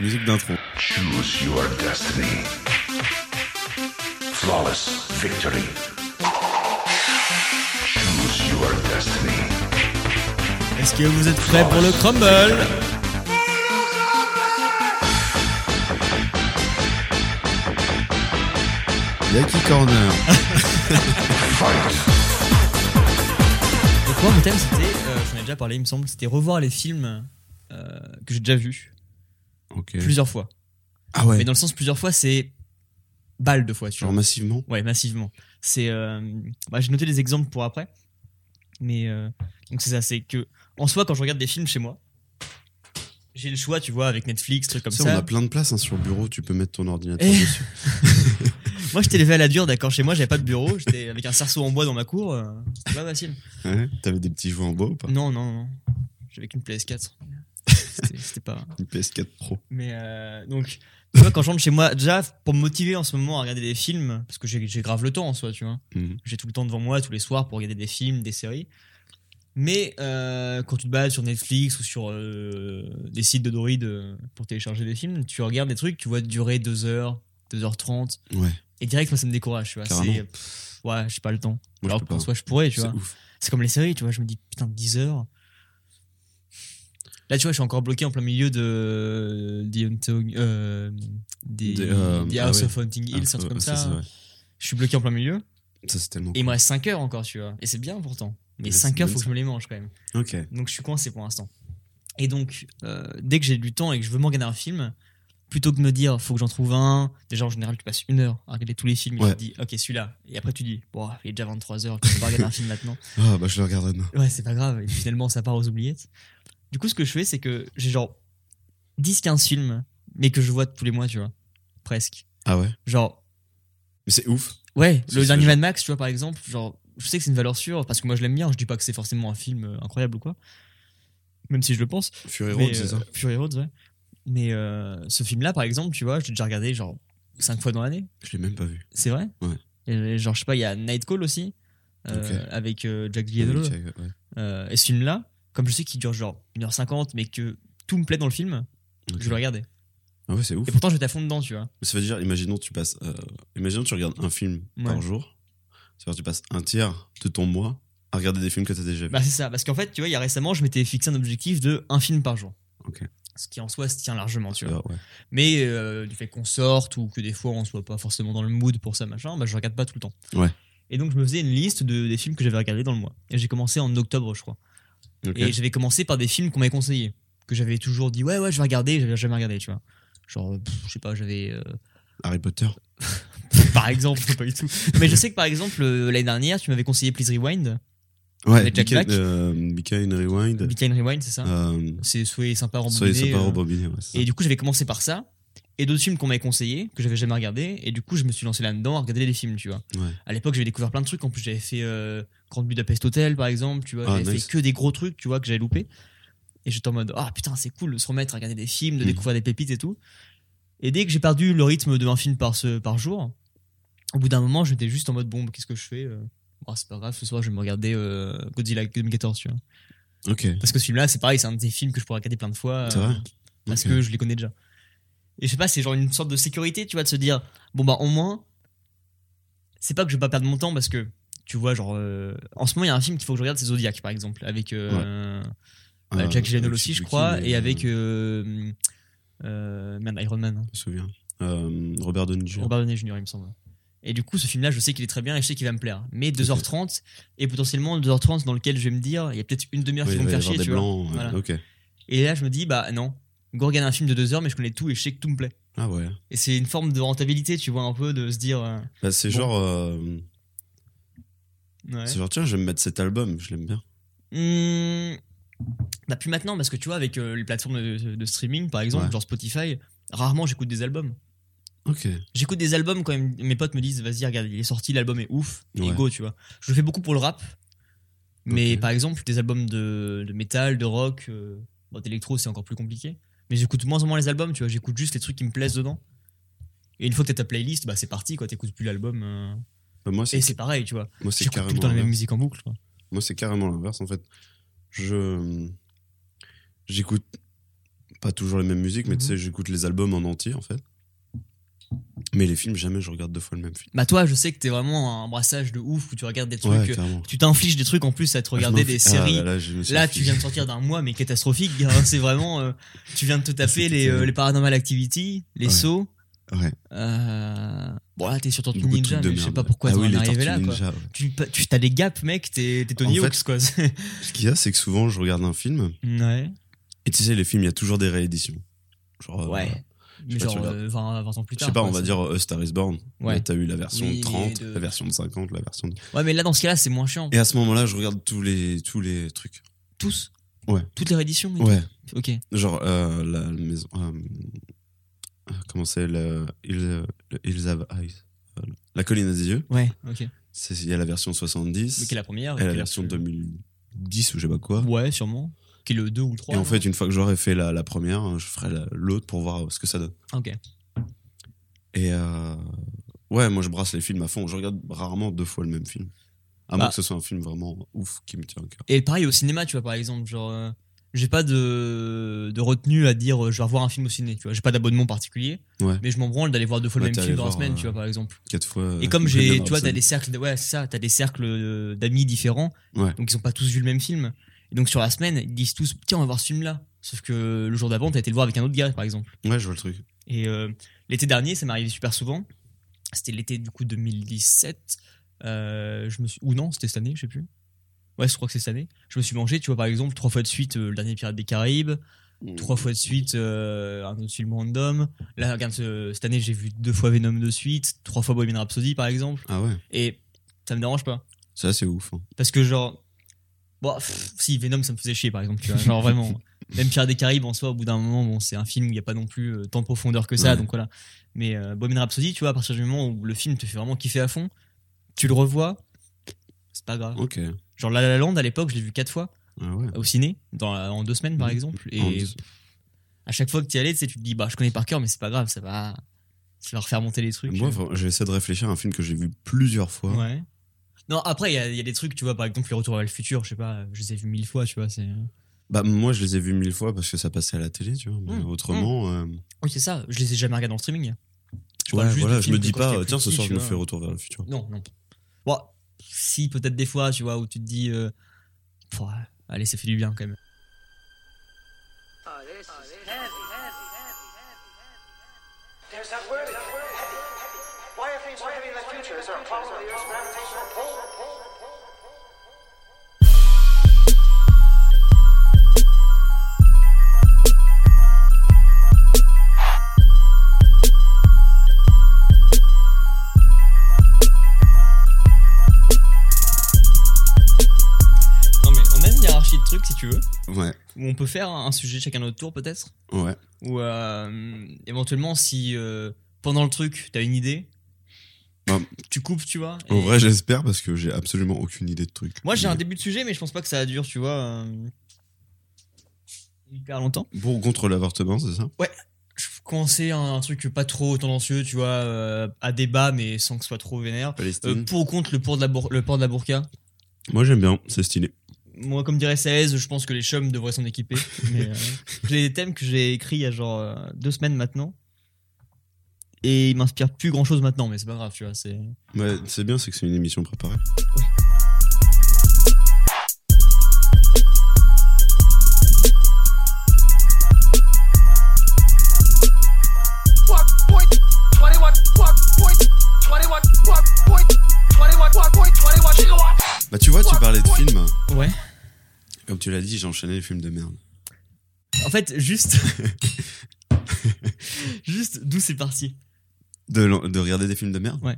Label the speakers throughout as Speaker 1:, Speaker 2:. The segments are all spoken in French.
Speaker 1: Musique d'intro.
Speaker 2: Choose your destiny. Flawless victory. Choose your destiny.
Speaker 3: Est-ce que vous êtes prêts pour le crumble
Speaker 1: Lucky Corner.
Speaker 2: Fight.
Speaker 3: Donc moi, mon thème, c'était, euh, j'en ai déjà parlé, il me semble, c'était revoir les films euh, que j'ai déjà vus
Speaker 1: Ok.
Speaker 3: plusieurs fois.
Speaker 1: Ah ouais.
Speaker 3: Mais dans le sens plusieurs fois, c'est balle de fois, tu
Speaker 1: Genre
Speaker 3: vois.
Speaker 1: massivement.
Speaker 3: Ouais, massivement. C'est, euh, bah, j'ai noté des exemples pour après. Mais euh, donc c'est ça, c'est que en soi, quand je regarde des films chez moi, j'ai le choix, tu vois, avec Netflix, trucs comme
Speaker 1: Tu sais, on
Speaker 3: ça.
Speaker 1: a plein de places hein, sur le bureau, tu peux mettre ton ordinateur
Speaker 3: Eh.
Speaker 1: dessus.
Speaker 3: Moi, j'étais levé à la dure, d'accord, chez moi, j'avais pas de bureau, j'étais avec un cerceau en bois dans ma cour, euh, c'était pas facile.
Speaker 1: Ouais. T'avais des petits jouets en bois ou pas
Speaker 3: Non, non, non. J'avais qu'une PS4. C'était- C'était pas.
Speaker 1: Une PS4 Pro.
Speaker 3: Mais euh, donc, tu vois, quand je rentre chez moi, déjà, pour me motiver en ce moment à regarder des films, parce que j'ai j'ai grave le temps en soi, tu vois.
Speaker 1: Mhm.
Speaker 3: J'ai tout le temps devant moi, tous les soirs, pour regarder des films, des séries. Mais euh, quand tu te balades sur Netflix ou sur euh, des sites de droid euh, pour télécharger des films, tu regardes des trucs, tu vois, durer 2h, 2h30.
Speaker 1: Ouais.
Speaker 3: Et direct, moi, ça me décourage, tu vois.
Speaker 1: Carrément.
Speaker 3: C'est, pff, Ouais, j'ai pas le temps.
Speaker 1: Moi,
Speaker 3: Alors,
Speaker 1: je peux
Speaker 3: en
Speaker 1: pas.
Speaker 3: soi, je pourrais, tu
Speaker 1: C'est
Speaker 3: vois.
Speaker 1: ouf.
Speaker 3: C'est comme les séries, tu vois. Je me dis, putain, 10 heures. Là, tu vois, je suis encore bloqué en plein milieu de. The Haunting- euh, des,
Speaker 1: Des, euh,
Speaker 3: des
Speaker 1: ah
Speaker 3: House
Speaker 1: ouais.
Speaker 3: of Haunting Hill, un truc comme ça.
Speaker 1: Ça, c'est vrai.
Speaker 3: Je suis bloqué en plein milieu.
Speaker 1: Ça, c'est tellement.
Speaker 3: Et il me reste 5 heures encore, tu vois. Et c'est bien pourtant. Mais
Speaker 1: Ouais,
Speaker 3: 5
Speaker 1: c'est
Speaker 3: heures,
Speaker 1: bon,
Speaker 3: faut que
Speaker 1: ça.
Speaker 3: je me les mange quand même.
Speaker 1: cool. Ok.
Speaker 3: Donc, je suis coincé pour l'instant. Et donc, euh, dès que j'ai du temps et que je veux m'en regarder un film, plutôt que de me dire, faut que j'en trouve un. Déjà, en général, tu passes une heure à regarder tous les films. Et
Speaker 1: Ouais.
Speaker 3: tu te dis, ok, celui-là. Et après, tu dis, bon, il est déjà 23 heures, je peux pas regarder un film maintenant.
Speaker 1: Ah, bah, je le regarderai demain.
Speaker 3: Ouais, c'est pas grave. Et puis finalement, ça part aux oubliettes. Du coup, ce que je fais, c'est que j'ai genre 10-15 films, mais que je vois tous les mois, tu vois. Presque.
Speaker 1: Ah ouais.
Speaker 3: Genre,
Speaker 1: Mais c'est ouf.
Speaker 3: ouais,
Speaker 1: C'est
Speaker 3: le
Speaker 1: ça,
Speaker 3: dernier
Speaker 1: genre.
Speaker 3: Mad Max, tu vois, par exemple, genre, je sais que c'est une valeur sûre, parce que moi, je l'aime bien. Je dis pas que c'est forcément un film euh, incroyable ou quoi. Même si je le pense.
Speaker 1: Fury
Speaker 3: Mais,
Speaker 1: Road, c'est ça
Speaker 3: euh, Fury Road, ouais. Mais euh, ce film-là, par exemple, tu vois, je l'ai déjà regardé genre 5 fois dans l'année.
Speaker 1: Je l'ai même pas vu.
Speaker 3: C'est vrai
Speaker 1: Ouais.
Speaker 3: Et, genre, je sais pas, il y a Night Call aussi, euh, avec euh, Jack Gyllenhaal.
Speaker 1: Ouais, ouais.
Speaker 3: Euh, et ce film-là, comme je sais qu'il dure genre 1h50, mais que tout me plaît dans le film,
Speaker 1: Ok.
Speaker 3: je vais le regarder.
Speaker 1: Ah ouais, c'est ouf.
Speaker 3: Et pourtant, je vais à fond dedans, tu vois.
Speaker 1: Ça veut dire, imaginons tu passes, euh, imaginons tu regardes un film
Speaker 3: Ouais.
Speaker 1: par jour. Ça veut dire tu passes un tiers de ton mois à regarder des films que t'as déjà vus.
Speaker 3: Bah, c'est ça. Parce qu'en fait, tu vois, il y a récemment, je m'étais fixé un objectif de un film par jour.
Speaker 1: Ok.
Speaker 3: Ce qui en soi se tient largement, tu vois.
Speaker 1: Ah ouais.
Speaker 3: Mais euh, du fait qu'on sorte ou que des fois on soit pas forcément dans le mood pour ça, machin, bah, je regarde pas tout le temps.
Speaker 1: Ouais.
Speaker 3: Et donc, je me faisais une liste de, des films que j'avais regardés dans le mois. Et j'ai commencé en octobre, je crois.
Speaker 1: Ok.
Speaker 3: Et j'avais commencé par des films qu'on m'avait conseillés. Que j'avais toujours dit, ouais, ouais, je vais regarder, j'avais jamais regardé, tu vois. Genre, pff, je sais pas, j'avais. euh,
Speaker 1: Harry Potter.
Speaker 3: par exemple, pas du tout. Mais je sais que par exemple, euh, l'année dernière, tu m'avais conseillé Please Rewind,
Speaker 1: Ouais,
Speaker 3: Avec Jack
Speaker 1: Beacon,
Speaker 3: Black.
Speaker 1: euh, Beacon Rewind.
Speaker 3: Beacon Rewind, c'est ça
Speaker 1: Euh,
Speaker 3: C'est Soyez sympa,
Speaker 1: Soyez
Speaker 3: rembobiné.
Speaker 1: sympa,
Speaker 3: euh.
Speaker 1: Robobiné. Ouais, c'est ça.
Speaker 3: Et du coup, j'avais commencé par ça. Et d'autres films qu'on m'avait conseillé, que j'avais jamais regardé. Et du coup, je me suis lancé là-dedans à regarder les films, tu vois.
Speaker 1: Ouais.
Speaker 3: À l'époque, j'avais découvert plein de trucs. En plus, j'avais fait euh, Grand Budapest Hotel, par exemple, tu vois.
Speaker 1: Ah,
Speaker 3: j'avais
Speaker 1: nice.
Speaker 3: fait que des gros trucs, tu vois, que j'avais loupé. Et j'étais en mode, ah putain, c'est cool de se remettre à regarder des films, de
Speaker 1: Mhm.
Speaker 3: découvrir des pépites et tout. Et dès que j'ai perdu le rythme de un film par, ce, par jour, au bout d'un moment, j'étais juste en mode, bon, qu'est-ce que je fais euh, Bon, c'est pas grave, ce soir je vais me regarder euh, Godzilla 2014, tu vois.
Speaker 1: Ok.
Speaker 3: Parce que celui-là, c'est pareil, c'est un des films que je pourrais regarder plein de fois.
Speaker 1: C'est
Speaker 3: euh,
Speaker 1: vrai
Speaker 3: parce
Speaker 1: Ok.
Speaker 3: que je les connais déjà. Et je sais pas, c'est genre une sorte de sécurité, tu vois, de se dire, bon bah au moins, c'est pas que je vais pas perdre mon temps parce que, tu vois, genre, euh, en ce moment il y a un film qu'il faut que je regarde, c'est Zodiac par exemple, avec euh, bah,
Speaker 1: Euh,
Speaker 3: Jack Gyllenhaal
Speaker 1: avec
Speaker 3: aussi, je
Speaker 1: Bucky,
Speaker 3: crois,
Speaker 1: mais,
Speaker 3: et
Speaker 1: euh,
Speaker 3: avec euh, euh, merde, Iron Man, hein,
Speaker 1: Je me souviens. Euh, Robert Downey Jr.
Speaker 3: Robert Downey Jr. il me semble. Et du coup, ce film-là, je sais qu'il est très bien et je sais qu'il va me plaire. Mais 2h30, et potentiellement 2h30 dans lequel je vais me dire, il y a peut-être une demi-heure
Speaker 1: Ouais,
Speaker 3: qui
Speaker 1: il
Speaker 3: vont me
Speaker 1: va y
Speaker 3: faire
Speaker 1: avoir
Speaker 3: chier,
Speaker 1: des
Speaker 3: tu vois.
Speaker 1: blancs, ouais.
Speaker 3: Voilà.
Speaker 1: Ok.
Speaker 3: Et là, je me dis, bah non, go regarde un film de 2h, mais je connais tout et je sais que tout me plaît.
Speaker 1: Ah ouais.
Speaker 3: Et c'est une forme de rentabilité, tu vois, un peu de se dire. euh,
Speaker 1: Bah, c'est
Speaker 3: Bon.
Speaker 1: genre, euh,
Speaker 3: ouais.
Speaker 1: c'est genre tiens, je vais me mettre cet album, je l'aime bien.
Speaker 3: Hmm, bah, plus maintenant, parce que tu vois, avec euh, les plateformes de, de streaming, par exemple,
Speaker 1: Ouais.
Speaker 3: genre Spotify, rarement j'écoute des albums.
Speaker 1: Ok.
Speaker 3: J'écoute des albums quand même, mes potes me disent, vas-y, regarde, il est sorti, l'album est ouf, et
Speaker 1: Ouais.
Speaker 3: go, tu vois. Je le fais beaucoup pour le rap, mais
Speaker 1: Ok.
Speaker 3: par exemple, des albums de, de métal, de rock, euh, bon, d'électro, c'est encore plus compliqué. Mais j'écoute moins en moins les albums, tu vois, j'écoute juste les trucs qui me plaisent dedans. Et une fois que t'as ta playlist, bah c'est parti, quoi, t'écoutes plus l'album. euh.
Speaker 1: Bah, moi
Speaker 3: Et
Speaker 1: c'est,
Speaker 3: c'est pareil, tu vois.
Speaker 1: moi c'est
Speaker 3: J'écoute
Speaker 1: carrément.
Speaker 3: tout le temps la même
Speaker 1: l'inverse.
Speaker 3: musique en boucle, quoi.
Speaker 1: Moi, c'est carrément l'inverse, en fait. Je. J'écoute pas toujours les mêmes musiques, mais tu
Speaker 3: Mhm.
Speaker 1: sais, j'écoute les albums en entier en fait. Mais les films, jamais je regarde deux fois le même film.
Speaker 3: Bah, toi, je sais que t'es vraiment un brassage de ouf où tu regardes des trucs.
Speaker 1: Ouais,
Speaker 3: euh,
Speaker 1: clairement.
Speaker 3: tu t'infliges des trucs en plus à te regarder
Speaker 1: Ah, je
Speaker 3: des
Speaker 1: m'infli-
Speaker 3: séries.
Speaker 1: Ah, là, je me suis
Speaker 3: Là, tu
Speaker 1: infligé.
Speaker 3: viens de sortir d'un mois, mais catastrophique. gars. c'est vraiment. euh, tu viens de te taper
Speaker 1: Ah, C'était
Speaker 3: les, euh,
Speaker 1: terrible.
Speaker 3: les Paranormal Activity, les
Speaker 1: Ouais.
Speaker 3: sauts.
Speaker 1: Ouais,
Speaker 3: Euh... Bon, là, t'es sur Tortue
Speaker 1: beaucoup de
Speaker 3: Ninja,
Speaker 1: trucs de
Speaker 3: mais je sais
Speaker 1: merde,
Speaker 3: pas
Speaker 1: ouais.
Speaker 3: pourquoi
Speaker 1: ah
Speaker 3: t'en
Speaker 1: oui,
Speaker 3: es
Speaker 1: les
Speaker 3: arrivé
Speaker 1: Tortues
Speaker 3: là, quoi.
Speaker 1: Ninja, ouais.
Speaker 3: Tu, tu t'as des gaps, mec, t'es t'es Tony
Speaker 1: En fait-
Speaker 3: Hawks, quoi.
Speaker 1: Ce qu'il y a, c'est que souvent, je regarde un film,
Speaker 3: ouais.
Speaker 1: et tu sais, les films, il y a toujours des rééditions. Genre, euh,
Speaker 3: Ouais. Mais
Speaker 1: sais pas, tu
Speaker 3: genre
Speaker 1: regardes.
Speaker 3: euh, 20, 20 ans plus
Speaker 1: Je
Speaker 3: tard.
Speaker 1: sais pas,
Speaker 3: quoi,
Speaker 1: on va
Speaker 3: c'est-
Speaker 1: dire euh, A Star is Born.
Speaker 3: Ouais.
Speaker 1: Là, t'as eu la version
Speaker 3: Oui,
Speaker 1: de 30,
Speaker 3: de-
Speaker 1: la version de 50, la version de...
Speaker 3: Ouais, mais là, dans ce cas-là, c'est moins chiant.
Speaker 1: Et à ce moment-là, je regarde tous les, tous les trucs.
Speaker 3: Tous
Speaker 1: Ouais.
Speaker 3: Toutes les rééditions et
Speaker 1: Ouais.
Speaker 3: tout Ok.
Speaker 1: Genre, euh, la maison... euh, comment c'est le, Hills- le Hills Have Eyes. Euh, La colline a des yeux.
Speaker 3: Ouais, ok.
Speaker 1: C'est- Il y a la version 70.
Speaker 3: Mais euh qui est la première
Speaker 1: et la
Speaker 3: qui est
Speaker 1: version
Speaker 3: plus-
Speaker 1: 2010 ou je sais pas quoi.
Speaker 3: Ouais, sûrement. Qui est le 2 ou le 3.
Speaker 1: Et en fait, une fois que j'aurai fait la, la première, hein, je ferai la- l'autre pour voir ce que ça donne.
Speaker 3: Ok.
Speaker 1: Et euh, ouais, moi je brasse les films à fond. Je regarde rarement deux fois le même film. À
Speaker 3: Bah.
Speaker 1: moins que ce soit un film vraiment ouf qui me tient au cœur.
Speaker 3: Et pareil au cinéma, tu vois, par exemple, genre, euh, j'ai pas de, de retenue à dire euh, je vais revoir un film au ciné, tu vois. J'ai pas d'abonnement particulier,
Speaker 1: Ouais.
Speaker 3: mais je m'en branle d'aller voir deux fois
Speaker 1: Ouais,
Speaker 3: le
Speaker 1: t'es
Speaker 3: même
Speaker 1: allé
Speaker 3: film dans la
Speaker 1: voir,
Speaker 3: semaine,
Speaker 1: euh,
Speaker 3: tu vois, par exemple.
Speaker 1: Quatre fois. euh,
Speaker 3: Et comme
Speaker 1: Brendan
Speaker 3: j'ai, tu vois,
Speaker 1: Robson.
Speaker 3: t'as des cercles, de- ouais, c'est ça, t'as des cercles euh, d'amis différents,
Speaker 1: Ouais.
Speaker 3: donc ils ont pas tous vu le même film. Et donc sur la semaine, ils disent tous, tiens, on va voir ce film-là. Sauf que le jour d'avant, t'as été le voir avec un autre gars, par exemple.
Speaker 1: Ouais, je vois le truc.
Speaker 3: Et euh, l'été dernier, ça m'est arrivé super souvent. C'était l'été du coup 2017. Euh, je me suis... Ou non, c'était cette année, je sais plus. Ouais, je crois que c'est cette année. Je me suis mangé, tu vois, par exemple, trois fois de suite euh, le dernier Pirate des Caraïbes, trois fois de suite euh, un autre film random. Là, regarde, ce- cette année, j'ai vu deux fois Venom de suite, trois fois Bohemian Rhapsody, par exemple.
Speaker 1: Ah ouais,
Speaker 3: Et ça me dérange pas.
Speaker 1: ça c'est ouf. hein.
Speaker 3: Parce que, genre. Bon, pff, si, Venom, ça me faisait chier, par exemple, tu vois. Genre, vraiment. Même Pierre des Caraïbes, en soi, au bout d'un moment, bon, c'est un film où il n'y a pas non plus euh, tant de profondeur que ça,
Speaker 1: Ouais.
Speaker 3: donc voilà. Mais euh, Bohemian Rhapsody, tu vois, à partir du moment où le film te fait vraiment kiffer à fond, tu le revois, c'est pas grave.
Speaker 1: Ok.
Speaker 3: Genre, La La Land, à l'époque, je l'ai vu quatre fois
Speaker 1: Ah ouais.
Speaker 3: au ciné, dans, la- en deux semaines, par
Speaker 1: Mhm.
Speaker 3: exemple. Et
Speaker 1: En dessous.
Speaker 3: à chaque fois que tu y allais, tu sais, tu te dis, bah, je connais par cœur, mais c'est pas grave, ça va. Ça va refaire monter les trucs.
Speaker 1: Moi, vraiment, j'essaie de réfléchir à un film que j'ai vu plusieurs fois.
Speaker 3: Ouais. Non, après, il y a- il y, a des trucs, tu vois, par exemple, les retours vers le futur, je sais pas, je les ai vus mille fois, tu vois, c'est.
Speaker 1: Bah, moi, je les ai vus mille fois parce que ça passait à la télé, tu vois. Mais
Speaker 3: Mm.
Speaker 1: Autrement, euh,
Speaker 3: Oui, c'est ça, je les ai jamais regardés en streaming. Je
Speaker 1: ouais,
Speaker 3: parle juste
Speaker 1: voilà,
Speaker 3: de
Speaker 1: je
Speaker 3: films
Speaker 1: me
Speaker 3: que
Speaker 1: dis
Speaker 3: quand j'étais
Speaker 1: pas,
Speaker 3: plus
Speaker 1: tiens, ce
Speaker 3: petit,
Speaker 1: soir,
Speaker 3: tu
Speaker 1: je me
Speaker 3: vois.
Speaker 1: fais Retour vers le futur.
Speaker 3: Non, non. Bon, si, peut-être des fois, tu vois, où tu te dis. euh, Pff, ouais, allez, ça fait du bien quand même.
Speaker 4: Oh, this is heavy. There's that word again. Heavy. Why are things so heavy in the future? Is there a problem with the Earth's gravitational pull?
Speaker 3: Non, mais on a une hiérarchie de trucs, si tu veux,
Speaker 1: Ouais,
Speaker 3: où on peut faire un sujet chacun notre tour, peut-être.
Speaker 1: ouais.
Speaker 3: Ou euh, éventuellement, si euh, pendant le truc, t'as une idée,
Speaker 1: Bah,
Speaker 3: tu coupes, tu vois.
Speaker 1: En
Speaker 3: et-
Speaker 1: vrai, j'espère parce que j'ai absolument aucune idée de truc.
Speaker 3: Moi, j'ai
Speaker 1: Mais-
Speaker 3: un début de sujet, mais je pense pas que ça dure, tu vois. euh, hyper longtemps.
Speaker 1: Pour ou contre l'avortement, c'est ça
Speaker 3: Je commençais un, un truc pas trop tendancieux, tu vois, euh, à débat, mais sans que ce soit trop vénère. Euh,
Speaker 1: Palestine.
Speaker 3: pour ou contre le port de la, bour- le port de la burqa Euh,
Speaker 1: Moi, j'aime bien, c'est stylé.
Speaker 3: Moi, comme dirait Saez, je pense que les chums devraient s'en équiper. mais, euh, j'ai des thèmes que j'ai écrits il y a genre euh, deux semaines maintenant. Et ils m'inspirent plus grand chose maintenant, mais c'est pas grave, tu vois. C'est...
Speaker 1: Ouais, c'est bien, c'est que c'est une émission préparée.
Speaker 4: What point? 21. What point? 21. What point? 21. What point? 21 gigawatts.
Speaker 1: Bah, tu vois, tu parlais de films.
Speaker 3: Ouais.
Speaker 1: Comme tu l'as dit, j'ai enchaîné les films de merde.
Speaker 3: En fait, juste. juste d'où c'est parti.
Speaker 1: De, l'en- de regarder des films de merde
Speaker 3: Ouais.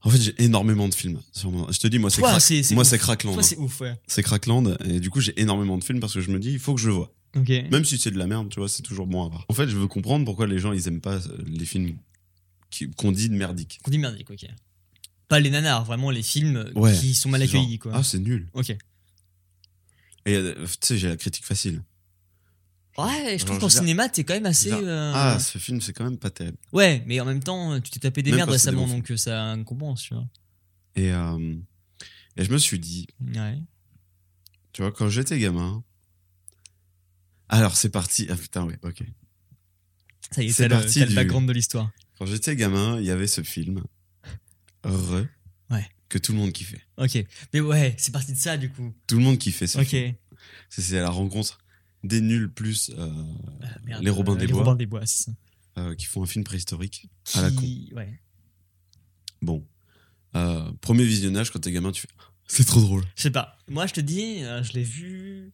Speaker 1: En fait, j'ai énormément de films. sur mon- Je te dis, moi, c'est
Speaker 3: Toi,
Speaker 1: crac-
Speaker 3: c'est- c'est
Speaker 1: moi,
Speaker 3: ouf.
Speaker 1: c'est Crackland.
Speaker 3: Toi,
Speaker 1: hein.
Speaker 3: c'est ouf, ouais.
Speaker 1: C'est Crackland. Et du coup, j'ai énormément de films parce que je me dis, il faut que je le vois.
Speaker 3: Ok.
Speaker 1: Même si c'est de la merde, tu vois, c'est toujours bon à voir. En fait, je veux comprendre pourquoi les gens, ils aiment pas euh, les films qui- qu'on dit de merdique.
Speaker 3: On dit merdique, ok. Pas les nanars, vraiment les films
Speaker 1: Ouais,
Speaker 3: qui sont mal accueillis, quoi.
Speaker 1: Ah, c'est nul.
Speaker 3: Ok.
Speaker 1: Et euh, tu sais, j'ai la critique facile.
Speaker 3: Ouais, je
Speaker 1: Genre,
Speaker 3: trouve qu'en
Speaker 1: je veux dire-
Speaker 3: cinéma, t'es quand même assez.
Speaker 1: je veux dire,
Speaker 3: euh,
Speaker 1: Ah, ce film, c'est quand même pas terrible.
Speaker 3: Ouais, mais en même temps, tu t'es tapé des
Speaker 1: Même
Speaker 3: merdes
Speaker 1: pas, c'est des
Speaker 3: récemment,
Speaker 1: bons
Speaker 3: donc euh, ça compense, tu vois.
Speaker 1: Et, euh, et je me suis dit,
Speaker 3: Ouais.
Speaker 1: tu vois, quand j'étais gamin, Alors, c'est parti. Ah putain, ouais, ok.
Speaker 3: Ça y est,
Speaker 1: C'est
Speaker 3: c'est le,
Speaker 1: parti
Speaker 3: t'as le
Speaker 1: du-
Speaker 3: background de l'histoire.
Speaker 1: Quand j'étais gamin, il y avait ce film, Re,
Speaker 3: Ouais.
Speaker 1: que tout le monde kiffait.
Speaker 3: Ok. Mais ouais, c'est parti de ça, du coup.
Speaker 1: Tout le monde kiffait ce
Speaker 3: Ok.
Speaker 1: film. C'est- C'est la rencontre des nuls plus euh,
Speaker 3: Ah, merde,
Speaker 1: Les Robins
Speaker 3: euh,
Speaker 1: des
Speaker 3: les
Speaker 1: Bois.
Speaker 3: Robins des Bois, c'est ça.
Speaker 1: euh, qui font un film préhistorique à la con.
Speaker 3: Qui- Ouais.
Speaker 1: Bon. Euh, premier visionnage, quand t'es gamin, tu fais Ah, C'est trop drôle.
Speaker 3: Je sais pas. Moi, je te dis, euh, je l'ai vu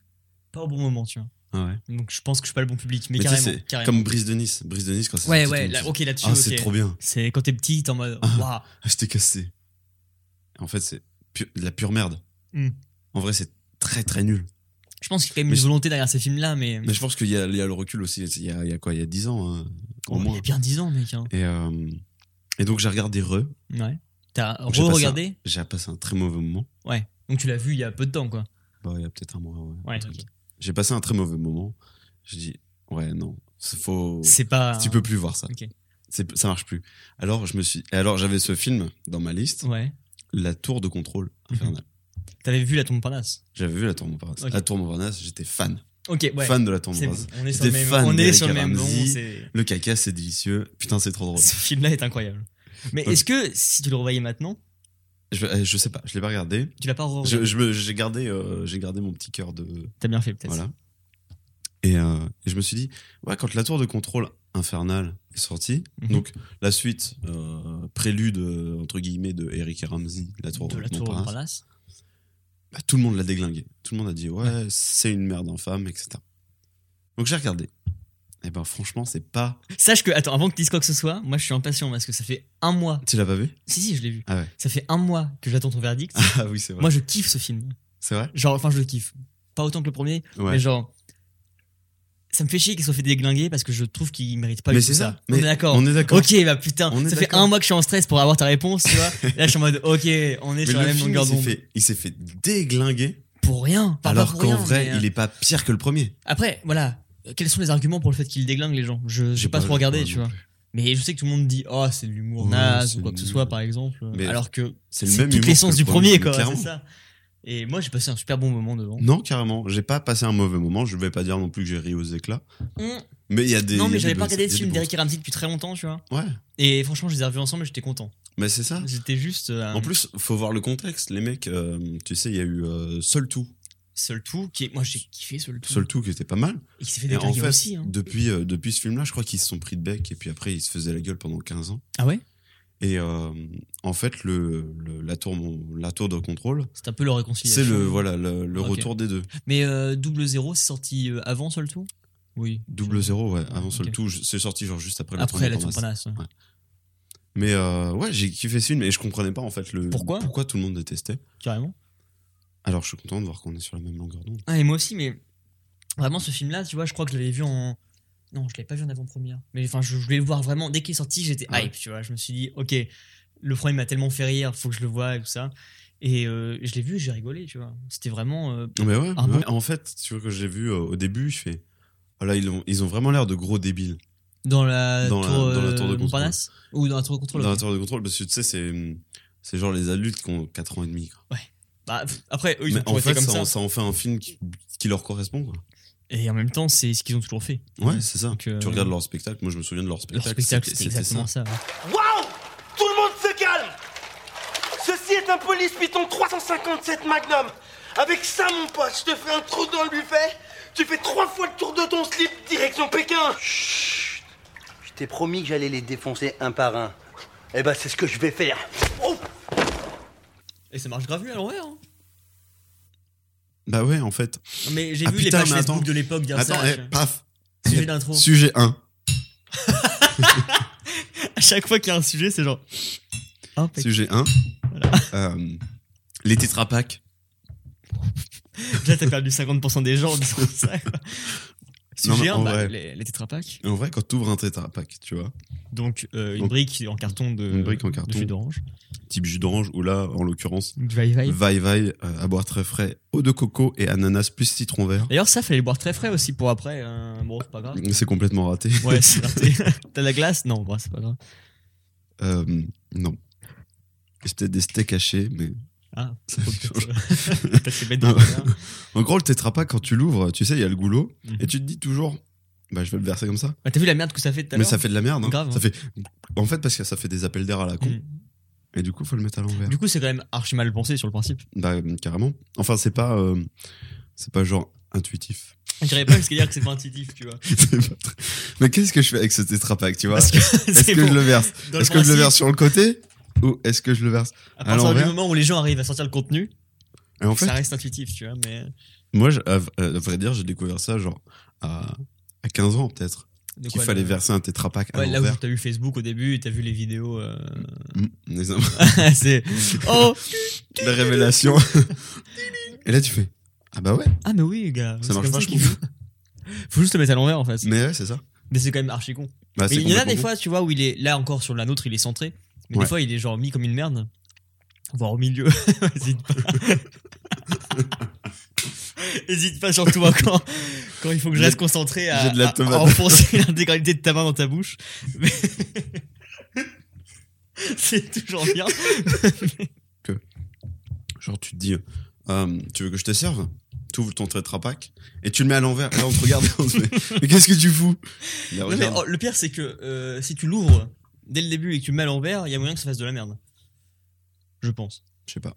Speaker 3: pas au bon moment, tu vois.
Speaker 1: Ah ouais.
Speaker 3: Donc, je pense que je suis pas le bon public, mais,
Speaker 1: Mais tu sais,
Speaker 3: carrément.
Speaker 1: c'est
Speaker 3: carrément.
Speaker 1: Comme Brise de Nice. Brise de Nice, quand c'est
Speaker 3: Ouais,
Speaker 1: sorti,
Speaker 3: ouais,
Speaker 1: tout le
Speaker 3: là,
Speaker 1: monde
Speaker 3: ok, là-dessus.
Speaker 1: dit, Ah, c'est
Speaker 3: ok.
Speaker 1: trop bien.
Speaker 3: C'est quand t'es petit, t'es en mode,
Speaker 1: Ah.
Speaker 3: waouh.
Speaker 1: Ah, J'étais cassé. En fait, c'est pu- de la pure merde.
Speaker 3: Hmm.
Speaker 1: En vrai, c'est très très nul.
Speaker 3: Je pense qu'il y a quand même
Speaker 1: Mais
Speaker 3: une
Speaker 1: je-
Speaker 3: volonté derrière ces films-là, mais.
Speaker 1: Mais je pense qu'il y, a il y a le recul aussi. Il y a, il y a quoi Il y a 10 ans, hein, au
Speaker 3: Oh, Il y
Speaker 1: moins.
Speaker 3: a bien 10 ans, mec. hein.
Speaker 1: Et, euh, et donc, j'ai regardé Re.
Speaker 3: Ouais. T'as
Speaker 1: Donc, j'ai passé
Speaker 3: re-regardé
Speaker 1: J'ai passé un très mauvais moment.
Speaker 3: Ouais. Donc, tu l'as vu il y a peu de temps, quoi.
Speaker 1: Bah, il y a peut-être un mois. Ouais,
Speaker 3: Ouais,
Speaker 1: un truc.
Speaker 3: ok.
Speaker 1: J'ai passé un très mauvais moment. Je dis, ouais, non. c'est- Faut...
Speaker 3: C'est pas.
Speaker 1: Tu peux plus voir ça.
Speaker 3: Ok.
Speaker 1: C'est- Ça marche plus. Alors, je me suis. et alors, j'avais ce film dans ma liste,
Speaker 3: Ouais. Mhm.
Speaker 1: La Tour de contrôle infernale.
Speaker 3: T'avais vu la tombe Parnasse.
Speaker 1: J'avais vu La Tour Montparnasse.
Speaker 3: Ok.
Speaker 1: La Tour Montparnasse, j'étais fan.
Speaker 3: Ok, ouais.
Speaker 1: Fan de La Tour
Speaker 3: C'est bon.
Speaker 1: Montparnasse.
Speaker 3: On est sur le
Speaker 1: J'étais
Speaker 3: même.
Speaker 1: fan
Speaker 3: On est
Speaker 1: d'Eric
Speaker 3: sur le même nom.
Speaker 1: Ramsey.
Speaker 3: c'est-
Speaker 1: Le caca, c'est délicieux. Putain, c'est trop drôle.
Speaker 3: Ce film-là est incroyable. Mais
Speaker 1: Donc-
Speaker 3: est-ce que si tu le revoyais maintenant,
Speaker 1: Je, euh, je sais pas, je l'ai pas regardé.
Speaker 3: tu l'as pas re
Speaker 1: Je- je me- J'ai gardé, euh, j'ai gardé mon petit cœur de,
Speaker 3: T'as bien fait peut-être.
Speaker 1: Voilà. Et, euh, et je me suis dit, ouais, quand la tour de contrôle infernale est sortie,
Speaker 3: Mhm.
Speaker 1: donc la suite, euh, prélude, euh, entre guillemets, de Eric et Ramsey, la tour de,
Speaker 3: De la tour
Speaker 1: Montparnasse,
Speaker 3: Montparnasse.
Speaker 1: bah, tout le monde l'a déglingué. Tout le monde a dit, ouais, c'est une merde infâme, etc. Donc j'ai regardé. Et ben franchement, c'est pas.
Speaker 3: Sache que, attends, avant que tu dises quoi que ce soit, moi je suis impatient parce que ça fait un mois.
Speaker 1: Tu l'as pas vu
Speaker 3: Si, si, je l'ai vu.
Speaker 1: Ah ouais.
Speaker 3: Ça fait un mois que j'attends ton verdict.
Speaker 1: Ah oui, c'est vrai.
Speaker 3: Moi je kiffe ce film.
Speaker 1: C'est vrai
Speaker 3: Genre, enfin, je le kiffe. Pas autant que le premier,
Speaker 1: Ouais.
Speaker 3: mais genre. Ça me fait chier qu'il soit fait déglinguer parce que je trouve qu'il mérite pas
Speaker 1: Mais
Speaker 3: du tout
Speaker 1: c'est ça.
Speaker 3: On
Speaker 1: Mais
Speaker 3: est d'accord.
Speaker 1: On est d'accord.
Speaker 3: Ok, bah putain,
Speaker 1: On est
Speaker 3: ça fait
Speaker 1: d'accord.
Speaker 3: un mois que je suis en stress pour avoir ta réponse, tu vois. Là, je suis en mode, ok, on est
Speaker 1: Mais
Speaker 3: sur la
Speaker 1: le
Speaker 3: même
Speaker 1: film,
Speaker 3: longueur
Speaker 1: il s'est
Speaker 3: d'onde.
Speaker 1: fait, il s'est fait déglinguer,
Speaker 3: Pour rien. Enfin, pas
Speaker 1: alors
Speaker 3: pour
Speaker 1: qu'en
Speaker 3: rien,
Speaker 1: vrai,
Speaker 3: mais, euh,
Speaker 1: il est pas pire que le premier.
Speaker 3: Après, voilà. Quels sont les arguments pour le fait qu'il déglingue les gens Je j'ai pas, trop
Speaker 1: ouais,
Speaker 3: regardé,
Speaker 1: ouais,
Speaker 3: tu
Speaker 1: non
Speaker 3: vois.
Speaker 1: plus.
Speaker 3: Mais je sais que tout le monde dit oh c'est de l'humour
Speaker 1: Ouais,
Speaker 3: naze
Speaker 1: c'est
Speaker 3: ou quoi que ce
Speaker 1: nul.
Speaker 3: soit par exemple.
Speaker 1: Mais
Speaker 3: alors que
Speaker 1: C'est le
Speaker 3: c'est
Speaker 1: même
Speaker 3: toute
Speaker 1: humour
Speaker 3: l'essence
Speaker 1: que
Speaker 3: du
Speaker 1: le
Speaker 3: premier quoi.
Speaker 1: clairement.
Speaker 3: C'est ça. Et moi j'ai passé un super bon moment devant.
Speaker 1: Non, carrément. J'ai pas passé un mauvais moment. Je vais pas dire non plus que j'ai ri aux éclats.
Speaker 3: Hum,
Speaker 1: Mais il y a des.
Speaker 3: non
Speaker 1: il y
Speaker 3: mais
Speaker 1: a
Speaker 3: j'avais
Speaker 1: des
Speaker 3: pas
Speaker 1: bonnes-
Speaker 3: regardé
Speaker 1: il
Speaker 3: de
Speaker 1: y a
Speaker 3: film
Speaker 1: des
Speaker 3: d'Eric et Ramsey depuis très longtemps tu vois.
Speaker 1: bons- Ouais.
Speaker 3: Et franchement je les ai revus ensemble et j'étais content.
Speaker 1: Mais c'est ça.
Speaker 3: J'étais juste euh,
Speaker 1: En plus, faut voir le contexte. Les mecs, euh, tu sais, il y a eu euh, Seul Tout.
Speaker 3: Mmh. seul tout qui est... moi j'ai kiffé seul tout.
Speaker 1: Seul Tout qui était pas mal.
Speaker 3: Et qui s'est fait
Speaker 1: Et en
Speaker 3: déglinguer
Speaker 1: fait,
Speaker 3: aussi. hein.
Speaker 1: depuis, euh, depuis ce film-là, je crois qu'ils se sont pris de bec et puis après, ils se faisaient la gueule pendant 15 ans.
Speaker 3: Ah ouais.
Speaker 1: Et euh, en fait, le, le- la, tour, mon- la tour de contrôle,
Speaker 3: C'est un peu leur
Speaker 1: c'est
Speaker 3: réconciliation.
Speaker 1: le, voilà, le, le
Speaker 3: Ok.
Speaker 1: retour des deux.
Speaker 3: Mais euh, double zéro c'est sorti euh, avant seul tout. Oui.
Speaker 1: Double zéro, ouais, avant Seul
Speaker 3: Ok.
Speaker 1: Tout. je- C'est sorti genre juste après,
Speaker 3: Après
Speaker 1: Tour
Speaker 3: la
Speaker 1: de
Speaker 3: tour
Speaker 1: Montparnasse.
Speaker 3: Parnasse. ouais.
Speaker 1: Mais euh, ouais, j'ai kiffé ce film et je comprenais pas en fait le
Speaker 3: Pourquoi
Speaker 1: pourquoi tout le monde détestait.
Speaker 3: Carrément.
Speaker 1: Alors je suis content de voir qu'on est sur la même longueur d'onde.
Speaker 3: Ah, et moi aussi, mais vraiment, ce film-là, tu vois, je crois que je l'avais vu en. Non, je l'avais pas vu en avant-première. Mais enfin, je je voulais le voir vraiment. Dès qu'il est sorti, j'étais
Speaker 1: Ah ouais.
Speaker 3: hype, tu vois. Je me suis dit, ok, le premier m'a tellement fait rire, faut que je le voie et tout ça. Et euh, je l'ai vu, j'ai rigolé, tu vois. C'était vraiment. euh,
Speaker 1: Mais ouais,
Speaker 3: Ah
Speaker 1: ouais.
Speaker 3: bon
Speaker 1: en fait, tu vois que j'ai vu euh, au début, je fais voilà, ils ont ils ont vraiment l'air de gros débiles
Speaker 3: dans, la
Speaker 1: Dans la-
Speaker 3: tour,
Speaker 1: dans la
Speaker 3: euh,
Speaker 1: tour de contrôle.
Speaker 3: Montparnasse Ou dans la tour de contrôle.
Speaker 1: dans la
Speaker 3: ok.
Speaker 1: tour de contrôle parce que tu sais c'est c'est genre les adultes qui ont 4 ans et demi. quoi.
Speaker 3: Bah, pff, après, eux, ils
Speaker 1: Mais
Speaker 3: ont
Speaker 1: en
Speaker 3: toujours
Speaker 1: fait,
Speaker 3: été
Speaker 1: ça,
Speaker 3: comme ça.
Speaker 1: en- ça en fait un film qui, qui leur correspond quoi.
Speaker 3: Et en même temps, c'est ce qu'ils ont toujours fait.
Speaker 1: Ouais, c'est ça.
Speaker 3: Donc, euh,
Speaker 1: Tu regardes leur spectacle, moi je me souviens de leur
Speaker 3: Leur
Speaker 1: spectacle.
Speaker 3: spectacle,
Speaker 1: c'était-
Speaker 3: c'était
Speaker 1: c'était
Speaker 3: exactement
Speaker 1: ça.
Speaker 3: ça. ouais.
Speaker 5: Waouh Tout le monde se calme Ceci est un police python 357 Magnum. Avec ça, mon pote, je te fais un trou dans le buffet. Tu fais trois fois le tour de ton slip direction Pékin.
Speaker 6: Je t'ai promis que j'allais les défoncer un par un. Eh ben, c'est ce que je vais faire.
Speaker 5: Oh,
Speaker 3: Et ça marche grave mieux à l'envers. hein.
Speaker 1: Bah ouais, en fait.
Speaker 3: Non, Mais j'ai
Speaker 1: Ah,
Speaker 3: vu
Speaker 1: putain,
Speaker 3: les pages
Speaker 1: mais
Speaker 3: Facebook
Speaker 1: attends.
Speaker 3: de l'époque dire
Speaker 1: Attends,
Speaker 3: ça.
Speaker 1: eh,
Speaker 3: tu vois.
Speaker 1: paf.
Speaker 3: Sujet d'intro.
Speaker 1: Sujet 1.
Speaker 3: À chaque fois qu'il y a un sujet, c'est genre. Impec-
Speaker 1: Sujet 1. Euh, les Tetra Pak.
Speaker 3: Déjà, t'as perdu 50% des gens en disant ça. quoi.
Speaker 1: Non,
Speaker 3: Sujet
Speaker 1: mais en
Speaker 3: 1, bah,
Speaker 1: vrai.
Speaker 3: les, les Tetra Pak.
Speaker 1: En vrai, quand tu ouvres un Tetra Pak, tu vois,
Speaker 3: Donc, euh, une
Speaker 1: Donc,
Speaker 3: brique en carton de,
Speaker 1: une brique en
Speaker 3: de
Speaker 1: carton.
Speaker 3: jus d'orange.
Speaker 1: type jus d'orange, ou là, en l'occurrence,
Speaker 3: Du Vai Vai.
Speaker 1: vai vai, euh, à boire très frais, eau de coco et ananas plus citron vert.
Speaker 3: D'ailleurs, ça, fallait le boire très frais aussi pour après. euh, bon, c'est pas grave.
Speaker 1: C'est complètement raté.
Speaker 3: Ouais, c'est raté. T'as la glace Non, bah, c'est pas grave.
Speaker 1: Euh, non. C'est peut-être des steaks hachés, mais
Speaker 3: Ah,
Speaker 1: Ça
Speaker 3: faut
Speaker 1: change.
Speaker 3: peut-être- peut-être c'est bête de
Speaker 1: Non.
Speaker 3: pas faire.
Speaker 1: En gros, le tétrapack, quand tu l'ouvres, tu sais, il y a le goulot.
Speaker 3: Mhm.
Speaker 1: Et tu te dis toujours, bah, je vais le verser comme ça.
Speaker 3: Bah, T'as vu la merde que ça fait tout à
Speaker 1: Mais
Speaker 3: l'heure
Speaker 1: ça fait de la merde. hein.
Speaker 3: Grave,
Speaker 1: ça
Speaker 3: hein.
Speaker 1: fait... En fait, parce que ça fait des appels d'air à la con.
Speaker 3: Mm.
Speaker 1: Et du coup, faut le mettre à l'envers.
Speaker 3: Du coup, c'est quand même archi mal pensé sur le principe.
Speaker 1: Bah, carrément. Enfin, c'est pas. euh, C'est pas genre intuitif.
Speaker 3: Je dirais pas jusqu'à dire que c'est pas intuitif, tu vois.
Speaker 1: C'est pas très- Mais qu'est-ce que je fais avec ce tétrapack, tu vois
Speaker 3: Parce que
Speaker 1: Est-ce
Speaker 3: c'est
Speaker 1: que
Speaker 3: bon.
Speaker 1: je le verse
Speaker 3: Dans le
Speaker 1: Est-ce que je le
Speaker 3: principe,
Speaker 1: verse sur le côté Ou est-ce que je le verse
Speaker 3: À
Speaker 1: à
Speaker 3: partir du
Speaker 1: l'envers
Speaker 3: moment où les gens arrivent à sortir le contenu,
Speaker 1: Et en fait,
Speaker 3: ça reste intuitif, tu vois. Mais
Speaker 1: moi, je- à v- euh, à vrai dire, j'ai découvert ça genre à, à 15 ans peut-être.
Speaker 3: de
Speaker 1: Qu'il
Speaker 3: quoi,
Speaker 1: fallait
Speaker 3: le-
Speaker 1: verser un tétrapack à
Speaker 3: Ouais, là où
Speaker 1: l'envers.
Speaker 3: t'as vu Facebook au début, t'as vu les vidéos. euh,
Speaker 1: Mm, les- Mm.
Speaker 3: c'est. Oh
Speaker 1: La révélation. Et là, tu fais Ah bah ouais,
Speaker 3: Ah, mais oui, gars.
Speaker 1: ça
Speaker 3: c'est
Speaker 1: marche Mm.
Speaker 3: comme
Speaker 1: pas, je
Speaker 3: qu'il
Speaker 1: trouve.
Speaker 3: faut. Faut juste le mettre à l'envers, en fait.
Speaker 1: Mais ouais, c'est ça.
Speaker 3: Mais c'est quand même archi con.
Speaker 1: Bah,
Speaker 3: Mais
Speaker 1: c'est
Speaker 3: il y en a
Speaker 1: complètement
Speaker 3: des
Speaker 1: con.
Speaker 3: fois, tu vois, où il est là encore sur la nôtre, il est centré. Mais
Speaker 1: Ouais.
Speaker 3: des fois, il est genre mis comme une merde. Voire au milieu. Hésite pas. Hésite pas, surtout hein, quand, quand il faut que je
Speaker 1: J'ai-
Speaker 3: reste concentré à,
Speaker 1: j'ai de la
Speaker 3: à- à
Speaker 1: tomate.
Speaker 3: enfoncer l'intégralité de ta main dans ta bouche. Mais- C'est toujours bien.
Speaker 1: Genre, tu te dis Euh, Tu veux que je te serve Tu ouvres ton tétrapack et tu le mets à l'envers. Là, on te regarde. on se fait, mais qu'est-ce que tu fous Là,
Speaker 3: Non, mais,
Speaker 1: regarde.
Speaker 3: oh, le pire, c'est que euh, si tu l'ouvres dès le début et que tu le mets à l'envers, il y a moyen que ça fasse de la merde. Je pense.
Speaker 1: Je sais pas.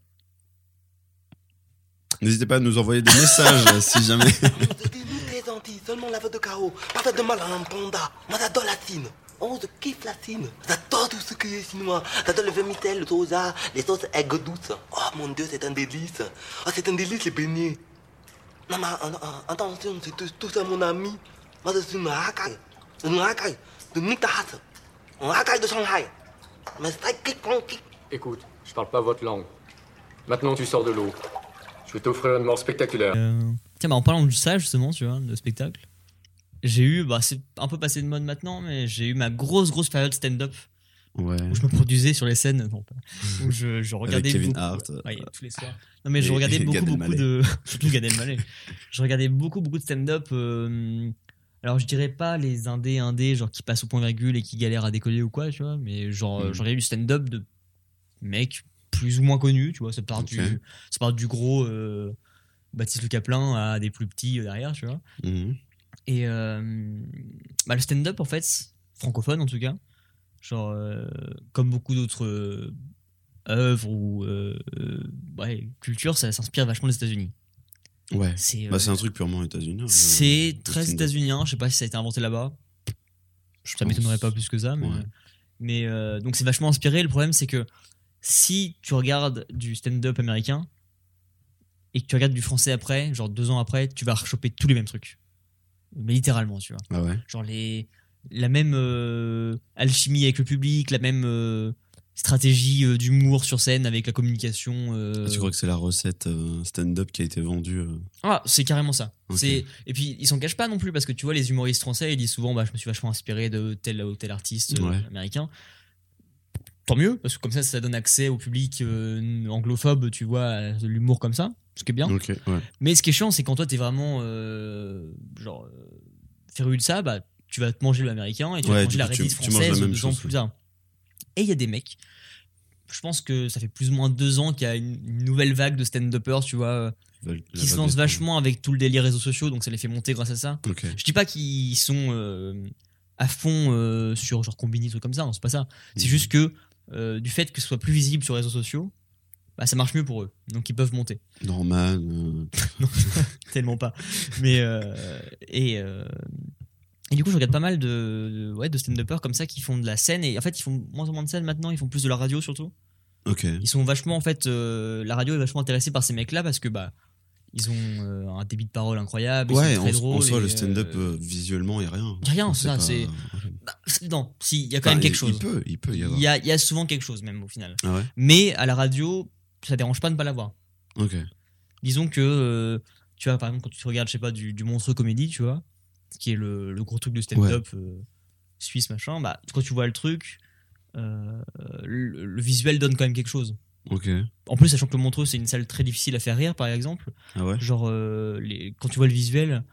Speaker 1: N'hésitez pas à nous envoyer des messages si jamais.
Speaker 5: Je t'ai dit, t'es gentil, seulement la faute de chaos. Pas fait de mal à un panda. Moi j'adore la Chine. Oh, je kiffe la Chine. J'adore tout ce qui est chinois. J'adore le vermicelle, le soja, les sauces aigues douces. Oh mon dieu, c'est un délice. Oh, c'est un délice les beignets. Non, mais euh, euh, attention, c'est tout, tout ça mon ami. Moi je suis une racaille. Une racaille de Nitas. Une racaille de Shanghai. Mais c'est kick, kick.
Speaker 7: Écoute, je parle pas votre langue. Maintenant, tu sors de l'eau. Je vais t'offrir une mort spectaculaire.
Speaker 3: Euh, Tiens, bah, en parlant de ça, justement, tu vois, de spectacle, j'ai eu, bah, c'est un peu passé de mode maintenant, mais j'ai eu ma grosse, grosse période stand-up
Speaker 1: Ouais.
Speaker 3: où je me produisais sur les scènes, non, pas- où je, je regardais
Speaker 1: Kevin
Speaker 3: beaucoup-
Speaker 1: Hart, euh,
Speaker 3: ouais, tous les soirs. Non, mais je
Speaker 1: et-
Speaker 3: regardais
Speaker 1: et
Speaker 3: beaucoup,
Speaker 1: Gad
Speaker 3: beaucoup
Speaker 1: Elmaleh.
Speaker 3: de. Surtout Gad Elmaleh. je regardais beaucoup, beaucoup de stand-up. euh, Alors, je dirais pas les indés, indés, genre qui passent au point virgule et qui galèrent à décoller ou quoi, tu vois, mais genre, euh,
Speaker 1: Mm.
Speaker 3: je regardais du stand-up de mecs plus ou moins connus, tu vois, ça part,
Speaker 1: Ok.
Speaker 3: du, ça part du gros euh, Baptiste Le Caplin à des plus petits euh, derrière, tu vois.
Speaker 1: Mhm.
Speaker 3: Et euh, bah, le stand-up, en fait, francophone en tout cas, genre, euh, comme beaucoup d'autres euh, œuvres ou euh, euh, ouais, cultures, ça s'inspire vachement des États-Unis.
Speaker 1: Ouais.
Speaker 3: C'est euh,
Speaker 1: Bah, c'est un truc purement Euh, états-unien. je-
Speaker 3: c'est très
Speaker 1: stand-up.
Speaker 3: états-unien, je sais pas si ça a été inventé là-bas,
Speaker 1: je
Speaker 3: ça
Speaker 1: pense.
Speaker 3: m'étonnerait pas plus que ça, mais,
Speaker 1: Ouais.
Speaker 3: mais, euh, donc c'est vachement inspiré. Le problème, c'est que si tu regardes du stand-up américain et que tu regardes du français après, genre deux ans après, tu vas rechoper tous les mêmes trucs. Mais littéralement, tu vois
Speaker 1: Ah ouais.
Speaker 3: genre les la même euh, alchimie avec le public, la même euh, stratégie euh, d'humour sur scène avec la communication. euh.
Speaker 1: Ah, Tu crois que c'est la recette euh, stand-up qui a été vendue euh,
Speaker 3: Ah, c'est carrément ça.
Speaker 1: Ok.
Speaker 3: C'est et puis ils s'en cachent pas non plus parce que tu vois les humoristes français ils disent souvent bah je me suis vachement inspiré de tel ou tel artiste euh,
Speaker 1: Ouais.
Speaker 3: américain. Tant mieux parce que comme ça ça donne accès au public euh, anglophobe, tu vois, à de l'humour comme ça, ce qui est bien.
Speaker 1: Ok, ouais.
Speaker 3: Mais ce qui est chiant, c'est quand toi, t'es vraiment euh, genre euh, féru de ça, bah, tu vas te manger l'américain et tu vas
Speaker 1: Ouais,
Speaker 3: te manger
Speaker 1: du
Speaker 3: la
Speaker 1: coup, tu-
Speaker 3: rédite
Speaker 1: tu manges la
Speaker 3: française
Speaker 1: même
Speaker 3: deux ans
Speaker 1: chose,
Speaker 3: plus
Speaker 1: ouais.
Speaker 3: tard. Et il y a des mecs, je pense que ça fait plus ou moins deux ans qu'il y a une une nouvelle vague de stand-uppers, tu vois, euh,
Speaker 1: La- la
Speaker 3: qui se
Speaker 1: baguette,
Speaker 3: lancent
Speaker 1: ouais.
Speaker 3: vachement avec tout le délire réseaux sociaux, donc ça les fait monter grâce à ça.
Speaker 1: Ok.
Speaker 3: Je dis pas qu'ils sont euh, à fond euh, sur genre Combini, trucs comme ça, non, c'est pas ça. C'est
Speaker 1: Mhm.
Speaker 3: juste que euh, du fait que ce soit plus visible sur les réseaux sociaux, bah, ça marche mieux pour eux, donc ils peuvent monter
Speaker 1: Norman. euh,
Speaker 3: tellement pas. Mais euh, et, euh, et du coup, je regarde pas mal de, de- ouais de stand-uppers comme ça qui font de la scène et en fait ils font moins en moins de scène maintenant. Ils font plus de la radio surtout.
Speaker 1: Ok.
Speaker 3: Ils sont vachement en fait euh, la radio est vachement intéressée par ces mecs-là parce que bah ils ont euh, un débit de parole incroyable. Ils
Speaker 1: Ouais,
Speaker 3: sont
Speaker 1: en,
Speaker 3: très
Speaker 1: en
Speaker 3: drôles
Speaker 1: soi,
Speaker 3: et,
Speaker 1: le stand-up,
Speaker 3: euh,
Speaker 1: euh, visuellement, il n'y a rien.
Speaker 3: y a rien, ça,
Speaker 1: pas-
Speaker 3: c'est-
Speaker 1: Ouais.
Speaker 3: bah, c'est- non, si il y a quand
Speaker 1: Enfin,
Speaker 3: même quelque
Speaker 1: bah, il- Il
Speaker 3: chose.
Speaker 1: peut, il peut y
Speaker 3: Il
Speaker 1: avoir.
Speaker 3: y a il y a souvent quelque chose même au final.
Speaker 1: Ah ouais
Speaker 3: Mais à la radio, ça dérange pas de pas l'avoir.
Speaker 1: Ok.
Speaker 3: disons que euh, tu vois par exemple quand tu regardes je sais pas du, du monstrueux comédie tu vois qui est le, le gros truc de stand-up euh, suisse machin bah quand tu vois le truc euh, le, le visuel donne quand même quelque chose
Speaker 1: Ok.
Speaker 3: en plus sachant que le montreux c'est une salle très difficile à faire rire par exemple
Speaker 1: Ah ouais
Speaker 3: genre euh, les- quand tu vois le visuel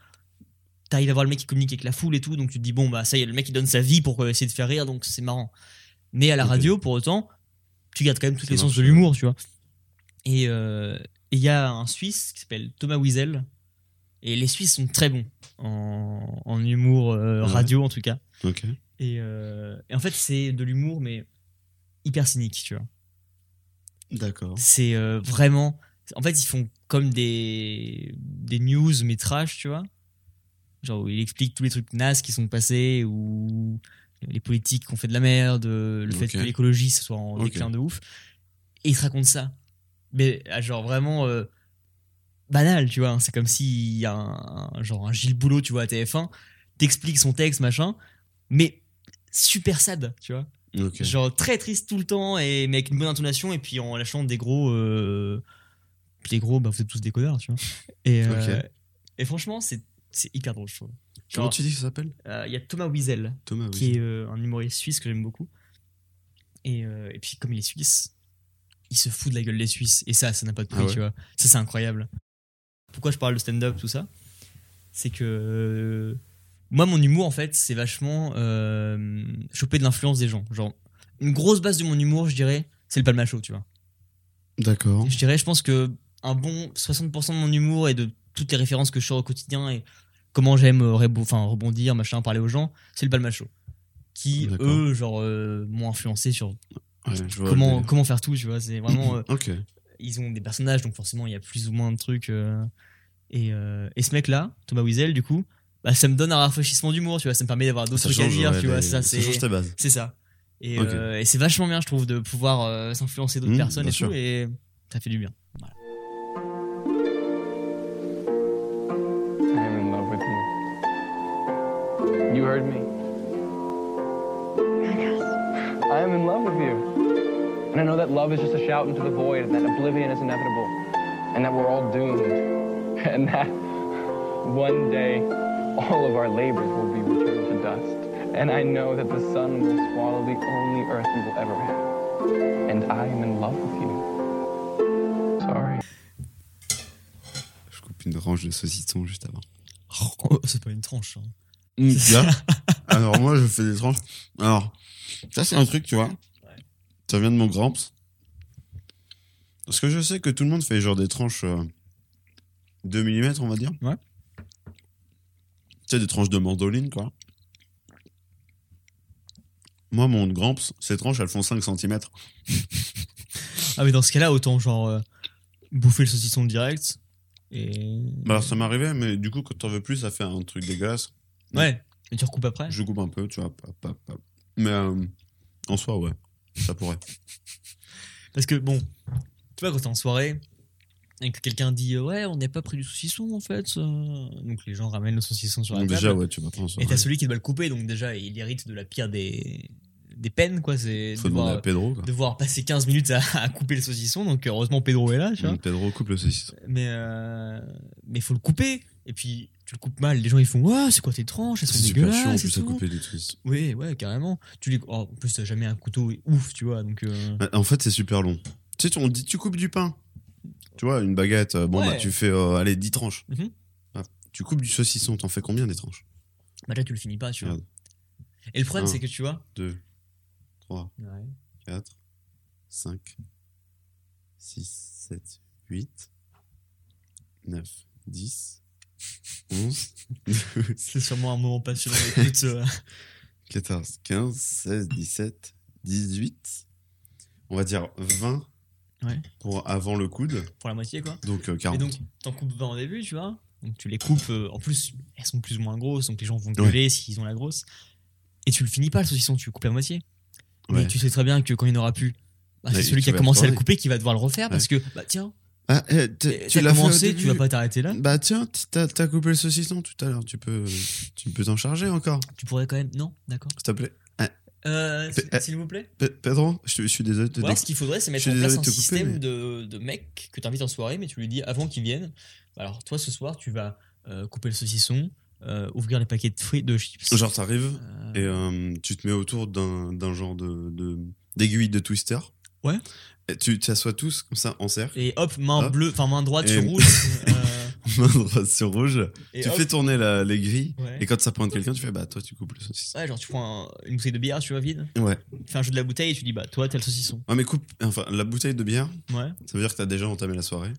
Speaker 3: t'arrives à voir le mec qui communique avec la foule et tout donc tu te dis bon bah ça y est le mec il donne sa vie pour euh, essayer de faire rire donc c'est marrant mais à la
Speaker 1: Ok.
Speaker 3: radio pour autant tu gardes quand même toutes
Speaker 1: Ça
Speaker 3: les sens
Speaker 1: marche,
Speaker 3: de
Speaker 1: ouais.
Speaker 3: l'humour tu vois Et euh, et il y a un Suisse qui s'appelle Thomas Wiesel. Et les Suisses sont très bons en, en humour euh,
Speaker 1: Ah ouais.
Speaker 3: radio, en tout cas.
Speaker 1: Ok.
Speaker 3: Et, euh, et en fait, c'est de l'humour, mais hyper cynique, tu vois.
Speaker 1: D'accord.
Speaker 3: C'est euh, vraiment. En fait, ils font comme des, des news, mais trash, tu vois. Genre, où il explique tous les trucs nazes qui sont passés, ou les politiques qui ont fait de la merde, euh, le fait
Speaker 1: Ok.
Speaker 3: que l'écologie ce soit en
Speaker 1: Ok.
Speaker 3: déclin de ouf. Et ils te racontent ça. Mais, ah, genre, vraiment euh, banal, tu vois. C'est comme s'il y a un, un- genre un Gilles Boulot, tu vois, à TF1, t'explique son texte, machin, mais super sad, tu vois.
Speaker 1: Ok.
Speaker 3: Genre très triste tout le temps, et, mais avec une bonne intonation, et puis en lâchant des gros. euh, des gros, bah vous êtes tous des connards, tu vois. Et, euh, et franchement, c'est c'est hyper drôle, je trouve.
Speaker 1: Comment
Speaker 3: Genre,
Speaker 1: tu dis que ça s'appelle
Speaker 3: euh, Il y a Thomas Wiesel,
Speaker 1: Thomas. oui.
Speaker 3: qui est euh, un humoriste suisse que j'aime beaucoup. Et, euh, et puis, comme il est suisse, il se fout de la gueule des Suisses. Et ça, ça n'a pas de prix,
Speaker 1: Ah ouais
Speaker 3: tu vois. Ça, c'est incroyable. Pourquoi je parle de stand-up, tout ça C'est que. euh, moi, mon humour, en fait, c'est vachement euh, choper de l'influence des gens. Genre, une grosse base de mon humour, je dirais, c'est le palma show, tu vois.
Speaker 1: D'accord.
Speaker 3: Je dirais, je pense que un bon 60% de mon humour et de toutes les références que je sors au quotidien et comment j'aime euh, rebo- enfin, rebondir, machin, parler aux gens, c'est le Palma Show. Qui,
Speaker 1: Ah, D'accord.
Speaker 3: eux, genre, euh, m'ont influencé sur
Speaker 1: Ouais, je vois le
Speaker 3: comment,
Speaker 1: délire.
Speaker 3: comment faire tout, tu vois. C'est vraiment. euh,
Speaker 1: Ok.
Speaker 3: ils ont des personnages, donc forcément, il y a plus ou moins de trucs. euh, et, euh, et ce mec-là, Thomas Wiesel, du coup, bah, ça me donne un rafraîchissement d'humour, tu vois. Ça me permet d'avoir d'autres trucs à dire,
Speaker 1: ouais,
Speaker 3: tu vois.
Speaker 1: les-
Speaker 3: Ça, c'est.
Speaker 1: change ta base.
Speaker 3: C'est ça. Et,
Speaker 1: Ok.
Speaker 3: euh, et c'est vachement bien, je trouve, de pouvoir euh, s'influencer d'autres
Speaker 1: Mmh,
Speaker 3: personnes
Speaker 1: bien
Speaker 3: et
Speaker 1: sûr.
Speaker 3: tout. Et ça fait du bien. Voilà.
Speaker 8: I'm in love with you. You heard me. I am in love with you. And I know that love is just a shout into the void, and that oblivion is inevitable, and that we're all doomed, and that one day all of our labors will be returned to dust. And I know that the sun will swallow the only earth we will ever have. And I am in love with you. Sorry.
Speaker 1: Je coupe une range de saucisson juste avant.
Speaker 3: Oh, c'est pas une tranche. hein.
Speaker 1: Là, alors moi, je fais des tranches. Alors, ça, c'est un truc, tu vois. Ça vient de mon grand Parce que je sais que tout le monde fait genre des tranches euh, 2 mm, on va dire.
Speaker 3: Ouais.
Speaker 1: Tu sais, des tranches de mandoline, quoi. Moi, mon grand ces tranches, elles font 5 cm.
Speaker 3: Ah, mais dans ce cas-là, autant genre euh, bouffer le saucisson direct. Et.
Speaker 1: Bah, alors, ça m'arrivait, mais du coup, quand t'en veux plus, ça fait un truc dégueulasse.
Speaker 3: ouais. Et tu recoupes après
Speaker 1: Je coupe un peu, tu vois. pa- pa- pa. Mais euh, en soi, ouais, ça pourrait.
Speaker 3: Parce que bon, tu vois, quand t'es en soirée et que quelqu'un dit euh, Ouais, on n'a pas pris du saucisson en fait. ça. Donc les gens ramènent le saucisson sur la
Speaker 1: Donc,
Speaker 3: table.
Speaker 1: déjà, ouais, tu vas prendre ça.
Speaker 3: et t'as celui qui doit le couper, donc déjà, il hérite de la pire des, des peines, quoi. C'est
Speaker 1: Faut demander
Speaker 3: devoir,
Speaker 1: à Pedro, quoi.
Speaker 3: devoir passer 15 minutes à, à couper le saucisson. Donc heureusement, Pedro est là, tu vois.
Speaker 1: Mm, Pedro coupe le saucisson.
Speaker 3: mais euh, mais faut le couper et puis tu le coupes mal les gens ils font ouais c'est quoi tes tranches elles
Speaker 1: C'est
Speaker 3: sont
Speaker 1: super chiant en
Speaker 3: dégueulasses
Speaker 1: plus à
Speaker 3: et tout.
Speaker 1: couper des saucissons.
Speaker 3: oui ouais carrément tu les oh, en plus t'as jamais un couteau ouf tu vois donc euh,
Speaker 1: Bah, En fait, c'est super long. Tu sais, on dit tu coupes du pain. Tu vois, une baguette, euh, bon,
Speaker 3: Ouais.
Speaker 1: bah, tu fais, euh, allez, 10 tranches.
Speaker 3: Mhm.
Speaker 1: Ah, tu coupes du saucisson, t'en fais combien des tranches
Speaker 3: bah là tu le finis pas tu vois
Speaker 1: Merde.
Speaker 3: et le problème
Speaker 1: Ah.
Speaker 3: c'est que tu vois
Speaker 1: 2, 3, 4, 5, 6, 7, 8, 9, 10, 11, 12,
Speaker 3: c'est sûrement un moment passionnant d'écoute euh,
Speaker 1: 14, 15, 16, 17, 18, on va dire 20
Speaker 3: Ouais.
Speaker 1: pour avant le coude,
Speaker 3: pour la moitié quoi
Speaker 1: donc euh,
Speaker 3: et
Speaker 1: 40.
Speaker 3: donc t'en coupes pas en début tu vois donc tu les coupes euh, en plus elles sont plus ou moins grosses donc les gens vont gueuler s'ils ont la grosse et tu le finis pas le saucisson tu le coupes à moitié
Speaker 1: Ouais.
Speaker 3: Mais tu sais très bien que quand il n'aura plus, bah,
Speaker 1: Ouais,
Speaker 3: c'est celui
Speaker 1: tu
Speaker 3: qui a
Speaker 1: vas
Speaker 3: commencé à le
Speaker 1: retourner.
Speaker 3: couper qui va devoir le refaire parce que, bah tiens,
Speaker 1: Ah, eh, t'as-
Speaker 3: tu l'as
Speaker 1: l'as fait au
Speaker 3: commencé, tu
Speaker 1: début.
Speaker 3: vas pas t'arrêter là.
Speaker 1: Bah tiens, t- t'as t'as coupé le saucisson tout à l'heure, tu peux tu peux t'en charger encore,
Speaker 3: Tu pourrais quand même. Non, d'accord.
Speaker 1: s'il te plaît.
Speaker 3: Euh, s-
Speaker 1: euh,
Speaker 3: S'il vous plaît.
Speaker 1: Pe- Pedro, je, te- je suis désolé de te
Speaker 3: Ouais, ce qu'il faudrait, c'est mettre
Speaker 1: suis
Speaker 3: en place
Speaker 1: désolé de te
Speaker 3: un
Speaker 1: couper,
Speaker 3: système
Speaker 1: mais-
Speaker 3: de, de mecs que tu invites en soirée, mais tu lui dis avant qu'ils viennent. bah, Alors, toi, ce soir, tu vas euh, couper le saucisson, euh, ouvrir les paquets de fruits, de chips.
Speaker 1: Genre t'arrives
Speaker 3: Euh,
Speaker 1: et euh, tu te mets autour d'un d'un genre de de- d'aiguille de, twister.
Speaker 3: Ouais.
Speaker 1: Et tu t'assois tous comme ça en cercle.
Speaker 3: et hop, main
Speaker 1: Hop.
Speaker 3: bleue, enfin main droite
Speaker 1: Hein Et-
Speaker 3: sur rouge. euh,
Speaker 1: main droite sur rouge.
Speaker 3: Et
Speaker 1: tu
Speaker 3: hop.
Speaker 1: fais tourner la- les grilles.
Speaker 3: Ouais.
Speaker 1: Et quand ça pointe quelqu'un, tu fais bah toi tu coupes le saucisson.
Speaker 3: Ouais, genre tu prends un- une bouteille de bière, tu vois, vide,
Speaker 1: Ouais.
Speaker 3: fais un jeu de la bouteille et tu dis bah toi t'as le saucisson.
Speaker 1: Ah mais coupe. Enfin la bouteille de bière,
Speaker 3: Ouais.
Speaker 1: ça veut dire que t'as déjà entamé la soirée.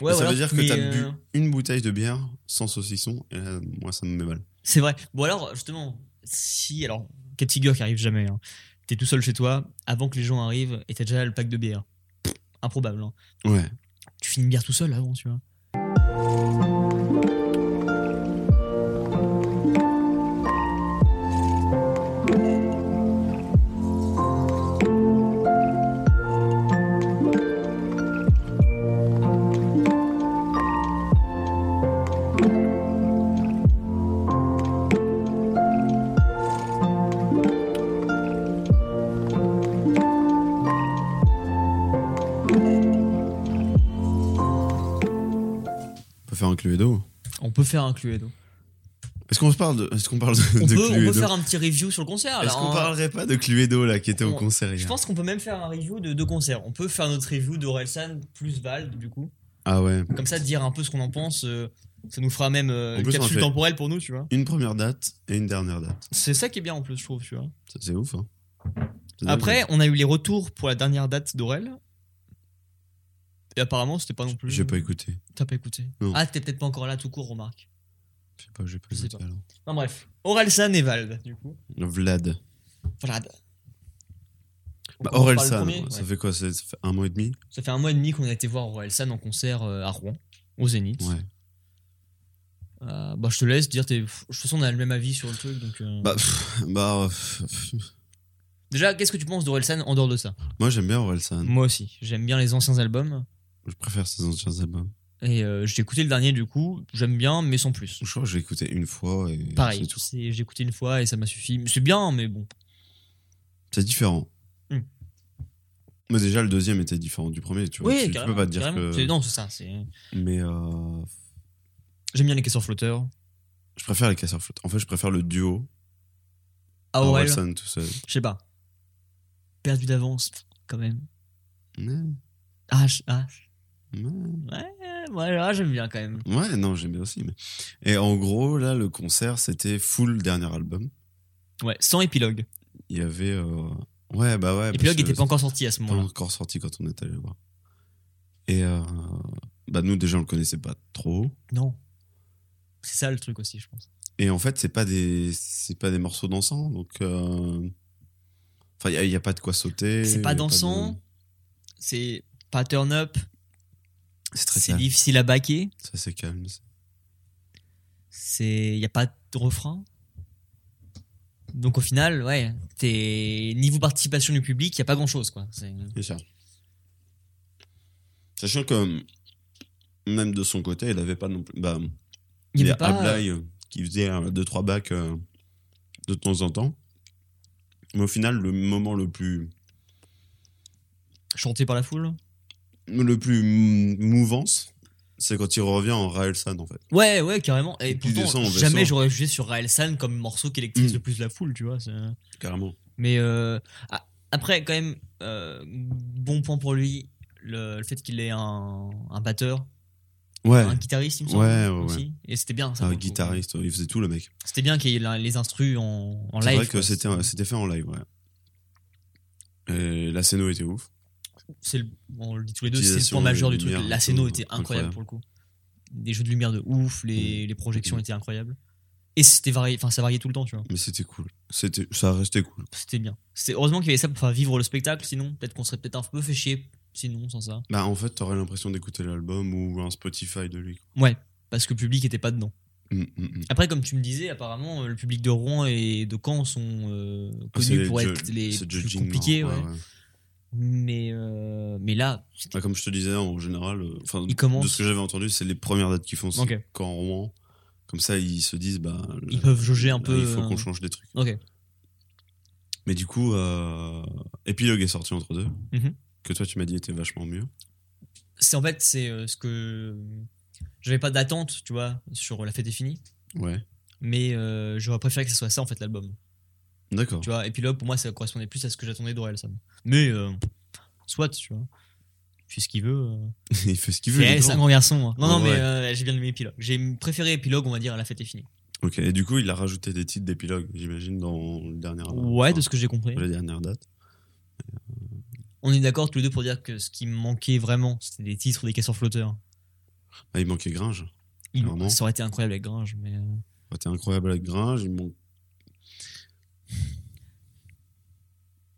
Speaker 3: Ouais,
Speaker 1: ça
Speaker 3: voilà.
Speaker 1: veut dire que
Speaker 3: Mais,
Speaker 1: t'as
Speaker 3: euh,
Speaker 1: bu une bouteille de bière sans saucisson. Et là, moi ça me met mal.
Speaker 3: C'est vrai. Bon alors justement, si alors cas de figure qui arrive jamais, hein. t'es tout seul chez toi avant que les gens arrivent et t'as déjà le pack de bière. Pff, improbable. hein.
Speaker 1: Ouais.
Speaker 3: Tu finis une bière tout seul avant, tu vois.
Speaker 1: On peut faire un Cluedo.
Speaker 3: On peut faire un Cluedo.
Speaker 1: Est-ce qu'on se parle de Est-ce qu'on parle de,
Speaker 3: On
Speaker 1: de
Speaker 3: peut, on peut
Speaker 1: Cluedo
Speaker 3: faire un petit review sur le concert. là,
Speaker 1: Est-ce qu'on
Speaker 3: hein.
Speaker 1: parlerait pas de Cluedo là qui était au
Speaker 3: On-
Speaker 1: concert
Speaker 3: Je
Speaker 1: hier
Speaker 3: pense qu'on peut même faire un review de deux concerts. On peut faire notre review d'Orelsan plus Vald, du coup.
Speaker 1: Ah ouais.
Speaker 3: Comme ça, dire un peu ce qu'on en pense, euh, ça nous fera même euh,
Speaker 1: En
Speaker 3: une
Speaker 1: plus, on
Speaker 3: capsule
Speaker 1: fait-
Speaker 3: temporelle pour nous, tu vois.
Speaker 1: Une première date et une dernière date.
Speaker 3: C'est ça qui est bien en plus, je trouve, tu vois.
Speaker 1: Ça, C'est ouf. Hein. C'est dingue.
Speaker 3: Après, on a eu les retours pour la dernière date d'Aurel. Et apparemment, c'était pas non plus.
Speaker 1: j'ai pas écouté.
Speaker 3: T'as pas écouté.
Speaker 1: Non.
Speaker 3: Ah, t'es peut-être pas encore là tout court, remarque.
Speaker 1: Je sais pas, j'ai pas
Speaker 3: Je sais
Speaker 1: écouté.
Speaker 3: pas.
Speaker 1: alors.
Speaker 3: Enfin bref. Orelsan et Vald, du coup.
Speaker 1: Vlad.
Speaker 3: Voilà.
Speaker 1: Bah,
Speaker 3: On commence par le
Speaker 1: Orelsan,
Speaker 3: premier,
Speaker 1: ça
Speaker 3: ouais.
Speaker 1: fait quoi c'est- Ça fait un mois et demi
Speaker 3: Ça fait un mois et demi qu'on a été voir Orelsan en concert euh, à Rouen, au Zénith.
Speaker 1: Ouais.
Speaker 3: Euh, bah, je te laisse dire. Tes... De toute façon, on a le même avis sur le truc. Donc, euh,
Speaker 1: Bah, pff, bah, euh, pff, pff.
Speaker 3: Déjà, qu'est-ce que tu penses d'Orelsan en dehors de ça
Speaker 1: moi j'aime bien Orelsan.
Speaker 3: Moi aussi. J'aime bien les anciens albums.
Speaker 1: Je préfère ses anciens albums.
Speaker 3: Et euh, j'ai écouté le dernier, du coup. J'aime bien, mais sans plus.
Speaker 1: Je crois que j'ai écouté une fois et
Speaker 3: Pareil.
Speaker 1: c'est tout.
Speaker 3: c'est- J'ai écouté une fois et ça m'a suffi. C'est bien, mais bon.
Speaker 1: C'est différent.
Speaker 3: Hmm.
Speaker 1: Mais déjà le deuxième était différent du premier, tu vois.
Speaker 3: oui,
Speaker 1: tu, tu
Speaker 3: carrément,
Speaker 1: peux pas te dire
Speaker 3: carrément.
Speaker 1: que.
Speaker 3: C'est- Non, c'est ça. c'est-
Speaker 1: Mais euh,
Speaker 3: J'aime bien les caisseurs flotteurs.
Speaker 1: je préfère les casseurs flotteurs. En fait, je préfère le duo
Speaker 3: Ah ouais, je
Speaker 1: Orelsan tout seul.
Speaker 3: sais pas. Perdu d'avance, quand même.
Speaker 1: Ouais,
Speaker 3: Ah, je- ah,
Speaker 1: ouais.
Speaker 3: euh, ouais, ouais, j'aime bien quand même.
Speaker 1: Ouais, non, j'aime bien aussi. mais- Et en gros, là, le concert, c'était full dernier album.
Speaker 3: Ouais, sans épilogue.
Speaker 1: Il y avait. euh, Ouais, bah ouais.
Speaker 3: épilogue
Speaker 1: Ah, parce que
Speaker 3: était pas encore sorti à ce
Speaker 1: pas
Speaker 3: moment-là.
Speaker 1: encore sorti quand on est allé le voir. Et euh, bah nous déjà on le connaissait pas trop.
Speaker 3: Non. C'est ça le truc aussi, je pense.
Speaker 1: Et en fait c'est pas des c'est pas des morceaux dansants donc euh, enfin il y, a pas de quoi sauter.
Speaker 3: C'est
Speaker 1: y a
Speaker 3: pas
Speaker 1: de-
Speaker 3: dansant. C'est pas turn up.
Speaker 1: C'est très
Speaker 3: C'est
Speaker 1: calme.
Speaker 3: difficile à baquer.
Speaker 1: Ça c'est calme.
Speaker 3: C'est y a pas de refrain. Donc au final, ouais, t'es niveau participation du public, y a pas grand chose quoi. C'est-
Speaker 1: C'est ça. Sachant que même de son côté il avait pas non plus. Bah, il
Speaker 3: Y
Speaker 1: y a
Speaker 3: avait pas-
Speaker 1: Ablai euh, qui faisait euh, deux trois bacs euh, de temps en temps. Mais au final le moment le plus
Speaker 3: chanté par la foule.
Speaker 1: le plus m- mouvance, c'est quand il revient en Raelsan en fait.
Speaker 3: Ouais, ouais, carrément. Et
Speaker 1: Et puis
Speaker 3: pourtant,
Speaker 1: descend en
Speaker 3: jamais
Speaker 1: vaisseau.
Speaker 3: j'aurais jugé sur Raelsan comme morceau qui électrise
Speaker 1: Mm.
Speaker 3: le plus la foule, tu vois. c'est-
Speaker 1: Carrément.
Speaker 3: Mais euh, a- après, quand même, euh, bon point pour lui, le, le fait qu'il ait un, un batteur,
Speaker 1: Ouais.
Speaker 3: un guitariste, il me semble.
Speaker 1: Ouais, ouais, ouais.
Speaker 3: aussi. Et c'était bien ça.
Speaker 1: Un
Speaker 3: pour le coup.
Speaker 1: guitariste, il faisait tout le mec.
Speaker 3: C'était bien qu'il y ait la- les instrus en, en
Speaker 1: C'est
Speaker 3: live.
Speaker 1: vrai que
Speaker 3: quoi.
Speaker 1: c'était c'était fait en live, ouais. Et la scéno était ouf.
Speaker 3: c'est le- on le dit tous les deux, c'est le
Speaker 1: Utilisation
Speaker 3: point majeur
Speaker 1: de
Speaker 3: du truc.
Speaker 1: lumière,
Speaker 3: La
Speaker 1: tout,
Speaker 3: scéno était incroyable,
Speaker 1: incroyable.
Speaker 3: pour le coup. Des jeux de lumière de ouf, les, les projections
Speaker 1: Mm.
Speaker 3: étaient incroyables. Et c'était varié, enfin ça variait tout le temps, tu vois.
Speaker 1: Mais c'était cool. C'était, ça restait cool.
Speaker 3: C'était bien. C'était heureusement qu'il y avait ça pour faire vivre le spectacle, sinon peut-être qu'on serait peut-être un peu fait chier, sinon sans ça.
Speaker 1: Bah, en fait, t'aurais l'impression d'écouter l'album ou un Spotify de lui.
Speaker 3: Ouais, parce que le public était pas dedans.
Speaker 1: Mm, mm, mm.
Speaker 3: Après, comme tu me disais, apparemment, euh, le public de Rouen et de Caen sont euh,
Speaker 1: Ah, c'est
Speaker 3: connus pour
Speaker 1: ju-
Speaker 3: être les
Speaker 1: c'est
Speaker 3: plus
Speaker 1: judging, hein.
Speaker 3: compliqués.
Speaker 1: non,
Speaker 3: ouais. Mais, euh, mais là,
Speaker 1: Bah, comme je te disais, en général, euh, enfin,
Speaker 3: Ils commencent.
Speaker 1: de ce que j'avais entendu, c'est les premières dates qu'ils font. c'est
Speaker 3: Ok.
Speaker 1: Qu'en Rouen, comme ça, ils se disent, bah,
Speaker 3: ils
Speaker 1: là,
Speaker 3: peuvent jauger un
Speaker 1: là,
Speaker 3: peu.
Speaker 1: Il faut qu'on
Speaker 3: euh,
Speaker 1: change des trucs.
Speaker 3: Ok.
Speaker 1: Mais du coup, euh, Épilogue est sorti entre deux,
Speaker 3: Mhm.
Speaker 1: que toi tu m'as dit était vachement mieux.
Speaker 3: C'est en fait, c'est euh, ce que j'avais pas d'attente, tu vois, sur la fête est finie.
Speaker 1: Ouais.
Speaker 3: Mais euh, j'aurais préféré que ce soit ça en fait l'album.
Speaker 1: D'accord.
Speaker 3: Tu vois, et puis là, pour moi, ça correspondait plus à ce que j'attendais d'Orelsan. Mais euh, soit, tu vois. Je fais ce qu'il veut. euh.
Speaker 1: il fait ce qu'il veut. il est
Speaker 3: C'est c'est un
Speaker 1: grand.
Speaker 3: grand garçon. moi. Non,
Speaker 1: En
Speaker 3: non, mais
Speaker 1: vrai.
Speaker 3: euh, j'ai bien aimé Épilogue. J'ai préféré Épilogue, on va dire, à La Fête est finie.
Speaker 1: Ok, et du coup, il a rajouté des titres d'épilogue, j'imagine, dans le dernier.
Speaker 3: Ouais,
Speaker 1: enfin,
Speaker 3: de ce que j'ai compris.
Speaker 1: la dernière date.
Speaker 3: On est d'accord tous les deux pour dire que ce qui me manquait vraiment, c'était des titres ou des caissons flotteurs.
Speaker 1: Ah, il manquait Gringe.
Speaker 3: Il-
Speaker 1: Clairement.
Speaker 3: ça aurait été incroyable avec Gringe, mais. euh,
Speaker 1: Ah, T'es incroyable avec Gringe. Il manque...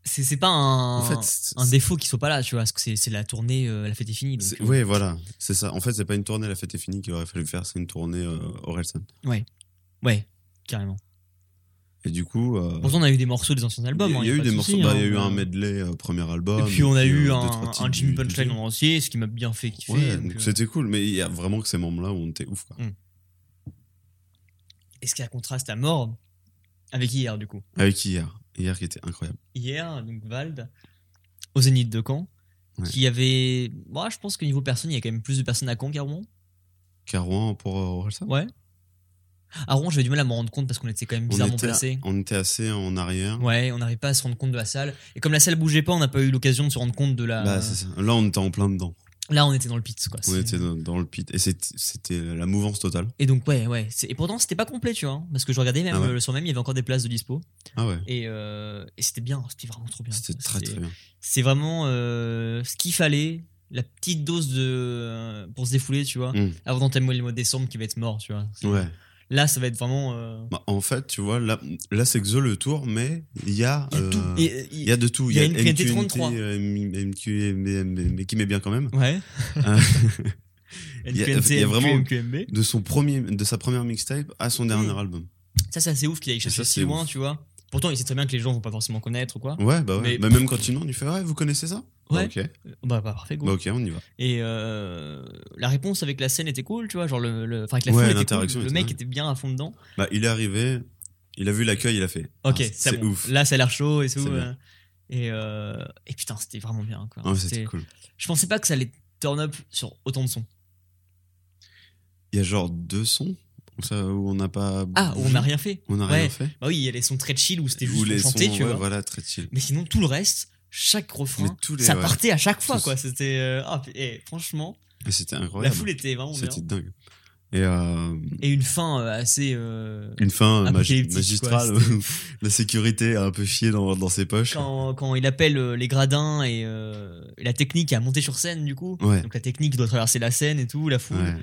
Speaker 3: C'est c'est pas un,
Speaker 1: En fait, c'est-
Speaker 3: un défaut qu'ils soient pas là, tu vois, parce que c'est c'est la tournée, euh, La Fête est finie. donc,
Speaker 1: c'est-
Speaker 3: euh,
Speaker 1: ouais, voilà, c'est ça. En fait, c'est pas une tournée La Fête est finie qu'il aurait fallu faire, c'est une tournée euh, Orelsan.
Speaker 3: Ouais, carrément.
Speaker 1: Et du coup. euh,
Speaker 3: Pourtant, on a eu des morceaux des anciens albums.
Speaker 1: Il y
Speaker 3: hein,
Speaker 1: a, il y a
Speaker 3: pas
Speaker 1: eu
Speaker 3: de
Speaker 1: des
Speaker 3: souci,
Speaker 1: morceaux, bah, il y a
Speaker 3: hein.
Speaker 1: eu un medley euh, premier album.
Speaker 3: Et puis on a
Speaker 1: euh,
Speaker 3: eu
Speaker 1: deux,
Speaker 3: un,
Speaker 1: trois titres
Speaker 3: un
Speaker 1: du-
Speaker 3: Jimmy
Speaker 1: du
Speaker 3: Punchline
Speaker 1: truc.
Speaker 3: en entier, ce qui m'a bien fait kiffer.
Speaker 1: Ouais,
Speaker 3: donc,
Speaker 1: donc
Speaker 3: euh,
Speaker 1: c'était cool, mais il y a vraiment que ces membres-là où on était ouf. Quoi.
Speaker 3: et ce qui a contraste à mort avec hier, du coup.
Speaker 1: Avec hier, hier qui était incroyable.
Speaker 3: Hier, donc Vald, au Zénith de Caen,
Speaker 1: Ouais.
Speaker 3: qui avait. Moi, je pense que niveau personne, il y a quand même plus de personnes à Caen qu'à Rouen.
Speaker 1: Carouan pour euh, Orelsan.
Speaker 3: Ouais. À Rouen, j'avais du mal à me rendre compte parce qu'on était quand même
Speaker 1: on,
Speaker 3: bizarrement
Speaker 1: était,
Speaker 3: placés.
Speaker 1: on était assez en arrière.
Speaker 3: Ouais, on n'arrivait pas à se rendre compte de la salle. Et comme la salle bougeait pas, on n'a pas eu l'occasion de se rendre compte de la.
Speaker 1: Bah, c'est ça. Là, on était en plein dedans.
Speaker 3: Là, on était dans le pit, quoi.
Speaker 1: On
Speaker 3: Euh, C'est-
Speaker 1: était dans, dans le pit. Et c'est- c'était la mouvance totale.
Speaker 3: Et donc, ouais, ouais. c'est- Et pourtant, c'était pas complet, tu vois. hein, Parce que je regardais même
Speaker 1: Ah ouais.
Speaker 3: euh, le soir même, il y avait encore des places de dispo.
Speaker 1: Ah ouais.
Speaker 3: Et, euh, et c'était bien, c'était vraiment trop bien.
Speaker 1: C'était très très bien.
Speaker 3: C'est vraiment euh, ce qu'il fallait, la petite dose de euh, pour se défouler, tu vois.
Speaker 1: Mm.
Speaker 3: Avant d'entamer le mois de décembre qui va être mort, tu vois. C'est-
Speaker 1: Ouais.
Speaker 3: Là, ça va être vraiment. euh,
Speaker 1: Bah, en fait, tu vois, là, là c'est que The le tour, mais il y a.
Speaker 3: il y a tout.
Speaker 1: euh,
Speaker 3: Et, euh,
Speaker 1: Il y a de tout.
Speaker 3: il y a une PNT 33.
Speaker 1: euh, MQ, mais qui met bien quand même.
Speaker 3: Ouais.
Speaker 1: Euh,
Speaker 3: Il
Speaker 1: y a- il y a vraiment-
Speaker 3: QMB.
Speaker 1: de son premier de sa première mixtape à son dernier
Speaker 3: Mm.
Speaker 1: album.
Speaker 3: Ça, c'est assez ouf qu'il aille chercher
Speaker 1: ça,
Speaker 3: si
Speaker 1: c'est
Speaker 3: loin,
Speaker 1: ouf.
Speaker 3: tu vois. Pourtant, il sait très bien que les gens vont pas forcément connaître ou quoi.
Speaker 1: Ouais, bah ouais.
Speaker 3: Mais-
Speaker 1: Bah, même quand il demande, il fait ouais, vous connaissez ça
Speaker 3: Ouais.
Speaker 1: Bah, ok.
Speaker 3: Bah, bah, parfait, go.
Speaker 1: Bah, ok, on y va.
Speaker 3: Et euh, la réponse avec la scène était cool, tu vois. Genre, le, le- enfin, avec la
Speaker 1: Ouais,
Speaker 3: foule était cool,
Speaker 1: l'interaction
Speaker 3: Le
Speaker 1: était
Speaker 3: mec
Speaker 1: dingue.
Speaker 3: était bien à fond dedans.
Speaker 1: Bah, il est arrivé, il a vu l'accueil, il a fait.
Speaker 3: Ok,
Speaker 1: Ah,
Speaker 3: c'est
Speaker 1: c'est
Speaker 3: bon.
Speaker 1: ouf.
Speaker 3: Là, ça a l'air chaud et tout.
Speaker 1: C'est bien.
Speaker 3: euh, Et, euh, et putain, c'était vraiment bien. Quoi.
Speaker 1: Ah,
Speaker 3: C'était-
Speaker 1: c'était cool.
Speaker 3: Je pensais pas que ça allait turn up sur autant de sons.
Speaker 1: Il y a genre deux sons où, ça, où on n'a pas.
Speaker 3: Ah, où on n'a rien fait.
Speaker 1: On n'a
Speaker 3: Ouais.
Speaker 1: rien fait.
Speaker 3: Bah oui, il y a les sons très chill où c'était
Speaker 1: Bah Où
Speaker 3: juste
Speaker 1: les
Speaker 3: chanté,
Speaker 1: sons,
Speaker 3: tu
Speaker 1: ouais,
Speaker 3: vois.
Speaker 1: voilà, très chill.
Speaker 3: Mais sinon, tout le reste, chaque refrain,
Speaker 1: Mais tous les-
Speaker 3: ça
Speaker 1: ouais.
Speaker 3: partait à chaque fois.
Speaker 1: Tous.
Speaker 3: quoi. C'était. euh, ah, et franchement,
Speaker 1: Et c'était
Speaker 3: la
Speaker 1: incroyable.
Speaker 3: foule était vraiment bien.
Speaker 1: C'était dingue. Et euh,
Speaker 3: Et une fin euh, assez. euh,
Speaker 1: une fin euh, magi-
Speaker 3: Apocalyptique,
Speaker 1: magistrale.
Speaker 3: quoi, c'était-
Speaker 1: où la sécurité a un peu chié dans, dans ses poches.
Speaker 3: Quand, quand il appelle euh, les gradins et, euh, et la technique à monter sur scène, du coup.
Speaker 1: Ouais.
Speaker 3: Donc la technique doit traverser la scène et tout, la foule.
Speaker 1: Ouais.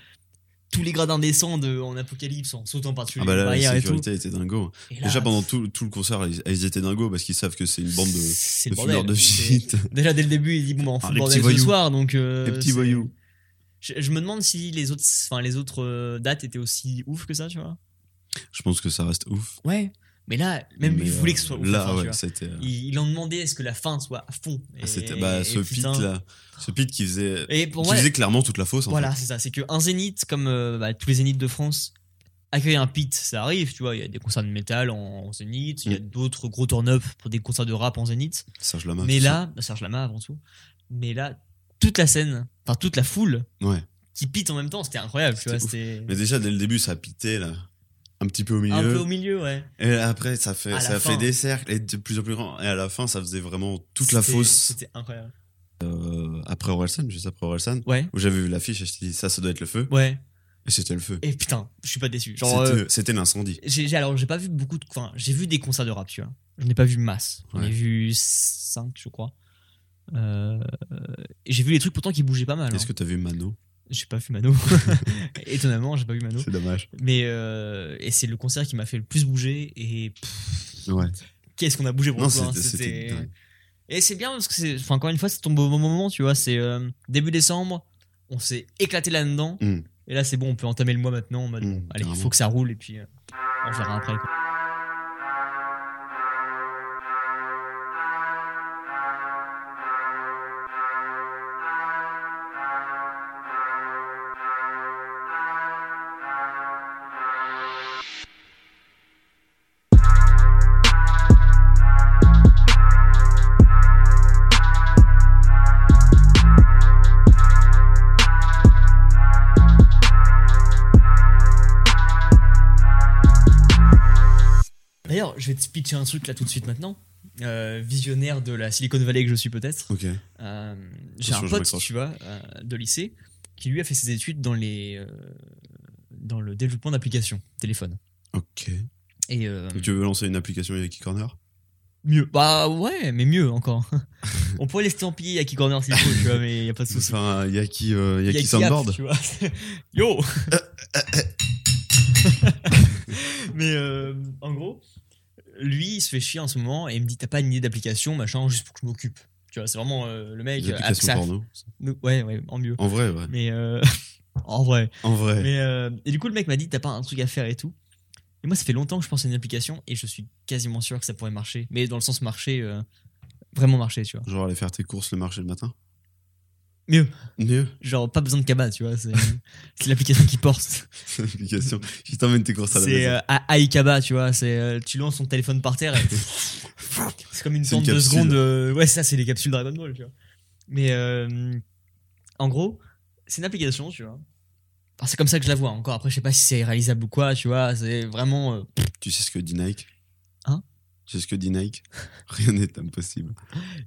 Speaker 3: Tous les gradins descendent en apocalypse en sautant par-dessus
Speaker 1: Ah bah
Speaker 3: les
Speaker 1: là,
Speaker 3: barrières
Speaker 1: la
Speaker 3: et tout.
Speaker 1: sécurité était dingo.
Speaker 3: Et là,
Speaker 1: Déjà pendant tout, tout le concert, ils, ils étaient dingos parce qu'ils savent que c'est une bande de,
Speaker 3: C'est
Speaker 1: de
Speaker 3: le bordel.
Speaker 1: fumeurs de
Speaker 3: C'est-
Speaker 1: shit.
Speaker 3: Déjà dès le début, il dit bon, bah, on
Speaker 1: Ah,
Speaker 3: fout le
Speaker 1: les
Speaker 3: bordel
Speaker 1: petits
Speaker 3: ce
Speaker 1: voyous.
Speaker 3: soir, donc. euh,
Speaker 1: Les petits
Speaker 3: c'est-
Speaker 1: voyous.
Speaker 3: Je, je me demande si les autres, enfin les autres euh, dates étaient aussi ouf que ça, tu vois.
Speaker 1: Je pense que ça reste ouf.
Speaker 3: Ouais. Mais là, même lui
Speaker 1: Mais,
Speaker 3: il voulait que
Speaker 1: euh,
Speaker 3: ce soit ouf.
Speaker 1: Là,
Speaker 3: enfin, tu
Speaker 1: ouais,
Speaker 3: vois.
Speaker 1: c'était. euh,
Speaker 3: Il, il en demandait à ce que la fin soit à fond. Et-
Speaker 1: c'était bah, ce
Speaker 3: et
Speaker 1: pit
Speaker 3: putain.
Speaker 1: là, ce pit qui faisait,
Speaker 3: Et pour
Speaker 1: qui
Speaker 3: moi,
Speaker 1: faisait clairement toute la fosse. En
Speaker 3: voilà, c'est ça. C'est que un zénith comme euh, bah, tous les zéniths de France. Accueillir un pit, ça arrive, tu vois. Il y a des concerts de métal en, en zénith,
Speaker 1: Mm.
Speaker 3: il y a d'autres gros turn-up pour des concerts de rap en zénith.
Speaker 1: fait. Serge Lama.
Speaker 3: mais
Speaker 1: tout
Speaker 3: là, bah, Serge Lama avant tout, mais là, toute la scène, enfin toute la foule
Speaker 1: ça. ouais.
Speaker 3: qui pite en même temps, c'était incroyable, tu
Speaker 1: C'était
Speaker 3: vois.
Speaker 1: ouf.
Speaker 3: C'était
Speaker 1: Mais déjà dès le début, ça pitait là, un petit peu au milieu.
Speaker 3: un peu au milieu, ouais.
Speaker 1: Et après, ça fait,
Speaker 3: À la
Speaker 1: ça
Speaker 3: fin.
Speaker 1: fait des cercles et de plus en plus grand. Et à la fin, ça faisait vraiment toute la
Speaker 3: C'était-
Speaker 1: fosse.
Speaker 3: C'était incroyable.
Speaker 1: euh, après Orelsan, juste après Orelsan,
Speaker 3: Ouais,
Speaker 1: où j'avais vu l'affiche, et je me dit ça, ça doit être le feu.
Speaker 3: ouais.
Speaker 1: Et c'était le feu.
Speaker 3: Et putain, je suis pas déçu. Genre,
Speaker 1: C'était
Speaker 3: euh,
Speaker 1: c'était l'incendie.
Speaker 3: j'ai j'ai- alors j'ai pas vu beaucoup de, enfin j'ai vu des concerts de rap, tu vois. Je n'ai pas vu masse. J'en ai
Speaker 1: Ouais.
Speaker 3: vu 5 je crois. Euh, et j'ai vu les trucs pourtant qui bougeaient pas mal.
Speaker 1: Est-ce
Speaker 3: hein.
Speaker 1: que t'as vu Mano
Speaker 3: J'ai pas vu Mano. Étonnamment, j'ai pas vu Mano.
Speaker 1: C'est dommage.
Speaker 3: Mais euh, et c'est le concert qui m'a fait le plus bouger. Et pff,
Speaker 1: Ouais.
Speaker 3: qu'est-ce qu'on a bougé pour
Speaker 1: Non,
Speaker 3: le coup, hein.
Speaker 1: c'était- c'était dingue.
Speaker 3: Et c'est bien parce que c'est, enfin, encore une fois, c'est tombé au bon moment, tu vois. C'est euh, début décembre, on s'est éclaté là-dedans.
Speaker 1: Mm.
Speaker 3: Et là, c'est bon, on peut entamer le mois maintenant. En mode,
Speaker 1: Mm,
Speaker 3: bon, allez, il
Speaker 1: carrément.
Speaker 3: faut que ça roule et puis euh, on verra après. quoi. D'ailleurs, je vais te pitcher un truc là tout de suite maintenant. Euh, visionnaire de la Silicon Valley que je suis peut-être.
Speaker 1: Ok.
Speaker 3: Euh, j'ai
Speaker 1: Attention,
Speaker 3: un
Speaker 1: je
Speaker 3: pote,
Speaker 1: m'accroche.
Speaker 3: tu vois, euh, de lycée, qui lui a fait ses études dans les euh, dans le développement d'applications téléphone.
Speaker 1: Ok.
Speaker 3: Et euh,
Speaker 1: Donc, tu veux lancer une application Yaki Corner
Speaker 3: mieux. Bah ouais, mais mieux encore. On pourrait l'estampiller Yaki Corner s'il faut, tu vois, mais y a pas de
Speaker 1: Tu veux
Speaker 3: souci.
Speaker 1: faire un Yaki, euh, Yaki,
Speaker 3: Yaki
Speaker 1: Soundboard
Speaker 3: App, tu vois. Yo
Speaker 1: Euh,
Speaker 3: Mais euh, en gros, lui, il se fait chier en ce moment et il me dit T'as pas une idée d'application, machin, juste pour que je m'occupe. Tu vois, c'est vraiment euh, le mec.
Speaker 1: Des
Speaker 3: euh,
Speaker 1: applications
Speaker 3: Axaf.
Speaker 1: porno.
Speaker 3: Donc, Ouais, ouais, en mieux.
Speaker 1: En vrai, ouais.
Speaker 3: Mais euh, en vrai.
Speaker 1: En vrai.
Speaker 3: Mais euh, et du coup, le mec m'a dit T'as pas un truc à faire et tout. Et moi, ça fait longtemps que je pense à une application et je suis quasiment sûr que ça pourrait marcher. Mais dans le sens marcher, euh, vraiment marcher, tu vois.
Speaker 1: Genre aller faire tes courses le marché le matin
Speaker 3: Mieux.
Speaker 1: Mieux.
Speaker 3: Genre, pas besoin de cabas, tu vois. C'est c'est l'application qui porte.
Speaker 1: C'est l'application qui t'emmène tes courses à la
Speaker 3: C'est
Speaker 1: maison.
Speaker 3: euh, à Aikaba, tu vois. C'est euh, tu lances ton téléphone par terre. et c'est comme une
Speaker 1: C'est une
Speaker 3: tente de
Speaker 1: capsule.
Speaker 3: secondes. euh, ouais, ça, c'est les capsules Dragon Ball, tu vois. Mais euh, en gros, c'est une application, tu vois. Enfin, c'est comme ça que je la vois. Encore après, je sais pas si c'est réalisable ou quoi, tu vois. C'est vraiment. euh,
Speaker 1: Tu sais ce que dit Nike
Speaker 3: Hein
Speaker 1: Tu sais ce que dit Nike Rien n'est impossible.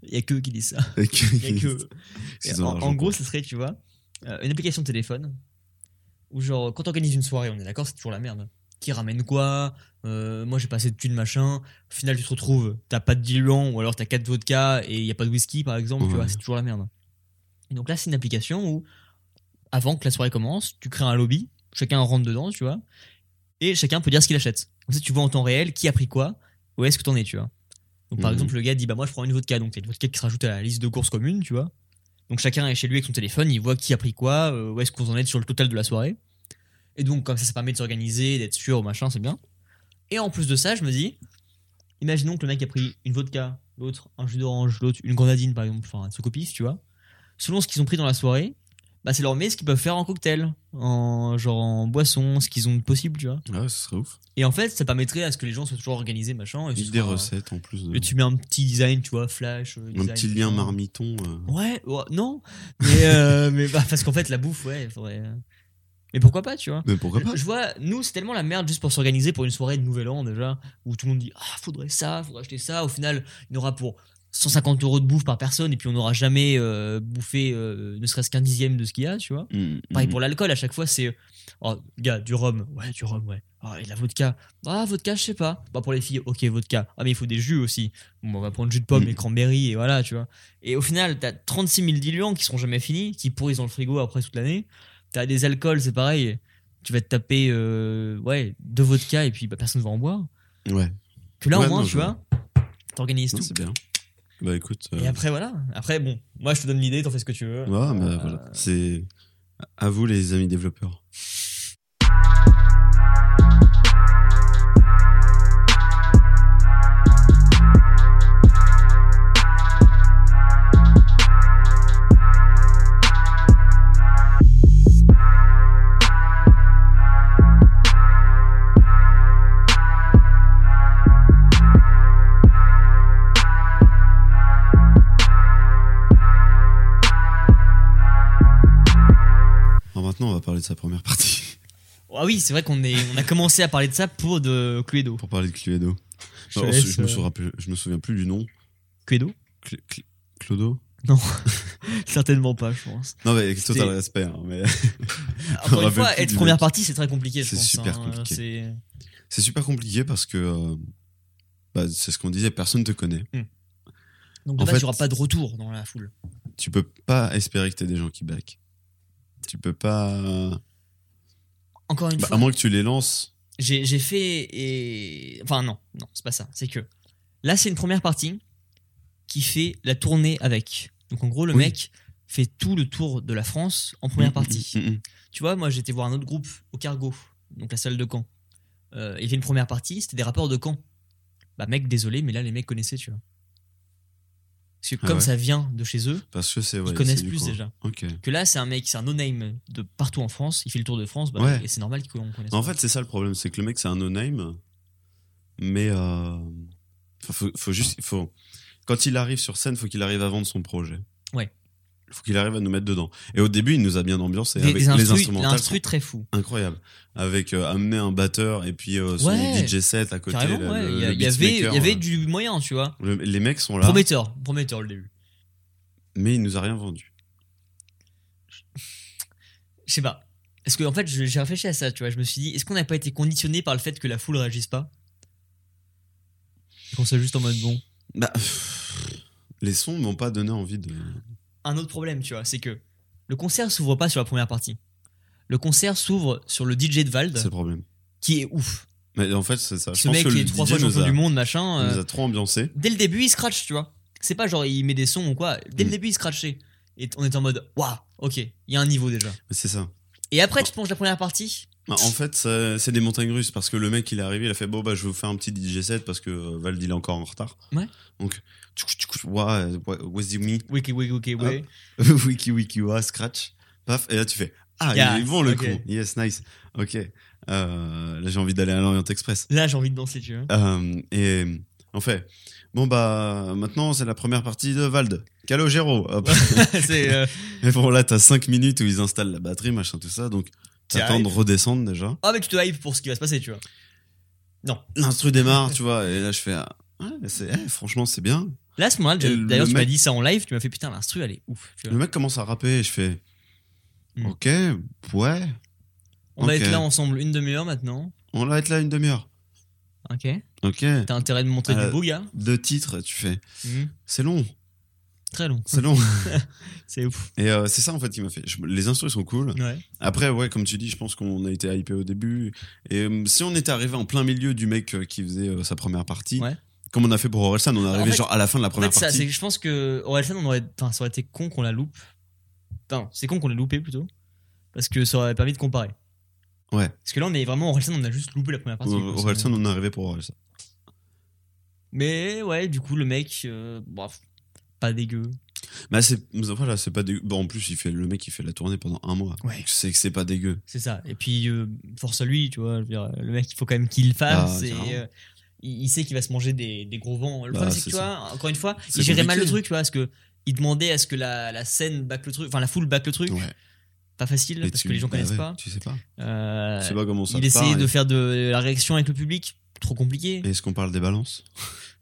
Speaker 3: Il y a que eux qui disent ça.
Speaker 1: Et
Speaker 3: Il y a que eux.
Speaker 1: S'ils
Speaker 3: Et
Speaker 1: ont
Speaker 3: en,
Speaker 1: l'argent
Speaker 3: en
Speaker 1: pour.
Speaker 3: gros, ce serait, tu vois, euh, une application de téléphone où, genre, quand on organise une soirée, on est d'accord, c'est toujours la merde. Qui ramène quoi Euh, Moi, j'ai pas assez de thunes, machin. Au final, tu te retrouves, t'as pas de diluant ou alors t'as 4 vodka et il y a pas de whisky, par exemple, tu
Speaker 1: Ouais.
Speaker 3: vois, c'est toujours la merde. Et donc là, c'est une application où, avant que la soirée commence, tu crées un lobby, chacun rentre dedans, tu vois, et chacun peut dire ce qu'il achète. Comme ça, tu vois en temps réel qui a pris quoi, où est-ce que t'en es, tu vois. Donc, par
Speaker 1: Mhm.
Speaker 3: exemple, le gars dit, bah, moi, je prends une vodka, donc t'as une vodka qui se rajoute à la liste de courses communes, tu vois. Donc chacun est chez lui avec son téléphone, il voit qui a pris quoi, euh, où est-ce qu'on en est sur le total de la soirée. Et donc comme ça, ça permet de s'organiser, d'être sûr, machin, c'est bien. Et en plus de ça, je me dis, imaginons que le mec a pris une vodka, l'autre un jus d'orange, l'autre une grenadine par exemple, enfin un socopif, tu vois. Selon ce qu'ils ont pris dans la soirée, bah c'est leur mais ce qu'ils peuvent faire en cocktail, en genre en boisson, ce qu'ils ont de possible, tu vois.
Speaker 1: Ouais, ce serait ouf.
Speaker 3: Et en fait, ça permettrait à ce que les gens soient toujours organisés, machin. Et ce
Speaker 1: Des
Speaker 3: sera-
Speaker 1: recettes en plus. de-
Speaker 3: Et tu mets un petit design, tu vois, flash. euh,
Speaker 1: Un
Speaker 3: design,
Speaker 1: petit lien
Speaker 3: machin.
Speaker 1: marmiton. euh,
Speaker 3: Ouais, ouais, non. Mais, euh, mais bah, parce qu'en fait, la bouffe, ouais, faudrait. euh, Mais pourquoi pas, tu vois
Speaker 1: Mais pourquoi pas
Speaker 3: je, je vois, nous, c'est tellement la merde juste pour s'organiser pour une soirée de Nouvel An déjà, où tout le monde dit Ah, faudrait ça, faudrait acheter ça. Au final, il y en aura pour 150 euros de bouffe par personne, et puis on n'aura jamais euh, bouffé euh, ne serait-ce qu'un dixième de ce qu'il y a, tu vois.
Speaker 1: Mm,
Speaker 3: Pareil
Speaker 1: mm.
Speaker 3: pour l'alcool, à chaque fois, c'est Oh, gars, du rhum, ouais, du rhum, ouais. Ah, et de la vodka. Ah, vodka, je sais pas. Bah, pour les filles, ok, vodka. Ah, mais il faut des jus aussi. Bon, on va prendre jus de pomme
Speaker 1: Mm.
Speaker 3: et cranberry, et voilà, tu vois. Et au final, t'as 36 000 diluants qui seront jamais finis, qui pourrissent dans le frigo après toute l'année. T'as des alcools, c'est pareil. Tu vas te taper, euh, ouais, deux vodka, et puis bah, personne va en boire.
Speaker 1: Ouais,
Speaker 3: Que là,
Speaker 1: Ouais,
Speaker 3: au moins,
Speaker 1: non,
Speaker 3: tu
Speaker 1: je
Speaker 3: vois, t'organises
Speaker 1: non,
Speaker 3: tout.
Speaker 1: c'est bien. Bah écoute. euh,
Speaker 3: Et après, euh, voilà. Après, bon, moi, je te donne l'idée, t'en fais ce que tu veux.
Speaker 1: ouais, mais voilà. C'est à vous, les amis développeurs. Alors maintenant, on va parler de sa première partie
Speaker 3: Ah oui, c'est vrai qu'on est, on a commencé à parler de ça pour de Cluedo.
Speaker 1: pour parler de Cluedo.
Speaker 3: Je
Speaker 1: Non,
Speaker 3: te
Speaker 1: je,
Speaker 3: laisse,
Speaker 1: me
Speaker 3: euh,
Speaker 1: sou- rappelle- je me souviens plus du nom.
Speaker 3: Cluedo
Speaker 1: Cl- Cl- Clodo
Speaker 3: Certainement pas, je pense.
Speaker 1: Non, mais
Speaker 3: C'était-
Speaker 1: total respect. hein, mais
Speaker 3: Encore
Speaker 1: rappelle
Speaker 3: une
Speaker 1: plus
Speaker 3: fois, être
Speaker 1: du
Speaker 3: première
Speaker 1: mec.
Speaker 3: partie, c'est très compliqué, je
Speaker 1: C'est
Speaker 3: pense.
Speaker 1: super
Speaker 3: hein.
Speaker 1: compliqué.
Speaker 3: C'est-
Speaker 1: c'est super compliqué parce que euh, bah, c'est ce qu'on disait, personne te connaît. En
Speaker 3: Donc, de base,
Speaker 1: fait-
Speaker 3: il n'y aura pas de retour dans la foule.
Speaker 1: Tu peux pas espérer que t'aies des gens qui back. Tu peux pas.
Speaker 3: Encore une
Speaker 1: Bah, à
Speaker 3: fois,
Speaker 1: moins que tu les lances.
Speaker 3: j'ai j'ai fait et. Enfin, non, non, c'est pas ça. C'est que là, c'est une première partie qui fait la tournée avec. Donc, en gros, le
Speaker 1: Oui.
Speaker 3: mec fait tout le tour de la France en première partie.
Speaker 1: Mm, mm, mm.
Speaker 3: Tu vois, moi j'étais voir un autre groupe au Cargo, donc la salle de Caen. Euh, il fait une première partie, c'était des rappeurs de Caen. Bah mec, désolé, mais là les mecs connaissaient, tu vois. Parce que
Speaker 1: Ah
Speaker 3: comme
Speaker 1: ouais
Speaker 3: ça vient de chez eux,
Speaker 1: Parce que c'est. ouais,
Speaker 3: ils connaissent
Speaker 1: c'est du
Speaker 3: plus
Speaker 1: coin.
Speaker 3: déjà.
Speaker 1: Ok.
Speaker 3: Que là, c'est un mec, c'est un no-name de partout en France, il fait le tour de France, bah,
Speaker 1: Ouais.
Speaker 3: et c'est normal qu'on connaisse.
Speaker 1: En
Speaker 3: pas.
Speaker 1: fait, c'est ça le problème, c'est que le mec, c'est un no-name, mais euh, enfin, faut, faut juste, faut quand il arrive sur scène, faut qu'il arrive à vendre son projet.
Speaker 3: Ouais.
Speaker 1: Faut qu'il arrive à nous mettre dedans. Et au début, il nous a bien ambiancé
Speaker 3: Des-
Speaker 1: avec
Speaker 3: des
Speaker 1: les
Speaker 3: instrus-
Speaker 1: instrumentales,
Speaker 3: l'instru très fou.
Speaker 1: sont incroyables. Avec euh, amener un batteur et puis euh, son
Speaker 3: Ouais.
Speaker 1: DJ set à côté.
Speaker 3: Carrément,
Speaker 1: le-
Speaker 3: ouais.
Speaker 1: le-
Speaker 3: Il y, a-
Speaker 1: le
Speaker 3: il y avait, il y
Speaker 1: beatmaker,
Speaker 3: avait
Speaker 1: euh,
Speaker 3: du moyen, tu vois.
Speaker 1: le- les mecs sont là,
Speaker 3: Prometteur, prometteur le début.
Speaker 1: mais il nous a rien vendu.
Speaker 3: Je sais pas. Parce que, en fait, je- j'ai réfléchi à ça, tu vois. Je me suis dit, est-ce qu'on n'a pas été conditionné par le fait que la foule réagisse pas Et Qu'on soit juste en mode bon.
Speaker 1: Bah, pff, les sons m'ont pas donné envie de.
Speaker 3: Un autre problème, tu vois, c'est que le concert s'ouvre pas sur la première partie. Le concert s'ouvre sur le DJ de
Speaker 1: C'est
Speaker 3: Vald,
Speaker 1: le problème.
Speaker 3: qui est ouf.
Speaker 1: Mais en fait, c'est ça. Je
Speaker 3: Ce
Speaker 1: pense
Speaker 3: mec
Speaker 1: que
Speaker 3: qui
Speaker 1: le
Speaker 3: est trois
Speaker 1: DJ
Speaker 3: fois
Speaker 1: nous
Speaker 3: champion
Speaker 1: a,
Speaker 3: du monde, machin. euh,
Speaker 1: nous a trop ambiancé.
Speaker 3: dès le début, il scratch, tu vois. C'est pas genre il met des sons ou quoi. Dès le
Speaker 1: Mm.
Speaker 3: début, il scratchait. Et t- on était en mode, waouh, ok, il y a un niveau déjà.
Speaker 1: Mais c'est ça.
Speaker 3: Et après, tu plonges la première partie.
Speaker 1: Bah, en fait, ça- c'est des montagnes russes parce que le mec il est arrivé, il a fait bon bah je vais vous faire un petit DJ set parce que euh, Vald il est encore en retard.
Speaker 3: Ouais.
Speaker 1: Donc, tchouc, tchouc, ouah, euh, ouais, what's the me?
Speaker 3: Wiki, wiki, wiki,
Speaker 1: Hop.
Speaker 3: wiki.
Speaker 1: wiki wiki wa scratch paf et là tu fais ah
Speaker 3: Yeah,
Speaker 1: il est bon le
Speaker 3: ok.
Speaker 1: con yes nice ok Euh, là j'ai envie d'aller à l'Orient Express
Speaker 3: Là, j'ai envie de danser, tu vois.
Speaker 1: Euh, et en fait bon bah maintenant c'est la première partie de Vald Calogero hop.
Speaker 3: c'est. euh,
Speaker 1: et bon là t'as 5 minutes où ils installent la batterie machin tout ça donc
Speaker 3: T'y
Speaker 1: t'attends de redescendre déjà
Speaker 3: Ah, mais tu te hype pour ce qui va se passer, tu vois.
Speaker 1: l'instru démarre tu vois et là je fais ah, ouais, c'est- eh, franchement c'est bien
Speaker 3: Là, à ce moment-là,
Speaker 1: Et le
Speaker 3: d'ailleurs, tu m'as
Speaker 1: mec-
Speaker 3: dit ça en live, tu m'as fait putain, l'instru, elle est ouf. tu vois.
Speaker 1: le mec commence à rapper et je fais
Speaker 3: Hmm.
Speaker 1: ok ouais
Speaker 3: On va
Speaker 1: ok.
Speaker 3: être là ensemble une demi-heure maintenant.
Speaker 1: on va être là une demi-heure
Speaker 3: Ok.
Speaker 1: ok
Speaker 3: T'as intérêt de monter
Speaker 1: Euh,
Speaker 3: du beau, gars.
Speaker 1: deux titres tu fais
Speaker 3: Mm.
Speaker 1: c'est long
Speaker 3: Très long.
Speaker 1: c'est long
Speaker 3: C'est ouf.
Speaker 1: Et euh, c'est ça en fait qui m'a fait. Je- les instruments sont cool.
Speaker 3: Ouais.
Speaker 1: Après, ouais, comme tu dis, je pense qu'on a été hypé au début. Et euh, si on était arrivé en plein milieu du mec euh, qui faisait euh, sa première partie,
Speaker 3: Ouais.
Speaker 1: comme on a fait pour Orelsan, on est
Speaker 3: en
Speaker 1: arrivé
Speaker 3: fait-
Speaker 1: genre à la fin de la
Speaker 3: En
Speaker 1: première
Speaker 3: fait, ça, c'est
Speaker 1: partie.
Speaker 3: que je pense que Orelsan, on aurait, enfin, ça aurait été con qu'on la loupe. Enfin, c'est con qu'on l'ait loupé plutôt. Parce que ça aurait permis de comparer.
Speaker 1: Ouais.
Speaker 3: Parce que là, on est vraiment Orelsan, on a juste loupé la première partie.
Speaker 1: Au-
Speaker 3: quoi.
Speaker 1: Orelsan, on est arrivé pour Orelsan.
Speaker 3: Mais ouais, du coup, le mec, euh, bref, pas dégueu.
Speaker 1: Mais c'est voilà, c'est pas dégueu. Bon, en plus, il fait le mec, il fait la tournée pendant un mois.
Speaker 3: Ouais.
Speaker 1: Donc, C'est que c'est pas dégueu.
Speaker 3: C'est ça. Et puis, euh, force à lui, tu vois. je veux dire, le mec, il faut quand même qu'il le fasse.
Speaker 1: Ah,
Speaker 3: et,
Speaker 1: carrément.
Speaker 3: euh, il il sait qu'il va se manger des, des gros vents. Le
Speaker 1: Bah,
Speaker 3: problème, c'est que,
Speaker 1: c'est
Speaker 3: tu vois, encore une fois,
Speaker 1: C'est
Speaker 3: il gérait mal le
Speaker 1: compliqué.
Speaker 3: truc, tu vois, parce que il demandait à ce que la, la scène back le truc, enfin, la foule back le truc. Pas facile,
Speaker 1: Et
Speaker 3: parce
Speaker 1: tu-
Speaker 3: que les gens
Speaker 1: bah
Speaker 3: connaissent
Speaker 1: ouais,
Speaker 3: pas.
Speaker 1: Tu sais pas.
Speaker 3: Euh,
Speaker 1: tu sais pas comment ça
Speaker 3: il
Speaker 1: part,
Speaker 3: essayait de
Speaker 1: et-
Speaker 3: faire de la réaction avec le public. Trop compliqué.
Speaker 1: et Est-ce qu'on parle des balances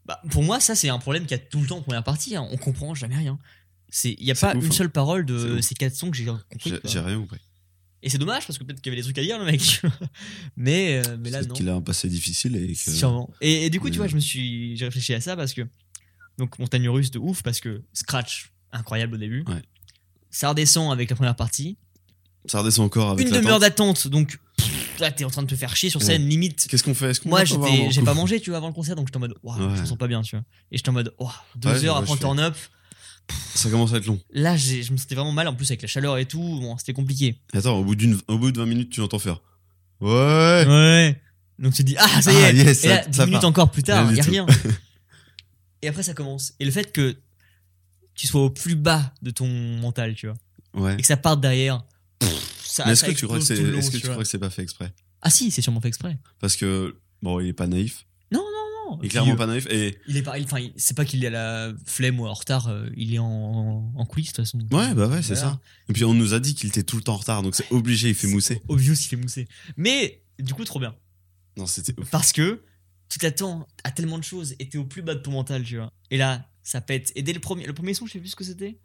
Speaker 3: Bah, pour moi, ça, c'est un problème qu'il y a tout le temps en première partie. hein. On comprend jamais rien. C'est- Il n'y a
Speaker 1: C'est
Speaker 3: pas
Speaker 1: ouf,
Speaker 3: une
Speaker 1: hein.
Speaker 3: seule parole
Speaker 1: C'est
Speaker 3: de
Speaker 1: ouf.
Speaker 3: ces quatre sons que j'ai compris.
Speaker 1: J'ai
Speaker 3: quoi.
Speaker 1: j'ai rien compris.
Speaker 3: Et c'est dommage parce que peut-être qu'il y avait des trucs à dire, le mec. mais, euh, mais là,
Speaker 1: Peut-être
Speaker 3: non.
Speaker 1: qu'il a un passé difficile et que.
Speaker 3: Sûrement. Et, et du coup, tu
Speaker 1: Mais-
Speaker 3: vois, je me suis, j'ai réfléchi à ça parce que donc montagne russe de ouf parce que scratch incroyable au début.
Speaker 1: Ouais.
Speaker 3: Ça redescend avec la première partie.
Speaker 1: Ça redescend encore avec
Speaker 3: Une
Speaker 1: la
Speaker 3: demi-heure
Speaker 1: tente.
Speaker 3: d'attente, donc pff, là t'es en train de te faire chier sur scène limite.
Speaker 1: Qu'est-ce qu'on fait Est-ce qu'on
Speaker 3: Moi,
Speaker 1: va pas
Speaker 3: j'étais,
Speaker 1: voir
Speaker 3: j'ai pas mangé, tu vois, avant le concert, donc j'étais en mode, waouh,
Speaker 1: Ouais.
Speaker 3: je me sens pas bien, tu vois. Et j'étais en mode, waouh, deux
Speaker 1: Ouais, je
Speaker 3: heures
Speaker 1: vois,
Speaker 3: après
Speaker 1: je
Speaker 3: turn up.
Speaker 1: Ça commence à être long.
Speaker 3: Là, j'ai- je me sentais vraiment mal, en plus avec la chaleur et tout, bon, c'était compliqué.
Speaker 1: Attends, au bout, d'une, au bout de 20 minutes, tu l'entends faire. Ouais.
Speaker 3: Ouais. Donc tu te dis, ah, ça y est.
Speaker 1: Ah, yes,
Speaker 3: et là,
Speaker 1: ça-
Speaker 3: 10
Speaker 1: ça
Speaker 3: minutes
Speaker 1: part.
Speaker 3: encore plus tard,
Speaker 1: Rien
Speaker 3: il
Speaker 1: du
Speaker 3: n'y a
Speaker 1: tout.
Speaker 3: rien. et après, ça commence. Et le fait que tu sois au plus bas de ton mental, tu vois,
Speaker 1: Ouais.
Speaker 3: et que ça parte derrière, pff, ça,
Speaker 1: Mais est-ce
Speaker 3: ça
Speaker 1: que tu crois que
Speaker 3: explose
Speaker 1: c'est,
Speaker 3: tout le long,
Speaker 1: est-ce que
Speaker 3: tu
Speaker 1: tu
Speaker 3: vois.
Speaker 1: crois que c'est pas fait exprès
Speaker 3: Ah si, c'est sûrement fait exprès.
Speaker 1: Parce que bon, il est pas naïf.
Speaker 3: Non, non,
Speaker 1: Il
Speaker 3: non.
Speaker 1: est
Speaker 3: Puis,
Speaker 1: clairement
Speaker 3: euh,
Speaker 1: pas naïf. Et
Speaker 3: Il est pas, il- enfin, il- c'est pas qu'il est à la flemme ou en retard, euh, il est en, en coulisses, de toute façon.
Speaker 1: ouais, bah ouais, c'est
Speaker 3: Voilà.
Speaker 1: ça. Et puis on nous a dit qu'il était tout le temps en retard, donc c'est obligé, il fait mousser.
Speaker 3: Obvious, il fait mousser. Mais, du coup, trop bien.
Speaker 1: Non, c'était ouf.
Speaker 3: Parce que tu t'attends à tellement de choses et t'es au plus bas de ton mental, tu vois. Et là, ça pète. Et dès le premier, le premier son, je sais plus ce que c'était.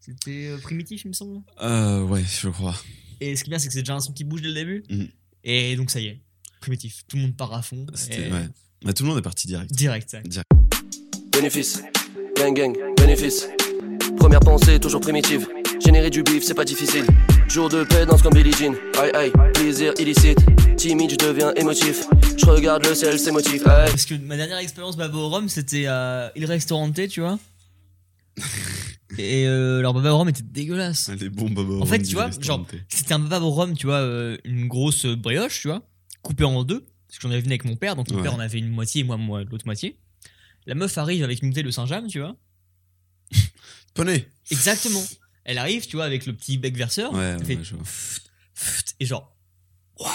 Speaker 3: C'était euh, primitif, il me semble.
Speaker 1: Euh, ouais, je crois.
Speaker 3: Et ce qui est bien, c'est que c'est déjà un son qui bouge dès le début.
Speaker 1: Mhm.
Speaker 3: Et donc, ça y est, primitif. Tout le monde part à fond.
Speaker 1: C'était,
Speaker 3: Et-
Speaker 1: ouais. Bah, tout le monde est parti direct.
Speaker 3: Direct, ça.
Speaker 9: Bénéfice, gang gang, bénéfice. Première pensée toujours primitive. Générer du bif, c'est pas difficile. Jour de paix, danse comme Billie Jean. Aïe aïe, plaisir illicite. Timide, je deviens émotif. Je regarde le ciel, c'est motif. Aïe.
Speaker 3: Parce que ma dernière expérience Baba au Rhum, c'était à Il Restaurante, tu vois. et euh, alors, Baba au Rhum était dégueulasse.
Speaker 1: Les bons bobos.
Speaker 3: En fait, tu vois, genre, c'était un baba au rhum, tu vois, euh, une grosse brioche, tu vois, coupée en deux, parce que j'en avais venu avec mon père, donc mon
Speaker 1: Ouais.
Speaker 3: père en avait une moitié et moi, moi l'autre moitié. La meuf arrive avec une bouteille de Saint-James, tu vois.
Speaker 1: Poney.
Speaker 3: Exactement. Elle arrive, tu vois, avec le petit bec verseur.
Speaker 1: Ouais,
Speaker 3: elle
Speaker 1: ouais,
Speaker 3: fait
Speaker 1: je vois.
Speaker 3: pfft, pfft, et genre, waouh,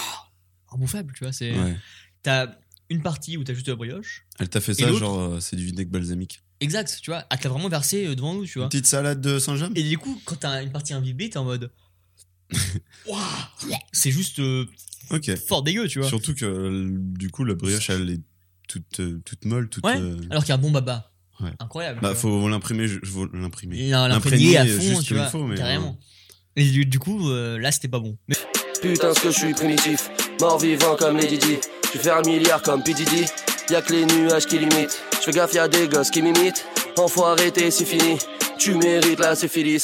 Speaker 3: imbouffable, tu vois. C'est,
Speaker 1: Ouais.
Speaker 3: T'as une partie où t'as juste la brioche.
Speaker 1: Elle t'a fait
Speaker 3: Et
Speaker 1: ça,
Speaker 3: l'autre
Speaker 1: genre, euh, c'est du vinaigre balsamique.
Speaker 3: Exact, tu vois. Elle te l'a vraiment versé euh, devant nous, tu vois.
Speaker 1: Petite salade de Saint-James
Speaker 3: Et du coup, quand t'as une partie imbibée, t'es en mode, waouh, c'est juste euh,
Speaker 1: Ok.
Speaker 3: fort dégueu, tu vois.
Speaker 1: Surtout que euh, du coup, la brioche, elle est toute, euh, toute molle, toute.
Speaker 3: Ouais.
Speaker 1: euh,
Speaker 3: Alors qu'il y a un bon baba.
Speaker 1: Ouais.
Speaker 3: Incroyable.
Speaker 1: Bah,
Speaker 3: tu vois.
Speaker 1: faut l'imprimer, je, je veux l'imprimer.
Speaker 3: Il a l'imprégné à
Speaker 1: l'imprégner
Speaker 3: fond,
Speaker 1: juste
Speaker 3: tu
Speaker 1: comme
Speaker 3: vois.
Speaker 1: il faut, mais,
Speaker 3: carrément.
Speaker 1: euh,
Speaker 3: Et du, du coup, euh, là, c'était pas bon. Mais
Speaker 9: Putain, ce que je suis primitif, mort vivant comme les Didi. Je vais faire un milliard comme PDD, y'a que les nuages qui limitent. Je fais gaffe, y'a des gosses qui m'imitent. Enfoiré, t'es si fini, tu mérites la syphilis.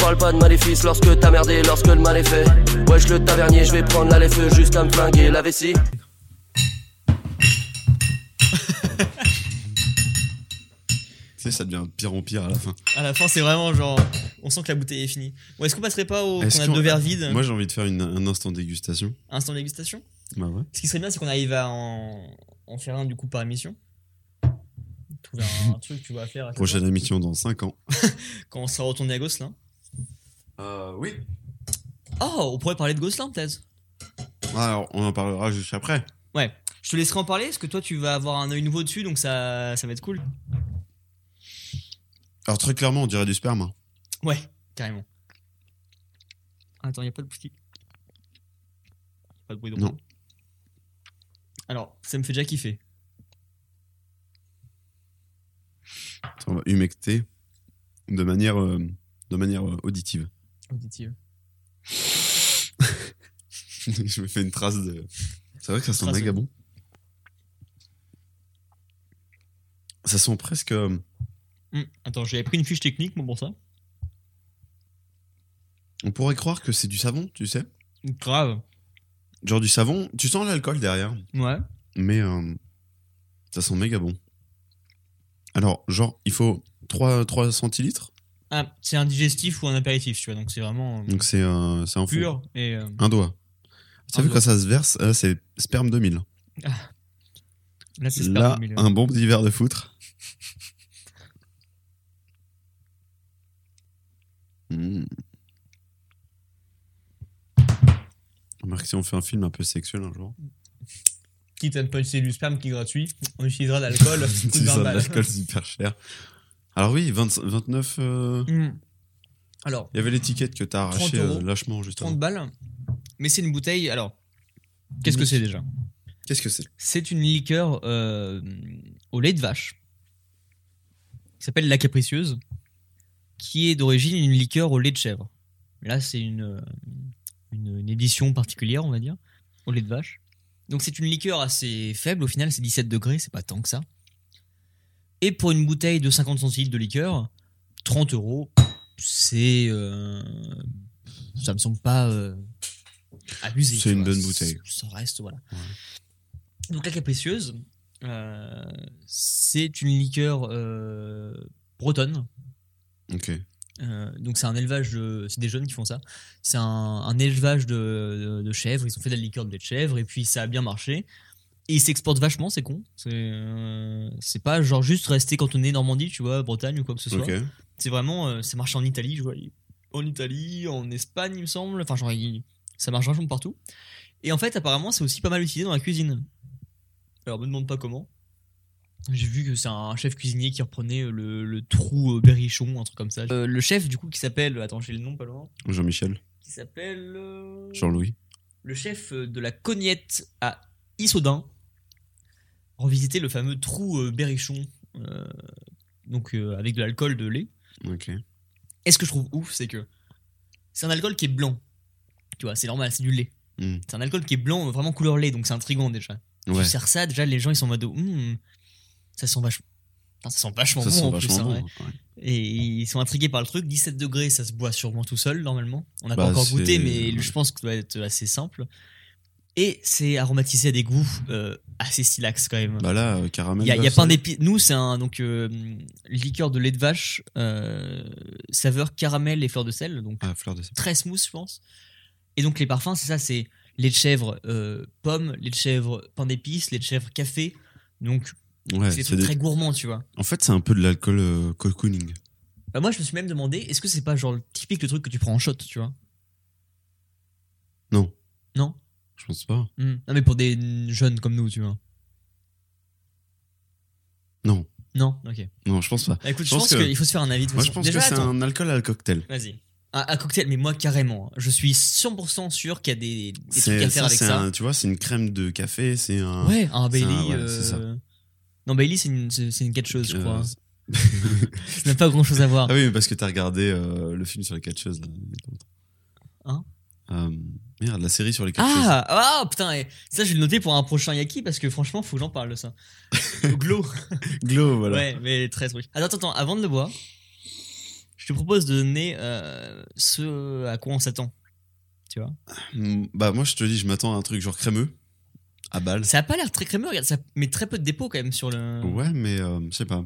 Speaker 9: Parle pas de maléfice lorsque t'as merdé, lorsque le mal est fait. Wesh, le tavernier, je vais prendre la feu jusqu'à me flinguer la vessie.
Speaker 1: Tu sais, ça devient de pire en pire à la fin.
Speaker 3: à la fin, c'est vraiment genre. On sent que la bouteille est finie. Bon, est-ce qu'on passerait pas au.
Speaker 1: Est-ce
Speaker 3: qu'on a
Speaker 1: qu'on-
Speaker 3: deux verres vides
Speaker 1: Moi, j'ai envie de faire une- un instant dégustation.
Speaker 3: Instant dégustation
Speaker 1: Bah ouais.
Speaker 3: Ce qui serait bien, c'est qu'on arrive à en, en faire un du coup par émission. Trouver un, un truc, tu vois, à faire. à chaque
Speaker 1: Prochaine émission dans 5 ans.
Speaker 3: fois. Quand on sera retourné à Gosselin.
Speaker 7: Euh, oui.
Speaker 3: Oh, on pourrait parler de Gosselin peut-être
Speaker 1: Ah, Alors, on en parlera juste après.
Speaker 3: Ouais. Je te laisserai en parler parce que toi, tu vas avoir un œil nouveau dessus, donc ça, ça va être cool.
Speaker 1: Alors, très clairement, on dirait du sperme. hein.
Speaker 3: Ouais, carrément. Attends, il n'y a pas de petit. Y a Pas de bruit de
Speaker 1: Non.
Speaker 3: fond. Alors, ça me fait déjà kiffer.
Speaker 1: Attends, On va humecter de manière, euh, de manière euh, auditive.
Speaker 3: Auditive.
Speaker 1: Je me fais une trace de. C'est vrai que ça sent
Speaker 3: Trace de-
Speaker 1: méga bon. Ça sent presque. euh,
Speaker 3: Hum, Attends, j'avais pris une fiche technique, moi, pour ça.
Speaker 1: On pourrait croire que c'est du savon, tu sais.
Speaker 3: Grave.
Speaker 1: Genre du savon, tu sens l'alcool derrière,
Speaker 3: Ouais.
Speaker 1: mais euh, ça sent méga bon. Alors, genre, il faut 3, 3 centilitres.
Speaker 3: Ah, c'est un digestif ou un apéritif, tu vois, donc c'est vraiment euh,
Speaker 1: Donc c'est euh, c'est un fond.
Speaker 3: pur et. euh,
Speaker 1: Un doigt. Tu
Speaker 3: Un
Speaker 1: as vu
Speaker 3: doigt.
Speaker 1: quand ça se verse, euh, c'est sperme 2000.
Speaker 3: là, c'est
Speaker 1: Là,
Speaker 3: sperme mille.
Speaker 1: un bon petit verre de foutre. Mmh. Remarque si on fait un film un peu sexuel un jour.
Speaker 3: Quitte à ne pas utiliser du sperme qui est gratuit, on utilisera de l'alcool. coûte
Speaker 1: C'est
Speaker 3: 20
Speaker 1: ça, de
Speaker 3: balles.
Speaker 1: l'alcool super cher. Alors oui, 20 29... euh,
Speaker 3: Hum. Alors,
Speaker 1: Il y avait l'étiquette que t'as
Speaker 3: 30
Speaker 1: arrachée
Speaker 3: euros.
Speaker 1: euh, lâchement juste
Speaker 3: 30
Speaker 1: avant.
Speaker 3: balles, mais c'est une bouteille. Alors, qu'est-ce que c'est déjà
Speaker 1: Qu'est-ce que c'est
Speaker 3: C'est une liqueur euh, au lait de vache qui s'appelle la capricieuse, qui est d'origine une liqueur au lait de chèvre. Là, c'est une, euh, une, une édition particulière, on va dire, au lait de vache. Donc, c'est une liqueur assez faible. Au final, c'est 17 degrés, c'est pas tant que ça. Et pour une bouteille de 50 centilitres de liqueur, 30 euros, c'est. euh, ça me semble pas euh, abusé.
Speaker 1: C'est
Speaker 3: tu
Speaker 1: une
Speaker 3: vois.
Speaker 1: bonne bouteille.
Speaker 3: Ça reste, voilà. Donc, la capricieuse, euh, c'est une liqueur euh, bretonne.
Speaker 1: Ok.
Speaker 3: Euh, donc c'est un élevage de, c'est des jeunes qui font ça. C'est un, un élevage de, de, de chèvres. Ils ont fait de la liqueur de lait de chèvre et puis ça a bien marché. Et ils s'exportent vachement, c'est con. C'est, euh, c'est pas genre juste rester cantonné Normandie, tu vois, Bretagne ou quoi que ce soit.
Speaker 1: Ok.
Speaker 3: C'est vraiment, euh, ça marche en Italie, je vois. En Italie, en Espagne, il me semble. Enfin, genre, il- ça marche vachement partout. Et en fait, apparemment, c'est aussi pas mal utilisé dans la cuisine. Alors, me demande pas comment. J'ai vu que c'est un chef cuisinier qui reprenait le, le trou euh, berrichon, un truc comme ça. Euh, le chef, du coup, qui s'appelle. Attends, j'ai le nom pas loin.
Speaker 1: Jean-Michel.
Speaker 3: Qui s'appelle. euh,
Speaker 1: Jean-Louis.
Speaker 3: le chef euh, de la cognette à Issoudun revisitait le fameux trou euh, berrichon, euh, donc euh, avec de l'alcool de lait.
Speaker 1: Ok.
Speaker 3: Et ce que je trouve ouf, c'est que c'est un alcool qui est blanc. Tu vois, c'est normal, c'est du lait.
Speaker 1: Mm.
Speaker 3: C'est un alcool qui est blanc, vraiment couleur lait, donc c'est intriguant déjà.
Speaker 1: Ouais.
Speaker 3: Tu sers ça, déjà les gens ils sont en mode Hum, ça sent vachement. Putain, ça sent vachement
Speaker 1: Ça
Speaker 3: bon
Speaker 1: sent
Speaker 3: en
Speaker 1: vachement
Speaker 3: plus. hein,
Speaker 1: bon.
Speaker 3: ouais.
Speaker 1: ouais.
Speaker 3: Et ils sont intrigués par le truc. 17 degrés, ça se boit sûrement tout seul normalement. On n'a
Speaker 1: Bah,
Speaker 3: pas encore
Speaker 1: c'est-
Speaker 3: goûté, mais je pense que ça doit être assez simple. Et c'est aromatisé à des goûts euh, assez stylax quand même.
Speaker 1: Bah là, euh, caramel.
Speaker 3: Il y a, il y a
Speaker 1: glace,
Speaker 3: plein d'épices. Nous, c'est un donc euh, liqueur de lait de vache, euh, saveur caramel et fleur de sel, donc
Speaker 1: Ah, fleur de sel.
Speaker 3: très smooth, je pense. Et donc les parfums, c'est ça, c'est lait de chèvre euh, pomme, lait de chèvre pain d'épices, lait de chèvre café. Donc
Speaker 1: Ouais,
Speaker 3: c'est
Speaker 1: c'est
Speaker 3: des trucs
Speaker 1: des-
Speaker 3: très gourmands, tu vois.
Speaker 1: En fait, c'est un peu de l'alcool euh, cocooning.
Speaker 3: Bah, moi, je me suis même demandé, est-ce que c'est pas genre le typique le truc que tu prends en shot, tu vois
Speaker 1: Non.
Speaker 3: Non.
Speaker 1: Je pense pas.
Speaker 3: Hmm. Non, mais pour des jeunes comme nous, tu vois.
Speaker 1: Non.
Speaker 3: Non, ok.
Speaker 1: Non, je pense pas.
Speaker 3: Bah, écoute, je,
Speaker 1: Je pense
Speaker 3: pense,
Speaker 1: que-
Speaker 3: qu'il faut se faire un avis. de toute
Speaker 1: Moi, je
Speaker 3: façon.
Speaker 1: pense
Speaker 3: Déjà,
Speaker 1: que c'est
Speaker 3: attends.
Speaker 1: un alcool à cocktail.
Speaker 3: Vas-y. Un, un cocktail, mais moi carrément. hein. Je suis 100% sûr qu'il y a des, des
Speaker 1: C'est-
Speaker 3: trucs
Speaker 1: ça,
Speaker 3: à faire avec
Speaker 1: c'est
Speaker 3: ça.
Speaker 1: un- tu vois, c'est une crème de café, c'est un.
Speaker 3: Ouais, un
Speaker 1: c'est
Speaker 3: Bailey.
Speaker 1: un- ouais,
Speaker 3: euh,
Speaker 1: c'est ça.
Speaker 3: Non, Bailey, c'est une, c'est c'est une quelque chose, je
Speaker 1: euh,
Speaker 3: crois. Ça n'a pas grand chose à voir.
Speaker 1: Ah oui, mais parce que t'as regardé euh, le film sur les catcheuses. là, il y a pas longtemps.
Speaker 3: Hein
Speaker 1: Euh, Merde, la série sur les quelque chose.
Speaker 3: Ah, ah putain, et ça je vais le noter pour un prochain Yaki parce que franchement, faut que j'en parle de ça. Glow.
Speaker 1: Glow, voilà.
Speaker 3: Ouais, mais très truc. Attends, attends, attends, avant de le boire, je te propose de donner euh, ce à quoi on s'attend. Tu vois
Speaker 1: Mm, Bah, moi, je te dis, je m'attends à un truc genre crémeux, à balle.
Speaker 3: Ça a pas l'air très crémeux, regarde, ça met très peu de dépôt quand même sur le.
Speaker 1: Ouais, mais euh, je sais pas.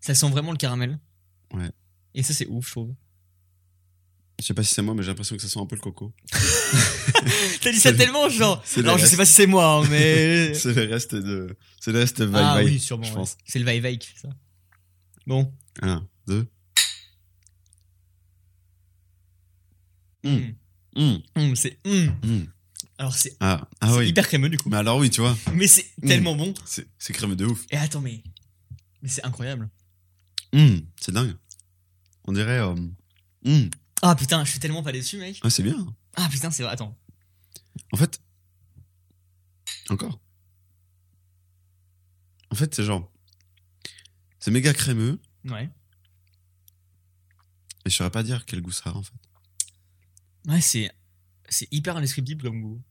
Speaker 3: Ça sent vraiment le caramel.
Speaker 1: Ouais.
Speaker 3: Et ça, c'est ouf, je trouve.
Speaker 1: Je sais pas si c'est moi, mais j'ai l'impression que ça sent un peu le coco.
Speaker 3: T'as dit ça tellement, genre.
Speaker 1: C'est le
Speaker 3: Alors, je
Speaker 1: reste.
Speaker 3: sais pas si c'est moi, hein, mais.
Speaker 1: C'est le reste de. C'est le reste de Vai
Speaker 3: ah
Speaker 1: Vai,
Speaker 3: oui, sûrement.
Speaker 1: Je
Speaker 3: ouais.
Speaker 1: pense.
Speaker 3: C'est le vaille ça. Bon.
Speaker 1: Un, deux. Mm. Mm.
Speaker 3: Hum, c'est. hum.
Speaker 1: Mm.
Speaker 3: Alors, c'est
Speaker 1: Ah, ah
Speaker 3: c'est
Speaker 1: oui.
Speaker 3: hyper crémeux du coup.
Speaker 1: Mais alors, oui, tu vois,
Speaker 3: Mais c'est
Speaker 1: Mm.
Speaker 3: tellement bon.
Speaker 1: c'est c'est crémeux de ouf.
Speaker 3: Et attends, mais. Mais c'est incroyable.
Speaker 1: Mm, C'est dingue. On dirait. euh, mm.
Speaker 3: Ah putain, je suis tellement pas déçu, mec.
Speaker 1: Ah, c'est bien.
Speaker 3: Ah putain, c'est vrai. Attends.
Speaker 1: En fait. Encore. En fait, c'est genre. C'est méga crémeux.
Speaker 3: Ouais.
Speaker 1: Et je saurais pas dire quel goût ça a, en fait.
Speaker 3: Ouais, c'est. C'est hyper indescriptible comme goût.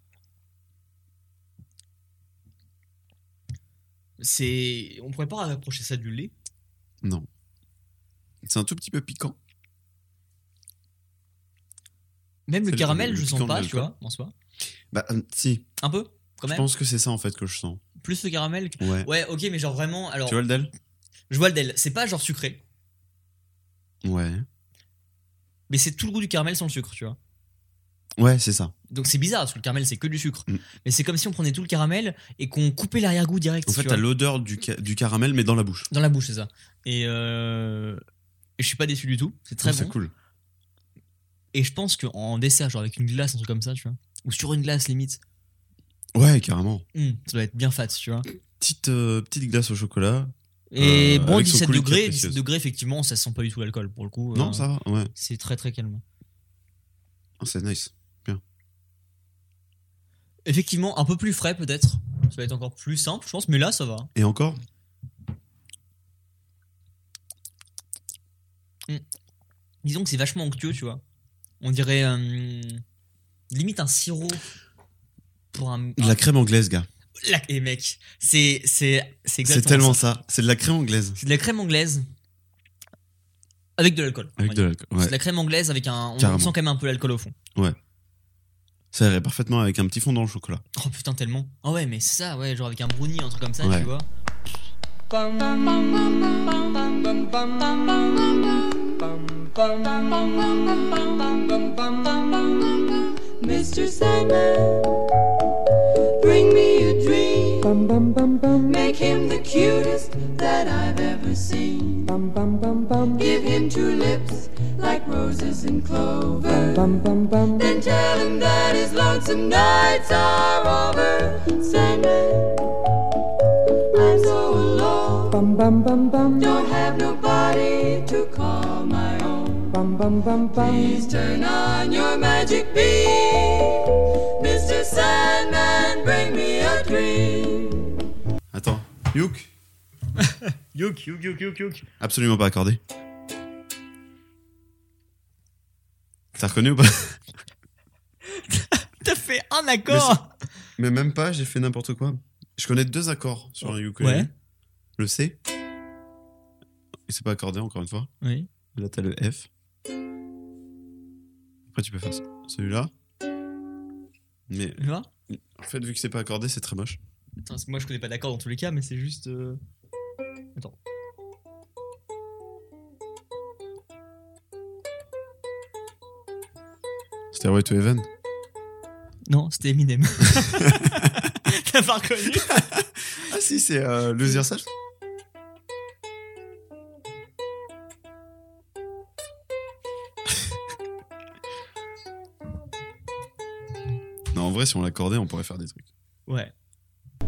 Speaker 3: C'est. On pourrait pas rapprocher ça du lait.
Speaker 1: Non. C'est un tout petit peu piquant.
Speaker 3: Même
Speaker 1: C'est
Speaker 3: le
Speaker 1: le-
Speaker 3: caramel,
Speaker 1: le
Speaker 3: je sens
Speaker 1: piquant de
Speaker 3: pas, tu
Speaker 1: l'alcool.
Speaker 3: vois, en soi.
Speaker 1: Bah, euh, si.
Speaker 3: Un peu, quand
Speaker 1: Je
Speaker 3: même.
Speaker 1: pense que c'est ça, en fait, que je sens.
Speaker 3: Plus le caramel. que-
Speaker 1: Ouais.
Speaker 3: Ouais, ok, mais genre vraiment. Alors,
Speaker 1: Tu vois le DEL
Speaker 3: je vois le DEL. C'est pas genre sucré,
Speaker 1: Ouais.
Speaker 3: mais c'est tout le goût du caramel sans le sucre, tu vois.
Speaker 1: Ouais, c'est ça.
Speaker 3: Donc c'est bizarre parce que le caramel c'est que du sucre.
Speaker 1: Mm.
Speaker 3: Mais c'est comme si on prenait tout le caramel et qu'on coupait l'arrière-goût direct.
Speaker 1: En fait,
Speaker 3: tu
Speaker 1: t'as
Speaker 3: vois.
Speaker 1: l'odeur du, ca- du caramel, mais dans la bouche.
Speaker 3: dans la bouche, c'est ça. Et, euh... et je suis pas déçu du tout. C'est très
Speaker 1: Donc,
Speaker 3: bon.
Speaker 1: C'est cool.
Speaker 3: Et je pense qu'en dessert, genre avec une glace, un truc comme ça, tu vois. Ou sur une glace limite.
Speaker 1: Ouais, carrément.
Speaker 3: Mm, ça doit être bien fat, tu vois.
Speaker 1: Petite, euh, petite glace au chocolat.
Speaker 3: Et
Speaker 1: Euh,
Speaker 3: bon,
Speaker 1: avec son
Speaker 3: 17
Speaker 1: coulis très
Speaker 3: degrés,
Speaker 1: précieuse.
Speaker 3: 17 degrés, effectivement, ça sent pas du tout l'alcool pour le coup.
Speaker 1: Non,
Speaker 3: euh,
Speaker 1: ça va Ouais.
Speaker 3: C'est très très calme.
Speaker 1: Ah, c'est nice.
Speaker 3: Effectivement, un peu plus frais peut-être. Ça va être encore plus simple, je pense. Mais là, ça va.
Speaker 1: Et encore
Speaker 3: Disons que c'est vachement onctueux, tu vois. On dirait euh, limite un sirop pour un.
Speaker 1: De la crème anglaise, gars.
Speaker 3: La- Et mec, c'est c'est c'est
Speaker 1: C'est
Speaker 3: exactement
Speaker 1: tellement
Speaker 3: ça.
Speaker 1: ça. C'est de la crème anglaise.
Speaker 3: C'est de la crème anglaise avec de l'alcool. on
Speaker 1: Avec
Speaker 3: va
Speaker 1: de
Speaker 3: dire.
Speaker 1: l'alcool.
Speaker 3: C'est de
Speaker 1: Ouais.
Speaker 3: la crème anglaise avec un. On
Speaker 1: Carrément.
Speaker 3: sent quand même un peu l'alcool au fond.
Speaker 1: Ça irait parfaitement avec un petit fondant au chocolat.
Speaker 3: Oh putain tellement. Ah ouais mais c'est ça ouais genre avec un brownie un truc comme ça
Speaker 1: Ouais.
Speaker 3: tu vois.
Speaker 10: Mr. Sandman, bring me a dream. Make him the cutest that I've ever seen. Give him two lips like roses and clover. Then tell him that his lonesome nights are over. Sandman, I'm so alone. Don't have nobody to call my own. Please turn on your magic beam. Mr. Sandman, bring me a dream.
Speaker 1: Attends. Youk
Speaker 3: Yuk yuk yuk yuk yuk.
Speaker 1: Absolument pas accordé. T'as reconnu ou pas
Speaker 3: T'as fait un accord.
Speaker 1: Mais même pas, j'ai fait n'importe quoi. Je connais deux accords sur un ukulélé.
Speaker 3: Ouais.
Speaker 1: Le C. Et c'est pas accordé, encore une fois.
Speaker 3: Oui.
Speaker 1: Là, t'as le F. Après, tu peux faire ça. celui-là. Mais
Speaker 3: Tu vois.
Speaker 1: en fait, vu que c'est pas accordé, c'est très moche.
Speaker 3: Attends, moi je connais pas d'accord dans tous les cas mais c'est juste. euh, Attends.
Speaker 1: Stairway to Heaven.
Speaker 3: Non c'était Eminem. T'as pas reconnu.
Speaker 1: Ah si, c'est euh, Lose Yourself. non, en vrai, si on l'accordait, on pourrait faire des trucs.
Speaker 3: Ouais.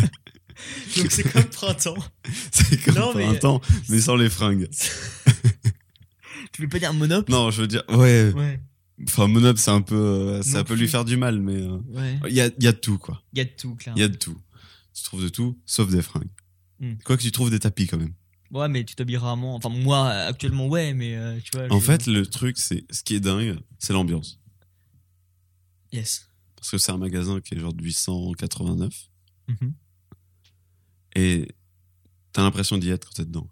Speaker 3: Donc, c'est comme printemps.
Speaker 1: c'est comme
Speaker 3: Non, mais-
Speaker 1: printemps, mais... sans les fringues.
Speaker 3: Tu veux pas dire monop
Speaker 1: Non, je veux dire. Ouais.
Speaker 3: Ouais.
Speaker 1: Enfin, Monop, c'est un peu. euh,
Speaker 3: Non
Speaker 1: ça peut lui
Speaker 3: plus.
Speaker 1: faire du mal, mais. euh,
Speaker 3: Ouais.
Speaker 1: Il y a, il y a de tout, quoi.
Speaker 3: Il y a de tout, clairement.
Speaker 1: Il y a de tout. Tu trouves de tout, sauf des fringues.
Speaker 3: Hmm.
Speaker 1: Quoique tu trouves des tapis quand même.
Speaker 3: Ouais, mais tu t'habilles rarement. Enfin, moi, euh, actuellement, ouais, mais euh, tu vois.
Speaker 1: En
Speaker 3: je-
Speaker 1: fait, le truc, c'est ce qui est dingue, c'est l'ambiance.
Speaker 3: Yes.
Speaker 1: Parce que c'est un magasin qui est genre de 889.
Speaker 3: Mhm.
Speaker 1: Et t'as l'impression d'y être quand t'es dedans.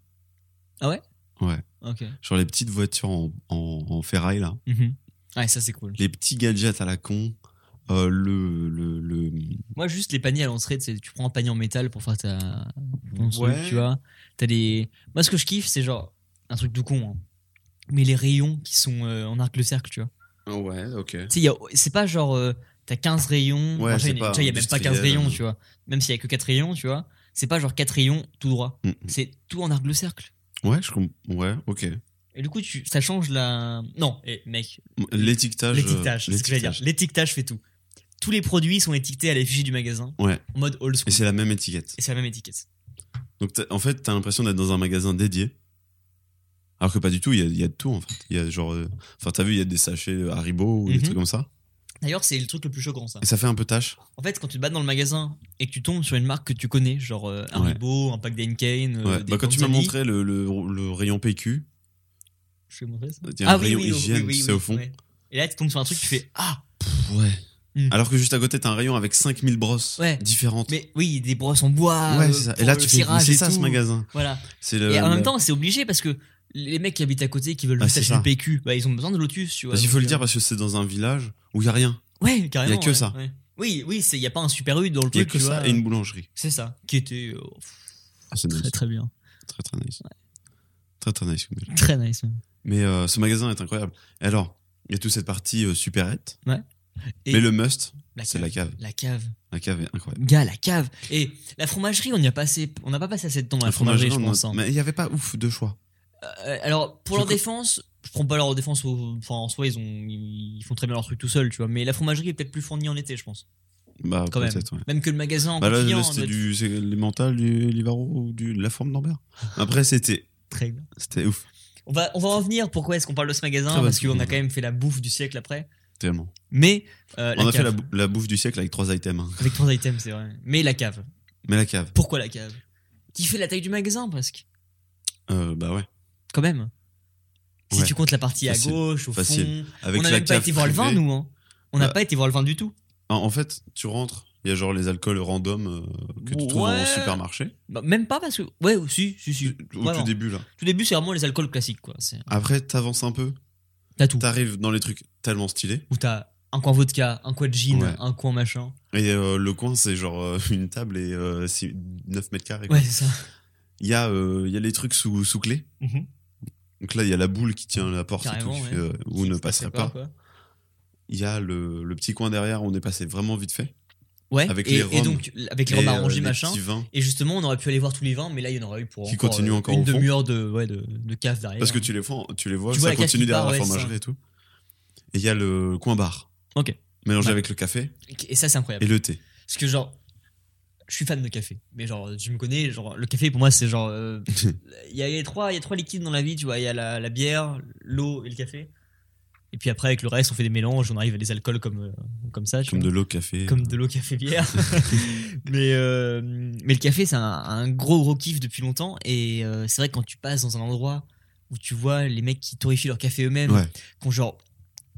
Speaker 3: Ah ouais
Speaker 1: Ouais.
Speaker 3: Ok.
Speaker 1: Genre les petites voitures en, en- en ferraille, là.
Speaker 3: Mhm. Ouais, ça, c'est cool.
Speaker 1: Les petits gadgets à la con. Euh, le, le, le-
Speaker 3: Moi, juste les paniers à l'entrée, tu sais, tu prends un panier en métal pour faire ta. ton truc,
Speaker 1: Ouais.
Speaker 3: tu vois. T'as les. Moi, ce que je kiffe, c'est genre. Un truc de con, hein. Mais les rayons qui sont euh, en arc de cercle, tu vois.
Speaker 1: Ah Ouais, ok.
Speaker 3: Tu sais, il y a- c'est pas genre. euh, T'as 15 rayons.
Speaker 1: Ouais,
Speaker 3: Enfin,
Speaker 1: c'est
Speaker 3: il y a-
Speaker 1: pas
Speaker 3: tu vois, il y a même pas 15
Speaker 1: industriel,
Speaker 3: rayons,
Speaker 1: hein.
Speaker 3: tu vois. Même s'il y a que 4 rayons, tu vois. C'est pas genre 4 rayons tout droit.
Speaker 1: Mm,
Speaker 3: C'est tout en arc de cercle.
Speaker 1: Ouais, je comprends. Ouais, ok.
Speaker 3: Et du coup, tu, ça change la. Non, eh, mec,
Speaker 1: L'étiquetage.
Speaker 3: l'étiquetage,
Speaker 1: euh,
Speaker 3: c'est ce que j'allais dire.
Speaker 1: l'étiquetage.
Speaker 3: L'étiquetage fait tout. Tous les produits sont étiquetés à l'effigie du magasin,
Speaker 1: Ouais.
Speaker 3: en mode old school.
Speaker 1: Et c'est la même étiquette.
Speaker 3: Et c'est la même étiquette.
Speaker 1: Donc t'as- en fait, t'as l'impression d'être dans un magasin dédié. Alors que pas du tout, il y a, il y a de tout en fait. Il y a genre. euh, Enfin, t'as vu, il y a des sachets euh, Haribo ou des
Speaker 3: Mhm.
Speaker 1: trucs comme ça.
Speaker 3: D'ailleurs, c'est le truc le plus choquant, ça.
Speaker 1: Et ça fait un peu tâche.
Speaker 3: En fait, quand tu te bats dans le magasin et que tu tombes sur une marque que tu connais, genre euh, Haribo, un pack euh, d'Ainkane,
Speaker 1: Ouais. Bah, quand tu m'as montré le, le- le rayon PQ,
Speaker 3: Je vais montrer ça. Ah
Speaker 1: il y a un rayon hygiène, c'est au fond.
Speaker 3: ouais. Et là, tu tombes sur un truc, tu fais Ah
Speaker 1: Pff, Ouais.
Speaker 3: Mm.
Speaker 1: Alors que juste à côté, t'as un rayon avec 5000 brosses
Speaker 3: Ouais.
Speaker 1: différentes.
Speaker 3: Mais oui, des brosses en bois.
Speaker 1: ouais,
Speaker 3: euh,
Speaker 1: c'est ça. Et
Speaker 3: pour
Speaker 1: là,
Speaker 3: le
Speaker 1: tu fais. mais
Speaker 3: cirage
Speaker 1: C'est
Speaker 3: et
Speaker 1: ça ce
Speaker 3: tout.
Speaker 1: magasin.
Speaker 3: Voilà.
Speaker 1: C'est le.
Speaker 3: et en
Speaker 1: le-
Speaker 3: même temps, c'est obligé parce que les mecs qui habitent à côté, qui veulent
Speaker 1: Ah,
Speaker 3: juste
Speaker 1: c'est
Speaker 3: acheter
Speaker 1: ça.
Speaker 3: du PQ, bah, ils ont besoin de Lotus, tu vois.
Speaker 1: Parce qu'il faut
Speaker 3: donc,
Speaker 1: le dire
Speaker 3: euh,
Speaker 1: parce que c'est dans un village où il y a rien.
Speaker 3: Ouais, carrément.
Speaker 1: Y a que
Speaker 3: ouais,
Speaker 1: ça.
Speaker 3: ouais. Oui, oui, il n'y a pas un super U dans le
Speaker 1: Il y a
Speaker 3: truc.
Speaker 1: que
Speaker 3: tu
Speaker 1: ça
Speaker 3: vois.
Speaker 1: et une boulangerie.
Speaker 3: C'est ça, qui était euh,
Speaker 1: Ah, c'est
Speaker 3: très
Speaker 1: nice.
Speaker 3: très bien.
Speaker 1: Très très nice. Très très nice. comme ville.
Speaker 3: Très nice. même.
Speaker 1: Mais euh, ce magasin est incroyable. Et alors, il y a toute cette partie euh, supérette.
Speaker 3: Ouais. Et-
Speaker 1: Mais le must,
Speaker 3: La
Speaker 1: c'est
Speaker 3: cave.
Speaker 1: la cave.
Speaker 3: La cave.
Speaker 1: La cave est incroyable.
Speaker 3: Gars, la cave. Et la fromagerie, on n'y a pas assez- on n'a pas passé assez de temps à la fromagerie, je
Speaker 1: non,
Speaker 3: pense. hein.
Speaker 1: Mais il n'y avait pas ouf de choix.
Speaker 3: Euh, alors, pour
Speaker 1: Je
Speaker 3: leur
Speaker 1: crois-
Speaker 3: défense, je prends pas leur défense, au- enfin, en soi, ils, ont, ils font très bien leur truc tout seuls, tu vois. Mais la fromagerie est peut-être plus fournie en été, je pense.
Speaker 1: Bah,
Speaker 3: Quand même.
Speaker 1: peut-être, ouais.
Speaker 3: Même que le magasin en
Speaker 1: Bah là,
Speaker 3: continent,
Speaker 1: là,
Speaker 3: doit
Speaker 1: c'était
Speaker 3: être
Speaker 1: du, c'est l'emmental, du Livaro ou du, de la forme d'Ambert. Après, c'était,
Speaker 3: très bien.
Speaker 1: c'était ouf,
Speaker 3: On va, on va en venir. Pourquoi est-ce qu'on parle de ce magasin
Speaker 1: Très bonne
Speaker 3: Parce qu'on a
Speaker 1: seconde.
Speaker 3: quand même fait la bouffe du siècle après.
Speaker 1: tellement.
Speaker 3: Mais euh, la
Speaker 1: On a
Speaker 3: cave.
Speaker 1: fait la, bou- la bouffe du siècle avec trois items. hein.
Speaker 3: Avec trois items, c'est vrai. Mais la cave.
Speaker 1: Mais la cave,
Speaker 3: Pourquoi la cave Qui fait la taille du magasin presque,
Speaker 1: euh, bah ouais.
Speaker 3: quand même. Si
Speaker 1: Ouais.
Speaker 3: tu comptes la partie
Speaker 1: Facile.
Speaker 3: à gauche, au
Speaker 1: Facile.
Speaker 3: fond.
Speaker 1: Avec
Speaker 3: on n'a
Speaker 1: la
Speaker 3: même pas
Speaker 1: cave
Speaker 3: été voir le vin,
Speaker 1: privée.
Speaker 3: nous. hein. On n'a
Speaker 1: Bah.
Speaker 3: pas été voir le vin du tout.
Speaker 1: En, en fait, tu rentres, il y a genre les alcools random euh, que tu trouves en
Speaker 3: Ouais.
Speaker 1: supermarché.
Speaker 3: Bah, même pas parce que. Ouais, oh, si, si, si.
Speaker 1: Au
Speaker 3: Vraiment.
Speaker 1: tout début, là.
Speaker 3: Tout début, c'est vraiment les alcools classiques, quoi. C'est-
Speaker 1: Après, t'avances un peu,
Speaker 3: T'as tout.
Speaker 1: t'arrives dans les trucs tellement stylés.
Speaker 3: Où t'as un coin vodka, un coin gin,
Speaker 1: Ouais.
Speaker 3: un coin machin.
Speaker 1: Et euh, le coin, c'est genre euh, une table et euh, six- 9 mètres carrés. quoi.
Speaker 3: Ouais, c'est ça.
Speaker 1: Il y, a, euh, il y a les trucs sous, sous clé.
Speaker 3: Mhm.
Speaker 1: Donc là, il y a la boule qui tient la porte et
Speaker 3: Carrément,
Speaker 1: tout, qui
Speaker 3: ouais.
Speaker 1: fait, euh, où
Speaker 3: Qui
Speaker 1: ne
Speaker 3: se passait
Speaker 1: passerait pas.
Speaker 3: quoi.
Speaker 1: Il y a le, le petit coin derrière où on est passé vraiment vite fait.
Speaker 3: Ouais,
Speaker 1: Avec
Speaker 3: et,
Speaker 1: les
Speaker 3: et
Speaker 1: rhums.
Speaker 3: donc, avec les
Speaker 1: Et,
Speaker 3: rhums
Speaker 1: euh,
Speaker 3: arrangés,
Speaker 1: les
Speaker 3: machin.
Speaker 1: petits vins.
Speaker 3: Et justement, on aurait pu aller voir tous les vins, mais là, il y en aurait eu pour
Speaker 1: Qui
Speaker 3: encore,
Speaker 1: continue
Speaker 3: euh,
Speaker 1: encore
Speaker 3: une
Speaker 1: au fond.
Speaker 3: demi-heure de, ouais, de, de cave derrière.
Speaker 1: Parce que tu les vois, tu les vois
Speaker 3: euh, Tu vois
Speaker 1: ça
Speaker 3: la cave
Speaker 1: continue
Speaker 3: qui
Speaker 1: derrière
Speaker 3: part,
Speaker 1: la
Speaker 3: ouais,
Speaker 1: fromagerie
Speaker 3: ça.
Speaker 1: et tout. Et il y a le coin bar.
Speaker 3: Ok.
Speaker 1: Mélangé
Speaker 3: Ouais.
Speaker 1: avec le café
Speaker 3: Et ça, c'est incroyable.
Speaker 1: et le thé.
Speaker 3: Parce que, genre, je suis fan de café. Mais, genre, tu me connais, genre, le café, pour moi, c'est genre. euh, Il y, a les trois- il y a trois liquides dans la vie, tu vois. Il y a la, la bière, l'eau et le café. Et puis après, avec le reste, on fait des mélanges, on arrive à des alcools comme, euh, comme ça. tu
Speaker 1: Comme
Speaker 3: vois.
Speaker 1: de l'eau, café.
Speaker 3: Comme de l'eau, café, bière. mais, euh, mais le café, c'est un, un gros, gros kiff depuis longtemps. Et euh, c'est vrai que quand tu passes dans un endroit où tu vois les mecs qui torréfient leur café eux-mêmes,
Speaker 1: Ouais.
Speaker 3: qui ont genre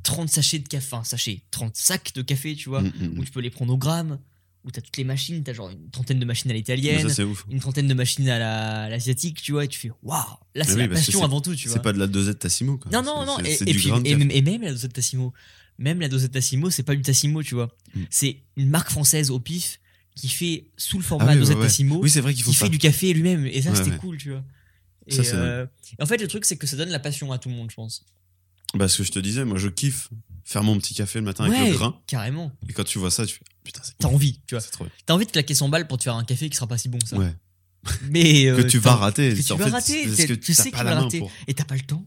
Speaker 3: 30 sachets de café, enfin, sachets, 30 sacs de café, tu vois,
Speaker 1: Mm, mm,
Speaker 3: où
Speaker 1: mm.
Speaker 3: tu peux les prendre au gramme, où t'as toutes les machines, t'as genre une trentaine de machines à
Speaker 1: Mais
Speaker 3: l'italienne,
Speaker 1: Ça, c'est ouf.
Speaker 3: une trentaine de machines à la- à l'asiatique, tu vois, et tu fais waouh, là c'est
Speaker 1: oui,
Speaker 3: la
Speaker 1: parce que
Speaker 3: passion avant tout, tu vois.
Speaker 1: C'est pas de la dosette Tassimo, quoi.
Speaker 3: Non, non, non.
Speaker 1: C'est-
Speaker 3: Et,
Speaker 1: c'est
Speaker 3: et
Speaker 1: du
Speaker 3: puis,
Speaker 1: grain de
Speaker 3: et,
Speaker 1: café.
Speaker 3: même- et même la dosette Tassimo. Même la dosette Tassimo, c'est pas du Tassimo, tu vois.
Speaker 1: Mm.
Speaker 3: C'est une marque française au pif qui fait sous le
Speaker 1: Ah
Speaker 3: format
Speaker 1: oui, ouais,
Speaker 3: dosette
Speaker 1: ouais.
Speaker 3: Tassimo,
Speaker 1: Oui, c'est vrai qu'il faut
Speaker 3: qui fait
Speaker 1: pas.
Speaker 3: du café lui-même. Et ça,
Speaker 1: Ouais,
Speaker 3: c'était
Speaker 1: ouais.
Speaker 3: cool, tu vois. Et,
Speaker 1: Ça, c'est
Speaker 3: euh, et en fait, le truc, c'est que ça donne la passion à tout le monde, je pense.
Speaker 1: Bah, ce que je te disais, moi, je kiffe faire mon petit café le matin avec
Speaker 3: Ouais,
Speaker 1: le grain.
Speaker 3: Carrément.
Speaker 1: Et quand tu vois ça, tu fais putain, c'est
Speaker 3: T'as envie, tu vois.
Speaker 1: c'est trop bien.
Speaker 3: T'as envie de claquer 100 balles pour te faire un café qui sera pas si bon que ça.
Speaker 1: Ouais.
Speaker 3: Mais, euh,
Speaker 1: que tu
Speaker 3: t'as-
Speaker 1: vas rater.
Speaker 3: que tu
Speaker 1: En
Speaker 3: vas
Speaker 1: fait,
Speaker 3: rater,
Speaker 1: parce
Speaker 3: t'es-
Speaker 1: que
Speaker 3: tu
Speaker 1: t'as
Speaker 3: sais que
Speaker 1: pas
Speaker 3: tu
Speaker 1: la
Speaker 3: vas
Speaker 1: main
Speaker 3: rater.
Speaker 1: pour.
Speaker 3: Et t'as pas le temps.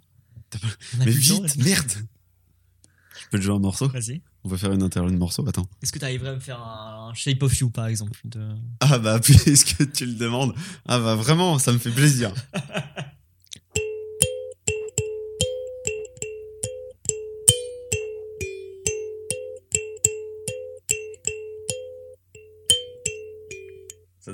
Speaker 1: T'as pas-
Speaker 3: On a
Speaker 1: Mais
Speaker 3: plus le temps,
Speaker 1: vite,
Speaker 3: là.
Speaker 1: merde Je peux te jouer un morceau
Speaker 3: Vas-y.
Speaker 1: On va faire une interlude morceau, attends.
Speaker 3: Est-ce que t'arriverais à me faire un, un Shape of You, par exemple de-
Speaker 1: Ah bah, puisque tu le demandes. Ah bah, vraiment, ça me fait plaisir. Ça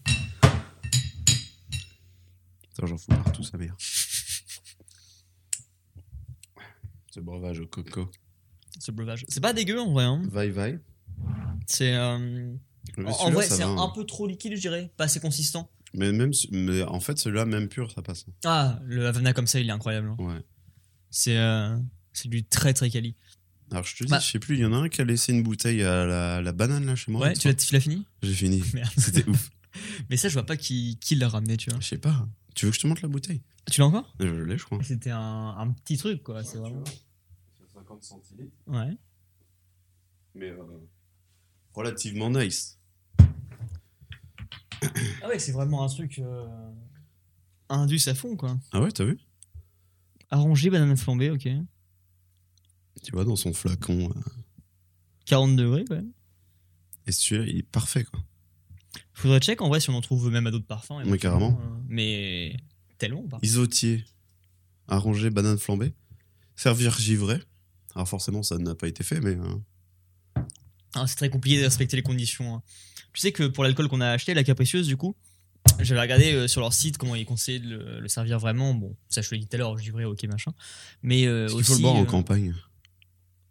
Speaker 1: Putain, j'en fous partout, sa mère. Ce breuvage au coco.
Speaker 3: ce breuvage. C'est pas dégueu en vrai. hein.
Speaker 1: Vai, vai.
Speaker 3: C'est euh, en- en vrai c'est un peu trop liquide, je dirais, pas assez consistant.
Speaker 1: hein. Mais, même, ce- mais en fait, celui-là, même pur, ça passe.
Speaker 3: Ah, le Havana comme ça, il est incroyable. hein.
Speaker 1: Ouais.
Speaker 3: C'est euh, c'est du très très quali.
Speaker 1: Alors, je te dis,
Speaker 3: Bah.
Speaker 1: je sais plus, il y en a un qui a laissé une bouteille à la, la banane, là, chez moi.
Speaker 3: ouais, tu l'as tu l'as fini
Speaker 1: J'ai fini.
Speaker 3: Merde.
Speaker 1: C'était ouf.
Speaker 3: Mais ça, je vois pas qui, qui l'a ramené, tu vois.
Speaker 1: Je sais pas. Tu veux que je te montre la bouteille
Speaker 3: Tu l'as encore
Speaker 1: Je l'ai, je crois.
Speaker 3: C'était un, un petit truc quoi. Ah, c'est vraiment-
Speaker 1: 50 centilitres,
Speaker 3: Ouais.
Speaker 1: mais relativement nice.
Speaker 3: Ah ouais, c'est vraiment un truc. euh, Indus à fond quoi.
Speaker 1: Ah ouais, t'as vu
Speaker 3: Arrangé, banane flambée, ok.
Speaker 1: Tu vois, dans son flacon. euh,
Speaker 3: 40 degrés, ouais.
Speaker 1: Et celui-là, il est parfait, quoi.
Speaker 3: Faudrait check en vrai si on en trouve même à d'autres parfums.
Speaker 1: Mais carrément.
Speaker 3: éventuellement, euh, mais tellement pas.
Speaker 1: Isotier, arrangé banane flambée, servir givré. Alors forcément, ça n'a pas été fait, mais euh,
Speaker 3: Ah, c'est très compliqué de respecter les conditions. hein. Tu sais que pour l'alcool qu'on a acheté, la capricieuse, du coup, j'avais regardé euh, sur leur site comment ils conseillaient de le, le servir vraiment. Bon, ça, je te l'ai dit tout à l'heure, givré, ok, machin. Mais euh,
Speaker 1: il
Speaker 3: aussi.
Speaker 1: faut le boire en
Speaker 3: euh,
Speaker 1: campagne.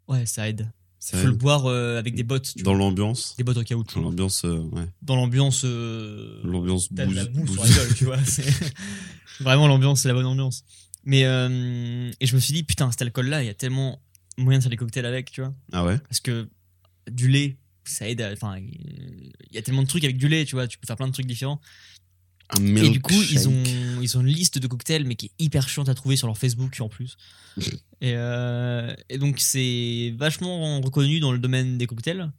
Speaker 3: Ouais, ça aide.
Speaker 1: Ça
Speaker 3: Il faut le
Speaker 1: aide.
Speaker 3: boire euh, avec des bottes. tu
Speaker 1: Dans
Speaker 3: vois.
Speaker 1: l'ambiance.
Speaker 3: Des bottes en
Speaker 1: Dans
Speaker 3: caoutchouc.
Speaker 1: l'ambiance, euh, ouais.
Speaker 3: Dans l'ambiance. euh,
Speaker 1: L'ambiance
Speaker 3: T'as de la
Speaker 1: bouse-
Speaker 3: boue sur la
Speaker 1: bouse-
Speaker 3: gueule, tu vois. c'est- Vraiment, l'ambiance, c'est la bonne ambiance. Mais. euh, et je me suis dit, putain, cet alcool-là, il y a tellement moyen de faire des cocktails avec, tu vois.
Speaker 1: Ah ouais
Speaker 3: parce que du lait ça aide à- enfin il y a tellement de trucs avec du lait tu vois tu peux faire plein de trucs différents
Speaker 1: Un
Speaker 3: et du coup
Speaker 1: milkshake.
Speaker 3: ils ont ils ont une liste de cocktails mais qui est hyper chiante à trouver sur leur Facebook en plus et, euh, et donc c'est vachement reconnu dans le domaine des cocktails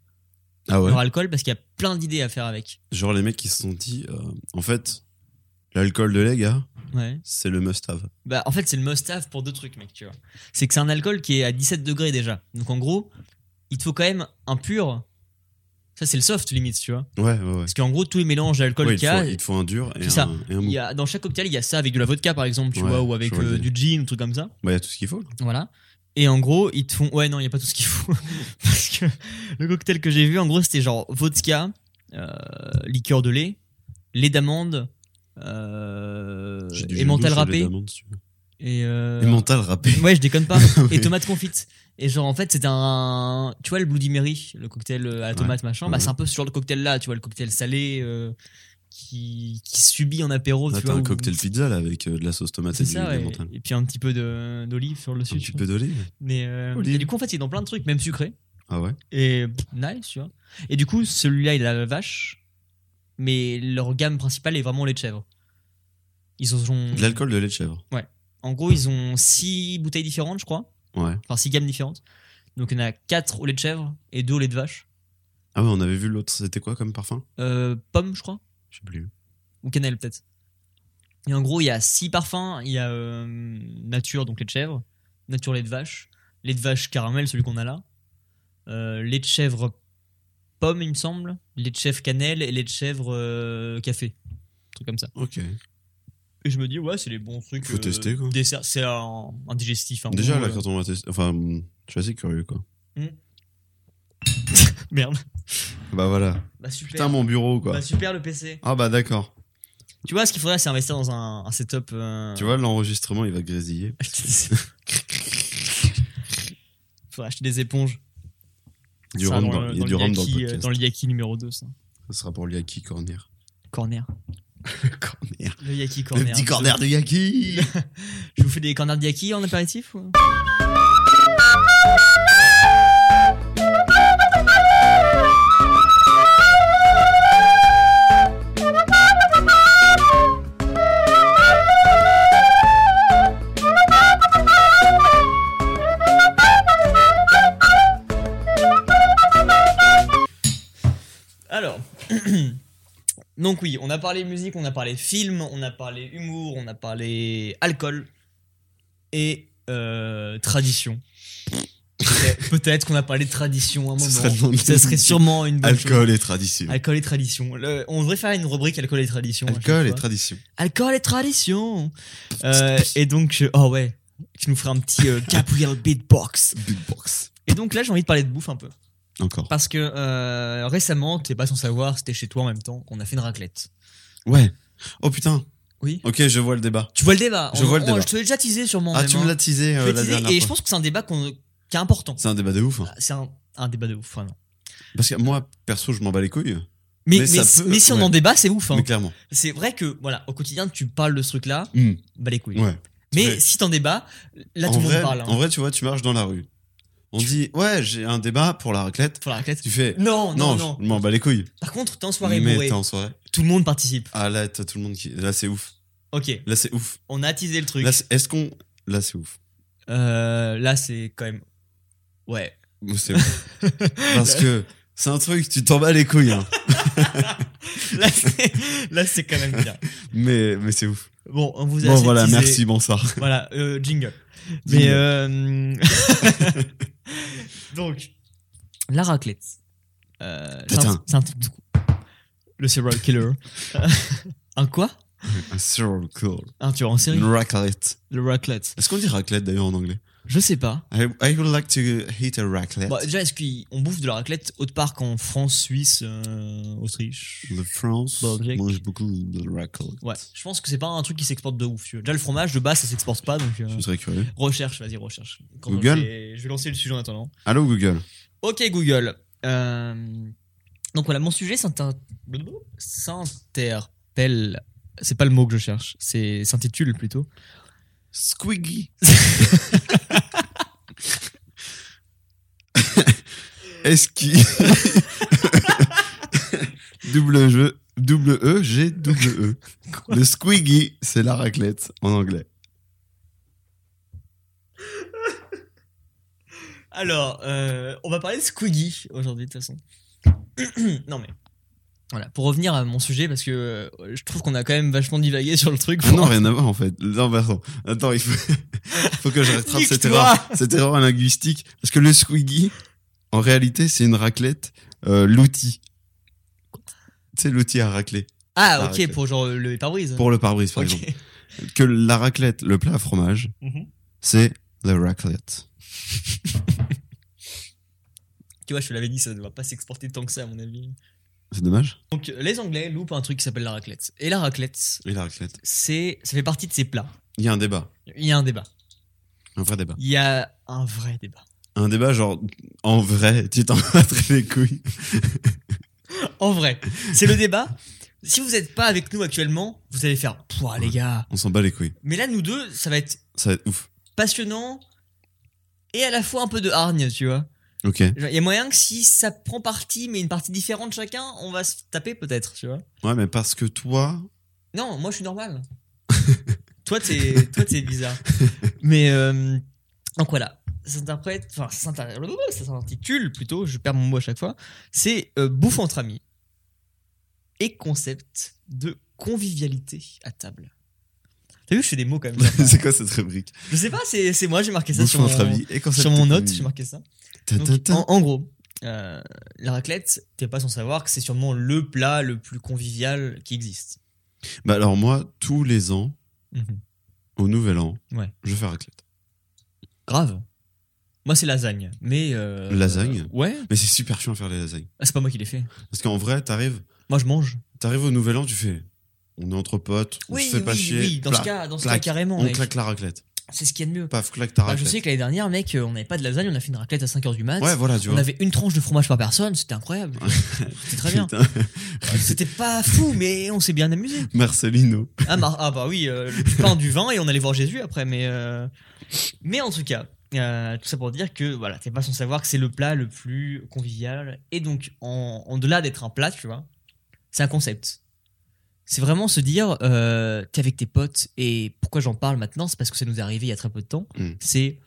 Speaker 1: Ah ouais
Speaker 3: leur alcool parce qu'il y a plein d'idées à faire avec
Speaker 1: Genre les mecs qui se sont dit, euh, en fait, l'alcool de les gars,
Speaker 3: ouais
Speaker 1: c'est le must-have.
Speaker 3: bah en fait c'est le must have pour deux trucs mec tu vois c'est que c'est un alcool qui est à 17 degrés déjà donc en gros il te faut quand même un pur ça c'est le soft limite tu vois
Speaker 1: Ouais, ouais, ouais.
Speaker 3: parce qu'en gros tous les mélanges d'alcool
Speaker 1: Ouais, il,
Speaker 3: qu'il
Speaker 1: te
Speaker 3: y a
Speaker 1: faut, il te faut un dur et
Speaker 3: c'est ça.
Speaker 1: un, et un mou.
Speaker 3: Il y a, dans chaque cocktail, il y a ça avec de la vodka, par exemple, tu
Speaker 1: Ouais,
Speaker 3: vois, ou avec
Speaker 1: je vois le
Speaker 3: euh, du
Speaker 1: délire.
Speaker 3: gin, un truc comme ça.
Speaker 1: Bah, il y a tout ce qu'il faut. là.
Speaker 3: Voilà. Et en gros, ils te font. Ouais, non, il n'y a pas tout ce qu'il faut. Parce que le cocktail que j'ai vu, en gros, c'était genre vodka, euh, liqueur de lait, lait d'amande, euh,
Speaker 1: J'ai du jus
Speaker 3: emmental
Speaker 1: d'eau, j'ai de
Speaker 3: râpé.
Speaker 1: l'amande, si tu veux.
Speaker 3: Et, euh,
Speaker 1: Emmental râpé.
Speaker 3: Ouais, je déconne pas.
Speaker 1: Oui.
Speaker 3: Et tomate confite. Et genre, en fait, c'est un. Tu vois, le Bloody Mary, le cocktail à la tomate, machin, bah,
Speaker 1: Ouais.
Speaker 3: c'est un peu ce genre de cocktail-là, tu vois, le cocktail salé euh, qui, qui subit en apéro.
Speaker 1: Ah,
Speaker 3: tu
Speaker 1: t'as
Speaker 3: vois,
Speaker 1: un
Speaker 3: où-
Speaker 1: cocktail pizza là avec euh, de la sauce tomate
Speaker 3: c'est
Speaker 1: et du
Speaker 3: ça, ouais.
Speaker 1: emmental.
Speaker 3: et puis un petit peu de- d'olive sur le
Speaker 1: Un petit
Speaker 3: sucre.
Speaker 1: peu d'olive.
Speaker 3: Mais euh,
Speaker 1: Olive.
Speaker 3: et du coup, en fait, il est dans plein de trucs, même sucré.
Speaker 1: Ah ouais
Speaker 3: Et pff, nice, tu vois. Et du coup, celui-là, il a la vache, mais leur gamme principale est vraiment les chèvres. Ils ont,
Speaker 1: De l'alcool de lait de chèvre.
Speaker 3: en gros, ils ont six bouteilles différentes, je crois.
Speaker 1: Ouais.
Speaker 3: Enfin, six gammes différentes. Donc, il y en a quatre au lait de chèvre et deux au lait de vache.
Speaker 1: Ah ouais, on avait vu l'autre. C'était quoi comme parfum
Speaker 3: Euh, pomme, je crois.
Speaker 1: Je sais plus.
Speaker 3: Ou cannelle, peut-être. Et en gros, il y a six parfums. Il y a euh, nature, donc lait de chèvre. Nature, lait de vache. Lait de vache caramel, celui qu'on a là. Euh, lait de chèvre pomme, il me semble. Lait de chèvre cannelle et lait de chèvre euh, café. Un truc comme ça.
Speaker 1: Ok.
Speaker 3: Et je me dis, ouais, c'est les bons trucs. euh,
Speaker 1: Faut tester, quoi.
Speaker 3: dessert- c'est un, un digestif. un
Speaker 1: Déjà,
Speaker 3: bon,
Speaker 1: là,
Speaker 3: euh,
Speaker 1: quand on va tester. Enfin, hum, je suis assez curieux, quoi.
Speaker 3: Merde.
Speaker 1: Bah voilà.
Speaker 3: Bah, super.
Speaker 1: Putain, mon bureau, quoi.
Speaker 3: Bah, super, le PC.
Speaker 1: Ah bah d'accord.
Speaker 3: Tu vois, ce qu'il faudrait, c'est investir dans un, un setup. euh,
Speaker 1: Tu vois, l'enregistrement, il va grésiller.
Speaker 3: Faudrait acheter des éponges.
Speaker 1: Du
Speaker 3: Ça,
Speaker 1: rhum
Speaker 3: dans
Speaker 1: dans-
Speaker 3: le-
Speaker 1: il y a
Speaker 3: dans
Speaker 1: du
Speaker 3: le
Speaker 1: rhum dans le
Speaker 3: Yaki, euh,
Speaker 1: podcast.
Speaker 3: Dans le Yaki numéro 2, ça.
Speaker 1: Ça sera pour le Yaki Corner.
Speaker 3: Corner.
Speaker 1: corner.
Speaker 3: Le Yaki Corner.
Speaker 1: Le petit corner de Yaki
Speaker 3: Je vous fais des corners de Yaki en apéritif ou... Alors, donc oui, on a parlé musique, on a parlé film, on a parlé humour, on a parlé alcool et euh, tradition. Peut-être- Peut-être qu'on a parlé de tradition à un moment.
Speaker 1: Ça serait-
Speaker 3: Ça serait sûrement une bonne
Speaker 1: Alcool
Speaker 3: chose.
Speaker 1: et tradition.
Speaker 3: Alcool et tradition. Le- on devrait faire une rubrique alcool et tradition. à chaque
Speaker 1: Alcool et
Speaker 3: fois.
Speaker 1: tradition.
Speaker 3: Alcool et tradition. Euh, et donc, je- oh ouais, tu nous feras un petit euh, Gabriel beatbox.
Speaker 1: Beatbox.
Speaker 3: Et donc là, j'ai envie de parler de bouffe un peu.
Speaker 1: Encore.
Speaker 3: Parce que euh, récemment, t'es pas sans savoir, c'était chez toi en même temps, qu'on a fait une raclette.
Speaker 1: Ouais. Oh putain.
Speaker 3: Oui.
Speaker 1: Ok, je vois le débat.
Speaker 3: Tu vois le débat
Speaker 1: Je
Speaker 3: on-
Speaker 1: vois le
Speaker 3: on-
Speaker 1: débat.
Speaker 3: Je te l'ai déjà teasé sûrement.
Speaker 1: Ah,
Speaker 3: même,
Speaker 1: tu
Speaker 3: hein.
Speaker 1: me l'as teasé,
Speaker 3: Je
Speaker 1: euh,
Speaker 3: l'ai
Speaker 1: la
Speaker 3: teasé,
Speaker 1: dernière
Speaker 3: Et je
Speaker 1: fois.
Speaker 3: pense que c'est un débat qu'on- qui est important.
Speaker 1: C'est un débat de ouf. hein.
Speaker 3: C'est un, un débat de ouf, vraiment.
Speaker 1: Parce que moi, perso, je m'en bats les couilles.
Speaker 3: Mais, mais,
Speaker 1: ça
Speaker 3: si-
Speaker 1: peut-
Speaker 3: mais si on en
Speaker 1: ouais.
Speaker 3: débat, c'est ouf. hein.
Speaker 1: Mais clairement.
Speaker 3: C'est vrai que, voilà, au quotidien, tu parles de ce truc-là,
Speaker 1: Hmm.
Speaker 3: bah les couilles.
Speaker 1: Ouais.
Speaker 3: Mais
Speaker 1: Mais-
Speaker 3: si t'en débats, là,
Speaker 1: en
Speaker 3: tout le
Speaker 1: vrai,
Speaker 3: monde parle. hein.
Speaker 1: En vrai, tu vois, tu marches dans la rue. On dit, ouais, j'ai un débat pour la raclette.
Speaker 3: Pour la raclette.
Speaker 1: Tu fais,
Speaker 3: Non, non, non.
Speaker 1: je m'en bats les couilles.
Speaker 3: Par contre, t'es en soirée
Speaker 1: mais
Speaker 3: bourré.
Speaker 1: t'es en soirée.
Speaker 3: Tout le monde participe.
Speaker 1: Ah là, t'as tout le monde qui. Là, c'est ouf.
Speaker 3: Ok,
Speaker 1: Là, c'est ouf.
Speaker 3: on a attisé le truc.
Speaker 1: Là, c'est- est-ce qu'on. Là, c'est ouf.
Speaker 3: Euh, là, c'est quand même. Ouais.
Speaker 1: C'est ouf. Parce que c'est un truc, tu t'en bats les couilles. hein.
Speaker 3: Là, c'est- là, c'est quand même bien.
Speaker 1: Mais, mais c'est ouf.
Speaker 3: Bon, on vous a
Speaker 1: Bon,
Speaker 3: assez
Speaker 1: voilà,
Speaker 3: teasé.
Speaker 1: merci, bonsoir.
Speaker 3: Voilà, euh, jingle. Mais
Speaker 1: Jingle.
Speaker 3: euh, donc la raclette. Euh, c'est un-
Speaker 1: Putain.
Speaker 3: c'est un truc de coup. Le serial killer. un quoi
Speaker 1: Un serial killer.
Speaker 3: Un tueur en série.
Speaker 1: Une raclette.
Speaker 3: Le raclette.
Speaker 1: Est-ce qu'on dit raclette d'ailleurs en anglais
Speaker 3: Je sais pas.
Speaker 1: I, I would like to hit a raclette.
Speaker 3: Bah, déjà, est-ce qu'on bouffe de la raclette autre part qu'en France, Suisse, euh, Autriche
Speaker 1: Le France
Speaker 3: Belgique.
Speaker 1: mange beaucoup de raclette.
Speaker 3: Ouais, je pense que c'est pas un truc qui s'exporte de ouf. tu vois. Déjà, le fromage de base, ça s'exporte pas, donc. euh,
Speaker 1: Je suis très curieux.
Speaker 3: Recherche, vas-y, recherche. Quand
Speaker 1: Google
Speaker 3: Je vais, je vais lancer le sujet en attendant.
Speaker 1: Allô Google.
Speaker 3: Ok, Google. Euh, donc voilà, mon sujet s'inter- s'interpelle. C'est pas le mot que je cherche, c'est s'intitule plutôt.
Speaker 1: Squiggy. Est-ce qu'il. double, jeu, double E, G, double E. Le squiggy, c'est la raclette en anglais.
Speaker 3: Alors, euh, on va parler de Squiggy aujourd'hui, de toute façon. non mais. Voilà, pour revenir à mon sujet, parce que euh, je trouve qu'on a quand même vachement divagué sur le truc.
Speaker 1: Ah non, rien à voir en fait. Non, mais attends. Attends, il faut, faut que je rattrape cette
Speaker 3: Nique-toi.
Speaker 1: erreur, cette erreur linguistique. Parce que le squiggy, en réalité, c'est une raclette, euh, l'outil. Tu sais, l'outil à racler.
Speaker 3: Ah,
Speaker 1: La
Speaker 3: ok,
Speaker 1: raclette.
Speaker 3: pour genre le pare-brise.
Speaker 1: Pour le pare-brise, par
Speaker 3: Ok.
Speaker 1: exemple. Que la raclette, le plat à fromage,
Speaker 3: Mhm.
Speaker 1: c'est la raclette.
Speaker 3: Tu vois, je te l'avais dit, ça ne doit pas s'exporter tant que ça, à mon avis.
Speaker 1: C'est dommage.
Speaker 3: Donc, les Anglais loupent un truc qui s'appelle la raclette. Et la raclette,
Speaker 1: Et la raclette.
Speaker 3: c'est, ça fait partie de ces plats.
Speaker 1: Il y a un débat.
Speaker 3: Il y a un débat.
Speaker 1: Un vrai débat.
Speaker 3: Il y a un vrai débat.
Speaker 1: Un débat, genre, en vrai, tu t'en battrais les couilles.
Speaker 3: En vrai, c'est le débat. Si vous n'êtes pas avec nous actuellement, vous allez faire Pouah, les gars.
Speaker 1: On s'en bat les couilles.
Speaker 3: Mais là, nous deux, ça va être
Speaker 1: Ça va être ouf.
Speaker 3: passionnant et à la fois un peu de hargne, tu vois.
Speaker 1: Ok.
Speaker 3: Genre, Il y a moyen que si ça prend partie, mais une partie différente chacun, on va se taper peut-être, tu vois.
Speaker 1: Ouais, mais parce que toi,
Speaker 3: Non, moi je suis normal. toi t'es toi t'es bizarre. Mais euh, donc voilà, ça s'interprète, enfin, ça s'inter- blablabla, ça s'intitule plutôt, je perds mon mot à chaque fois, c'est euh, Bouffe entre amis et concept de convivialité à table. T'as vu, je fais des mots quand même. sympas.
Speaker 1: c'est quoi cette rubrique
Speaker 3: je sais pas, c'est c'est moi, j'ai marqué ça
Speaker 1: Bouffe
Speaker 3: sur mon,
Speaker 1: entre amis et concept
Speaker 3: sur
Speaker 1: de
Speaker 3: mon note,
Speaker 1: convivialité.
Speaker 3: j'ai marqué ça.
Speaker 1: Ta,
Speaker 3: Donc,
Speaker 1: ta, ta.
Speaker 3: En, en gros, euh, la raclette, t'es pas sans savoir que c'est sûrement le plat le plus convivial qui existe.
Speaker 1: Bah alors moi, tous les ans,
Speaker 3: Mhm.
Speaker 1: au Nouvel An,
Speaker 3: Ouais.
Speaker 1: je fais raclette.
Speaker 3: Grave. Moi, c'est lasagne, mais. euh,
Speaker 1: Lasagne
Speaker 3: Ouais.
Speaker 1: Mais c'est super chiant à faire les lasagnes.
Speaker 3: Ah, C'est pas moi qui l'ai fait.
Speaker 1: Parce qu'en vrai, t'arrives,
Speaker 3: Moi, je mange.
Speaker 1: t'arrives au Nouvel An, tu fais, on est entre potes, on
Speaker 3: Oui,
Speaker 1: se fait pas
Speaker 3: oui,
Speaker 1: chier.
Speaker 3: oui, dans
Speaker 1: plac,
Speaker 3: ce cas- dans ce
Speaker 1: clac,
Speaker 3: cas, carrément,
Speaker 1: On
Speaker 3: mec.
Speaker 1: claque la raclette.
Speaker 3: C'est ce qu'il y a de mieux.
Speaker 1: Paf, claque ta
Speaker 3: Bah, je
Speaker 1: raclette.
Speaker 3: sais que l'année dernière, mec, euh, on n'avait pas de lasagne, on a fait une raclette à 5h du mat.
Speaker 1: Ouais, voilà, tu
Speaker 3: on
Speaker 1: vois.
Speaker 3: avait une tranche de fromage par personne, c'était incroyable. c'était très bien.
Speaker 1: Putain.
Speaker 3: C'était pas fou, mais on s'est bien amusé.
Speaker 1: Marcelino.
Speaker 3: Ah, mar- ah bah oui, euh, le pain du vin et on allait voir Jésus après, mais euh, mais en tout cas, euh, tout ça pour dire que voilà, t'es pas sans savoir que c'est le plat le plus convivial et donc en, en delà d'être un plat, tu vois, c'est un concept. C'est vraiment se dire euh, t'es avec tes potes et pourquoi j'en parle maintenant, c'est parce que ça nous est arrivé il y a très peu de temps.
Speaker 1: Mm.
Speaker 3: C'est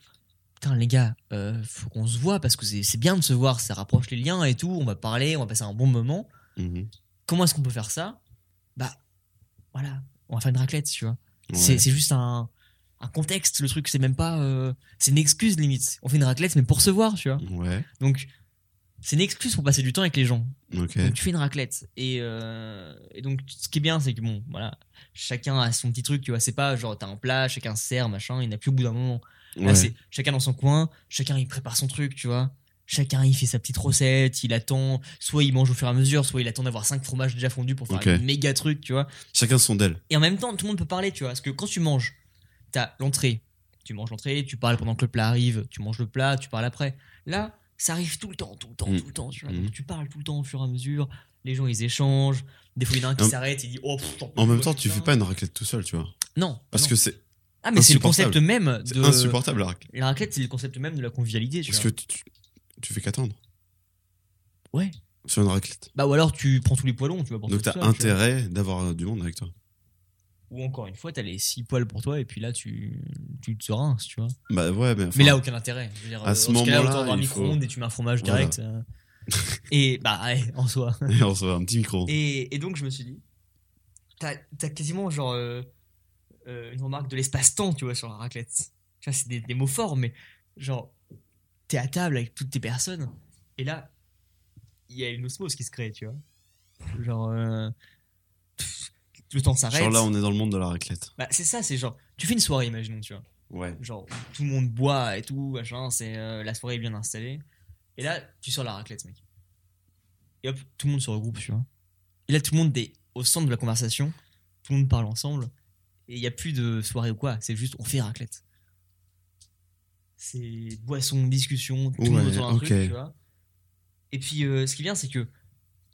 Speaker 3: putain les gars, euh, faut qu'on se voit parce que c'est c'est bien de se voir, ça rapproche les liens et tout. On va parler, on va passer un bon moment
Speaker 1: Mhm.
Speaker 3: comment est-ce qu'on peut faire ça Bah, voilà, on va faire une raclette, tu vois.
Speaker 1: Ouais.
Speaker 3: C'est c'est juste un, un contexte, le truc, c'est même pas. euh, c'est une excuse limite. On fait une raclette, mais pour se voir, tu vois.
Speaker 1: Ouais,
Speaker 3: Donc, c'est une excuse pour passer du temps avec les gens.
Speaker 1: ok.
Speaker 3: Donc, tu fais une raclette. Et, euh, et donc, ce qui est bien, c'est que bon, voilà, chacun a son petit truc, tu vois. C'est pas genre, t'as un plat, chacun se sert, machin, il n'y en a plus au bout d'un moment. Là,
Speaker 1: Ouais.
Speaker 3: Bah, c'est chacun dans son coin, chacun il prépare son truc, tu vois. Chacun il fait sa petite recette, il attend, soit il mange au fur et à mesure, soit il attend d'avoir cinq fromages déjà fondus pour faire
Speaker 1: Ok.
Speaker 3: un méga truc, tu vois.
Speaker 1: Chacun son del.
Speaker 3: Et en même temps, tout le monde peut parler, tu vois. Parce que quand tu manges, t'as l'entrée, tu manges l'entrée, tu parles pendant que le plat arrive, tu manges le plat, tu parles après. Là, ça arrive tout le temps, tout le temps,
Speaker 1: Mm.
Speaker 3: tout le temps, tu vois.
Speaker 1: Mm.
Speaker 3: Donc, tu parles tout le temps au fur et à mesure, les gens ils échangent, des fois il y en a un qui
Speaker 1: En-
Speaker 3: s'arrête, il dit oh pff, t'en peux
Speaker 1: En même
Speaker 3: plus,
Speaker 1: temps, tu
Speaker 3: putain.
Speaker 1: fais pas une raclette tout seul, tu vois.
Speaker 3: Non.
Speaker 1: Parce
Speaker 3: non.
Speaker 1: que c'est
Speaker 3: Ah, mais c'est le
Speaker 1: insupportable.
Speaker 3: concept même
Speaker 1: c'est
Speaker 3: de.
Speaker 1: insupportable la raclette.
Speaker 3: La raclette, c'est le concept même de la convivialité, tu
Speaker 1: Parce que
Speaker 3: vois.
Speaker 1: tu, tu- tu fais qu'attendre
Speaker 3: Ouais.
Speaker 1: sur une raclette.
Speaker 3: Bah, ou alors tu prends tous les poilons, tu vas pour
Speaker 1: Donc
Speaker 3: toi
Speaker 1: t'as
Speaker 3: tout seul, tu vois.
Speaker 1: intérêt d'avoir euh, du monde avec toi.
Speaker 3: Ou encore une fois, t'as les six poils pour toi et puis là, tu, tu te rinces, tu vois.
Speaker 1: Bah ouais, mais, enfin,
Speaker 3: Mais là, aucun intérêt. Je veux dire,
Speaker 1: à
Speaker 3: euh,
Speaker 1: ce
Speaker 3: dans cas-là,
Speaker 1: moment-là,
Speaker 3: autant avoir un
Speaker 1: il
Speaker 3: micro-ondes
Speaker 1: faut-
Speaker 3: et tu mets un fromage
Speaker 1: Voilà.
Speaker 3: direct. euh. et bah, ouais, en soi.
Speaker 1: on se fait un petit micro.
Speaker 3: Et, et donc, je me suis dit, t'as t'as quasiment genre euh, euh, une remarque de l'espace-temps, tu vois, sur la raclette. Tu vois, c'est des, des mots forts, mais genre, t'es à table avec toutes tes personnes, et là, il y a une osmose qui se crée, tu vois. Genre, euh, pff, le temps s'arrête.
Speaker 1: Genre là, on est dans le monde de la raclette.
Speaker 3: Bah, c'est ça, c'est genre, tu fais une soirée, imaginons, tu vois.
Speaker 1: Ouais.
Speaker 3: Genre, tout le monde boit et tout, machin, c'est, euh, la soirée est bien installée. Et là, tu sors la raclette, mec. Et hop, tout le monde se regroupe, tu vois. Et là, tout le monde est au centre de la conversation, tout le monde parle ensemble, et il n'y a plus de soirée ou quoi, c'est juste on fait raclette. C'est boisson, discussion, tout le monde
Speaker 1: Ouais,
Speaker 3: autour d'un
Speaker 1: ok.
Speaker 3: truc, tu vois. Et puis, euh, ce qui est bien, c'est que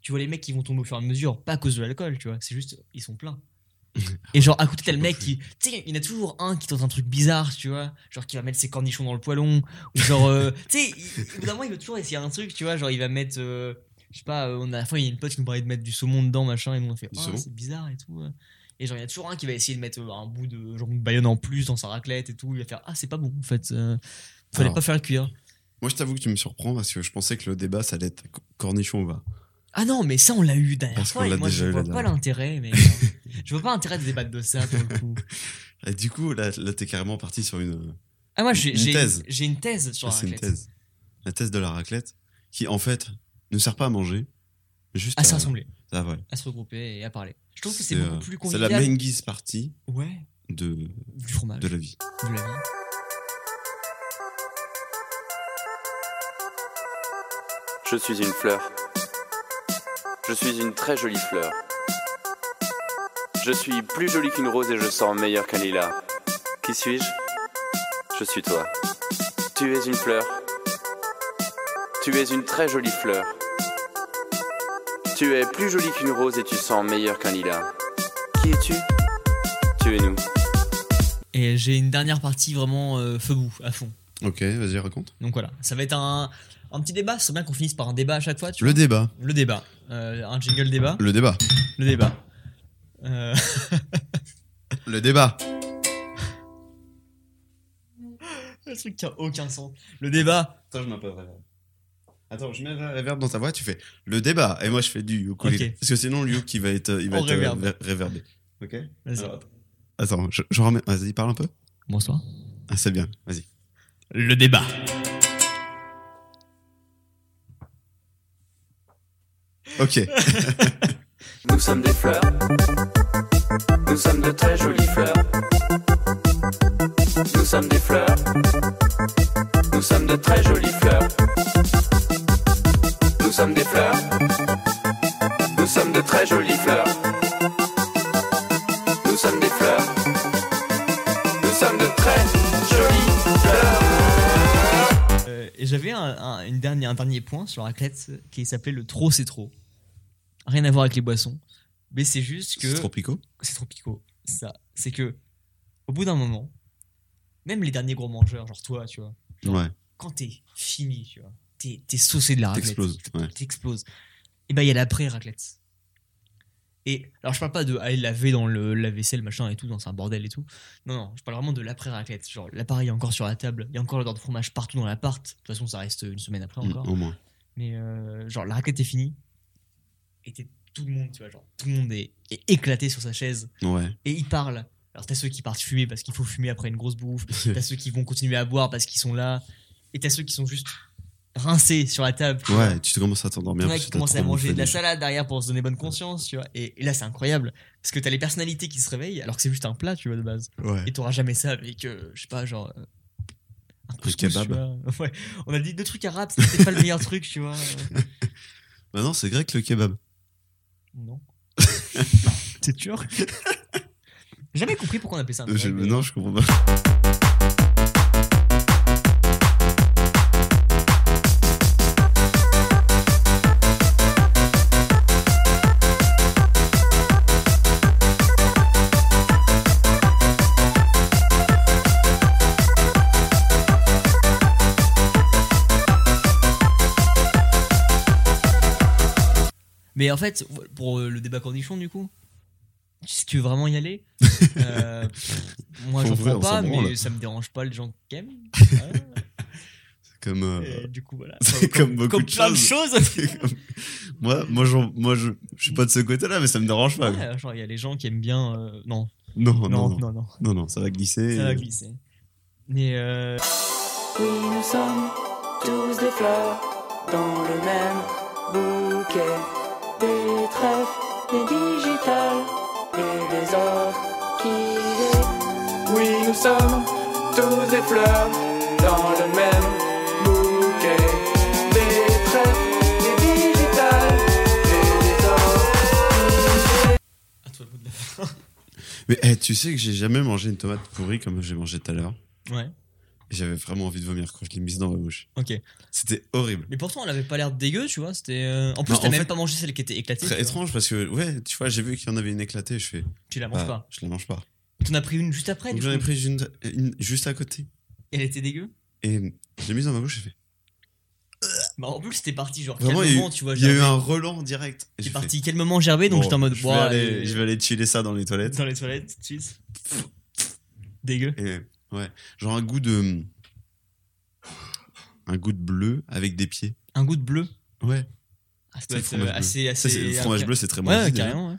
Speaker 3: tu vois les mecs qui vont tomber au fur et à mesure, pas à cause de l'alcool, tu vois, c'est juste, ils sont pleins. Et genre, à côté, t'as le mec qui. Tu sais, il y en a toujours un qui tente un truc bizarre, tu vois. Genre, qui va mettre ses cornichons dans le poêlon. Ou genre, euh, tu sais, il- au bout d'un moment, il veut toujours essayer un truc, tu vois. Genre, il va mettre. euh, je sais pas, euh, on a, à la fois, il y a une pote qui nous parlait de mettre du saumon dedans, machin. Et nous, on fait,
Speaker 1: Du
Speaker 3: oh,
Speaker 1: saumon
Speaker 3: c'est bizarre et tout. euh. Et genre, il y a toujours un qui va essayer de mettre euh, un bout de jambon de Bayonne en plus dans sa raclette et tout. Il va faire, ah, c'est pas bon, en fait. euh, fallait
Speaker 1: Alors.
Speaker 3: pas faire le cuir.
Speaker 1: Moi, je t'avoue que tu me surprends parce que je pensais que le débat, ça allait être co- cornichon ou pas.
Speaker 3: Ah non, mais ça, on l'a eu dernière
Speaker 1: Parce
Speaker 3: fois.
Speaker 1: qu'on
Speaker 3: et
Speaker 1: l'a
Speaker 3: moi,
Speaker 1: déjà
Speaker 3: je
Speaker 1: eu la
Speaker 3: vois pas
Speaker 1: dernière.
Speaker 3: l'intérêt, mais. euh, je vois pas l'intérêt de débattre de ça, pour le coup.
Speaker 1: Et du coup, là, là t'es carrément parti sur une,
Speaker 3: Ah, moi, j'ai
Speaker 1: Une
Speaker 3: j'ai-
Speaker 1: thèse.
Speaker 3: j'ai une thèse sur
Speaker 1: Ah,
Speaker 3: la
Speaker 1: c'est une
Speaker 3: raclette.
Speaker 1: thèse. La thèse de la raclette qui, en fait, ne sert pas à manger. mais Juste
Speaker 3: À s'assembler,
Speaker 1: Ah, ouais.
Speaker 3: à se regrouper et à parler. Je trouve que c'est beaucoup
Speaker 1: euh,
Speaker 3: plus
Speaker 1: C'est
Speaker 3: convivial. Ah
Speaker 1: la menguise partie
Speaker 3: Ouais,
Speaker 1: de,
Speaker 3: du fromage,
Speaker 1: de la vie.
Speaker 3: de la vie.
Speaker 9: Je suis une fleur. Je suis une très jolie fleur. Je suis plus jolie qu'une rose et je sens meilleur qu'un lilas. Qui suis-je Je suis toi. Tu es une fleur. Tu es une très jolie fleur. Tu es plus jolie qu'une rose et tu sens meilleur qu'un lilas. Qui es-tu Tu es nous.
Speaker 3: Et j'ai une dernière partie vraiment euh, feu bout, à fond.
Speaker 1: Ok, vas-y, raconte.
Speaker 3: Donc voilà, ça va être un, un petit débat. C'est bien qu'on finisse par un débat à chaque fois, tu
Speaker 1: Le
Speaker 3: vois.
Speaker 1: débat.
Speaker 3: Le débat. Euh, un jingle débat.
Speaker 1: Le débat.
Speaker 3: Le débat. Euh, Ah.
Speaker 1: Le débat.
Speaker 3: Le truc qui a aucun sens. Le débat.
Speaker 1: Attends, je mets un peu de reverb. Attends, je mets un reverb dans ta voix, tu fais le débat, et moi je fais du ukulélé.
Speaker 3: Ok.
Speaker 1: Parce que sinon, le ukulélé, il va être, il va
Speaker 3: En
Speaker 1: être euh,
Speaker 3: reverb.
Speaker 1: ver- réverbé. Ok
Speaker 3: Vas-y.
Speaker 1: Alors, Attends, je, je remets. Vas-y, parle un peu.
Speaker 3: Bonsoir.
Speaker 1: Ah, c'est bien, vas-y.
Speaker 3: Le débat.
Speaker 1: Ok.
Speaker 9: Nous sommes des fleurs. Nous sommes de très jolies fleurs. Nous sommes des fleurs. Nous sommes de très jolies fleurs. Nous sommes des fleurs. Nous sommes de très jolies fleurs. Nous sommes des fleurs. Nous sommes de très jolies fleurs.
Speaker 3: Euh, et j'avais un, un- une dernière, un dernier point sur la raclette qui s'appelait le trop c'est trop. Rien à voir avec les boissons. Mais c'est juste que.
Speaker 1: C'est Tropico
Speaker 3: C'est trop picot. Ça. C'est que, au bout d'un moment, même les derniers gros mangeurs, genre toi, tu vois,
Speaker 1: Ouais.
Speaker 3: quand t'es fini, tu vois, t'es, t'es saucé de la raclette.
Speaker 1: T'exploses, ouais.
Speaker 3: T'exploses. Et ben, il y a l'après-raclette. Et alors, je parle pas de aller laver dans le lave-vaisselle, machin et tout, dans un bordel et tout. Non, non, je parle vraiment de l'après-raclette. Genre, l'appareil est encore sur la table, il y a encore l'odeur de fromage partout dans l'appart. De toute façon, ça reste une semaine après
Speaker 1: Mm,
Speaker 3: encore.
Speaker 1: au moins.
Speaker 3: Mais euh, genre, la raclette est finie. Et t'es- tout le monde, tu vois, genre, tout le monde est, est éclaté sur sa chaise.
Speaker 1: Ouais.
Speaker 3: Et ils parlent. Alors, t'as ceux qui partent fumer parce qu'il faut fumer après une grosse bouffe. t'as ceux qui vont continuer à boire parce qu'ils sont là. Et t'as ceux qui sont juste rincés sur la table. tu vois.
Speaker 1: Ouais, tu te commences à t'endormir.
Speaker 3: Ouais,
Speaker 1: parce
Speaker 3: qui
Speaker 1: que t'as
Speaker 3: commencent à
Speaker 1: trop
Speaker 3: manger
Speaker 1: bouffé
Speaker 3: de la
Speaker 1: déjà.
Speaker 3: salade derrière pour se donner bonne conscience, tu vois. Et, et là, c'est incroyable. Parce que t'as les personnalités qui se réveillent alors que c'est juste un plat, tu vois, de base.
Speaker 1: Ouais.
Speaker 3: Et t'auras jamais ça avec, euh, je sais pas, genre. euh, Un couscous,
Speaker 1: kebab.
Speaker 3: tu vois. Ouais. On a dit deux trucs arabes, c'était peut-être pas le meilleur truc, tu vois.
Speaker 1: Bah non, c'est grec le kebab.
Speaker 3: Non. T'es turc J'ai Jamais compris pourquoi on appelait ça un
Speaker 1: Je-
Speaker 3: kebab, mais-
Speaker 1: non, je comprends pas.
Speaker 3: Mais en fait, pour euh, le débat cornichon, du coup, si tu veux vraiment y aller, euh, moi
Speaker 1: Faut
Speaker 3: j'en
Speaker 1: ouvrir,
Speaker 3: prends
Speaker 1: on s'en
Speaker 3: pas, mais
Speaker 1: branle.
Speaker 3: ça me dérange pas les gens qui aiment.
Speaker 1: C'est comme. euh,
Speaker 3: Et du coup, voilà.
Speaker 1: C'est comme, beaucoup
Speaker 3: comme
Speaker 1: de
Speaker 3: plein de
Speaker 1: choses.
Speaker 3: choses.
Speaker 1: C'est comme- Moi, moi, j'en- moi je, je suis pas de ce côté-là, mais ça me dérange pas. quoi.
Speaker 3: Ouais, genre, il y a les gens qui aiment bien. euh, non.
Speaker 1: Non, Oh, non, non.
Speaker 3: non, non, non.
Speaker 1: Non, non, ça va glisser.
Speaker 3: Ça va
Speaker 1: euh,
Speaker 3: glisser. Mais. euh,
Speaker 10: Oui, nous sommes tous des fleurs dans le même bouquet. Des trèfles, des digitales et des orchidées. Oui, nous sommes tous des fleurs dans le même bouquet. Des trèfles, des digitales et des orchidées.
Speaker 3: À toi le mot de la fin.
Speaker 1: Mais eh, tu sais que j'ai jamais mangé une tomate pourrie comme j'ai mangé tout à l'heure.
Speaker 3: Ouais,
Speaker 1: Et J'avais vraiment envie de vomir quand je l'ai mise dans ma bouche.
Speaker 3: ok.
Speaker 1: C'était horrible.
Speaker 3: Mais pourtant, elle avait pas l'air dégueu, tu vois. C'était. euh, En plus,
Speaker 1: Non,
Speaker 3: t'as
Speaker 1: en
Speaker 3: même
Speaker 1: fait,
Speaker 3: pas mangé celle qui était éclatée.
Speaker 1: Très
Speaker 3: tu vois.
Speaker 1: étrange parce que, ouais, tu vois, j'ai vu qu'il y en avait une éclatée. Je fais.
Speaker 3: Tu la manges
Speaker 1: ah,
Speaker 3: pas.
Speaker 1: Je la mange pas.
Speaker 3: T'en as pris une juste après,
Speaker 1: Donc
Speaker 3: du
Speaker 1: j'en ai
Speaker 3: coup.
Speaker 1: pris une, une juste à côté.
Speaker 3: Elle était dégueu.
Speaker 1: Et je l'ai mise dans ma bouche. J'ai fait.
Speaker 3: Bah, en plus, c'était parti, genre,
Speaker 1: Vraiment, il y a
Speaker 3: calmement,
Speaker 1: eu,
Speaker 3: tu vois.
Speaker 1: il y a eu
Speaker 3: Gervais.
Speaker 1: un relan direct. Et
Speaker 3: T'es
Speaker 1: j'ai fait,
Speaker 3: parti calmement gerbé, donc
Speaker 1: bon,
Speaker 3: j'étais en mode.
Speaker 1: je vais,
Speaker 3: Ouah,
Speaker 1: aller,
Speaker 3: et-
Speaker 1: je vais aller chiller ça dans les toilettes.
Speaker 3: Dans les toilettes, tout de suite. Dégueu.
Speaker 1: Et ouais, genre un goût de. Un goût de bleu avec des pieds.
Speaker 3: Un goût de bleu.
Speaker 1: Ouais.
Speaker 3: Ah, ça
Speaker 1: C'est le
Speaker 3: doit être
Speaker 1: fromage
Speaker 3: euh,
Speaker 1: bleu.
Speaker 3: assez,
Speaker 1: Ça,
Speaker 3: assez.
Speaker 1: c'est- le fromage bleu, c'est très moisi,
Speaker 3: Ouais, ouais,
Speaker 1: déjà.
Speaker 3: carrément, ouais.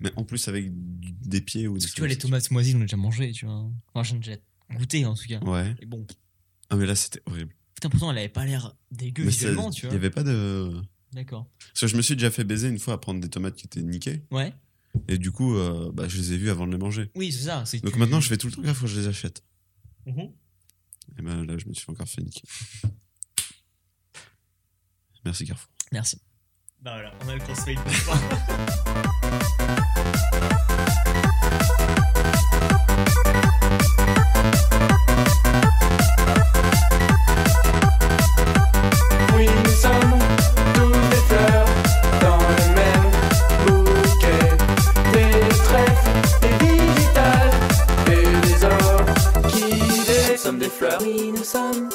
Speaker 1: Mais en plus avec du- des pieds ou des
Speaker 3: Parce que tu vois, les
Speaker 1: trucs
Speaker 3: tomates moisies, on les a déjà mangées, tu vois. Enfin, j'en ai déjà goûté, en tout cas.
Speaker 1: comme ça. Ouais.
Speaker 3: Et bon,
Speaker 1: Ah, mais là, c'était horrible.
Speaker 3: putain, pourtant, elle avait pas l'air dégueu
Speaker 1: Mais ça-
Speaker 3: visuellement, tu
Speaker 1: Il
Speaker 3: vois.
Speaker 1: n'y avait pas de.
Speaker 3: D'accord.
Speaker 1: Parce que je me suis déjà fait baiser une fois à prendre des tomates qui étaient niquées.
Speaker 3: Ouais.
Speaker 1: Et du coup, euh, bah, je les ai vues avant de les manger.
Speaker 3: Oui, c'est ça. c'est que
Speaker 1: Donc
Speaker 3: tu-
Speaker 1: maintenant, je fais tout le temps gaffe quand je les achète.
Speaker 3: Mhm.
Speaker 1: Et ben là, je me suis encore fait niquer. Merci, Carrefour.
Speaker 3: Merci. Bah voilà, on a le conseil.
Speaker 10: Oui, nous sommes tous des fleurs dans le même bouquet. Des trèfles, des digitales et des orchidées.
Speaker 9: Nous sommes des fleurs.
Speaker 10: Oui, nous sommes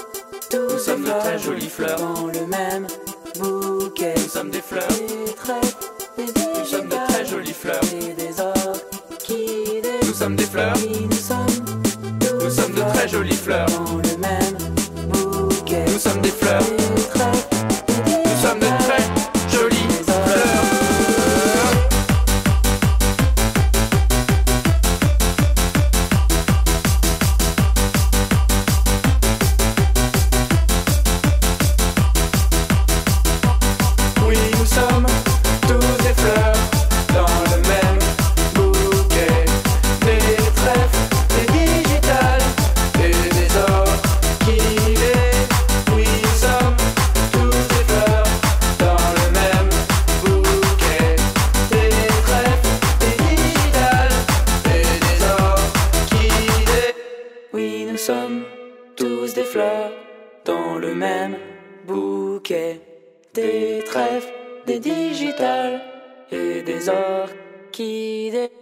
Speaker 10: tous
Speaker 9: Nous sommes
Speaker 10: des
Speaker 9: de
Speaker 10: fleurs
Speaker 9: très jolies fleurs.
Speaker 10: dans le même bouquet.
Speaker 9: Nous sommes des fleurs.
Speaker 10: Des trèfles, des digitales
Speaker 9: Nous sommes de très jolies fleurs.
Speaker 10: et des orchidées.
Speaker 9: Nous sommes des fleurs.
Speaker 10: Oui, nous sommes
Speaker 9: Nous sommes de très jolies fleurs.
Speaker 10: dans le même nous sommes tous des fleurs dans le même bouquet. Des trèfles, des digitales et des orchidées.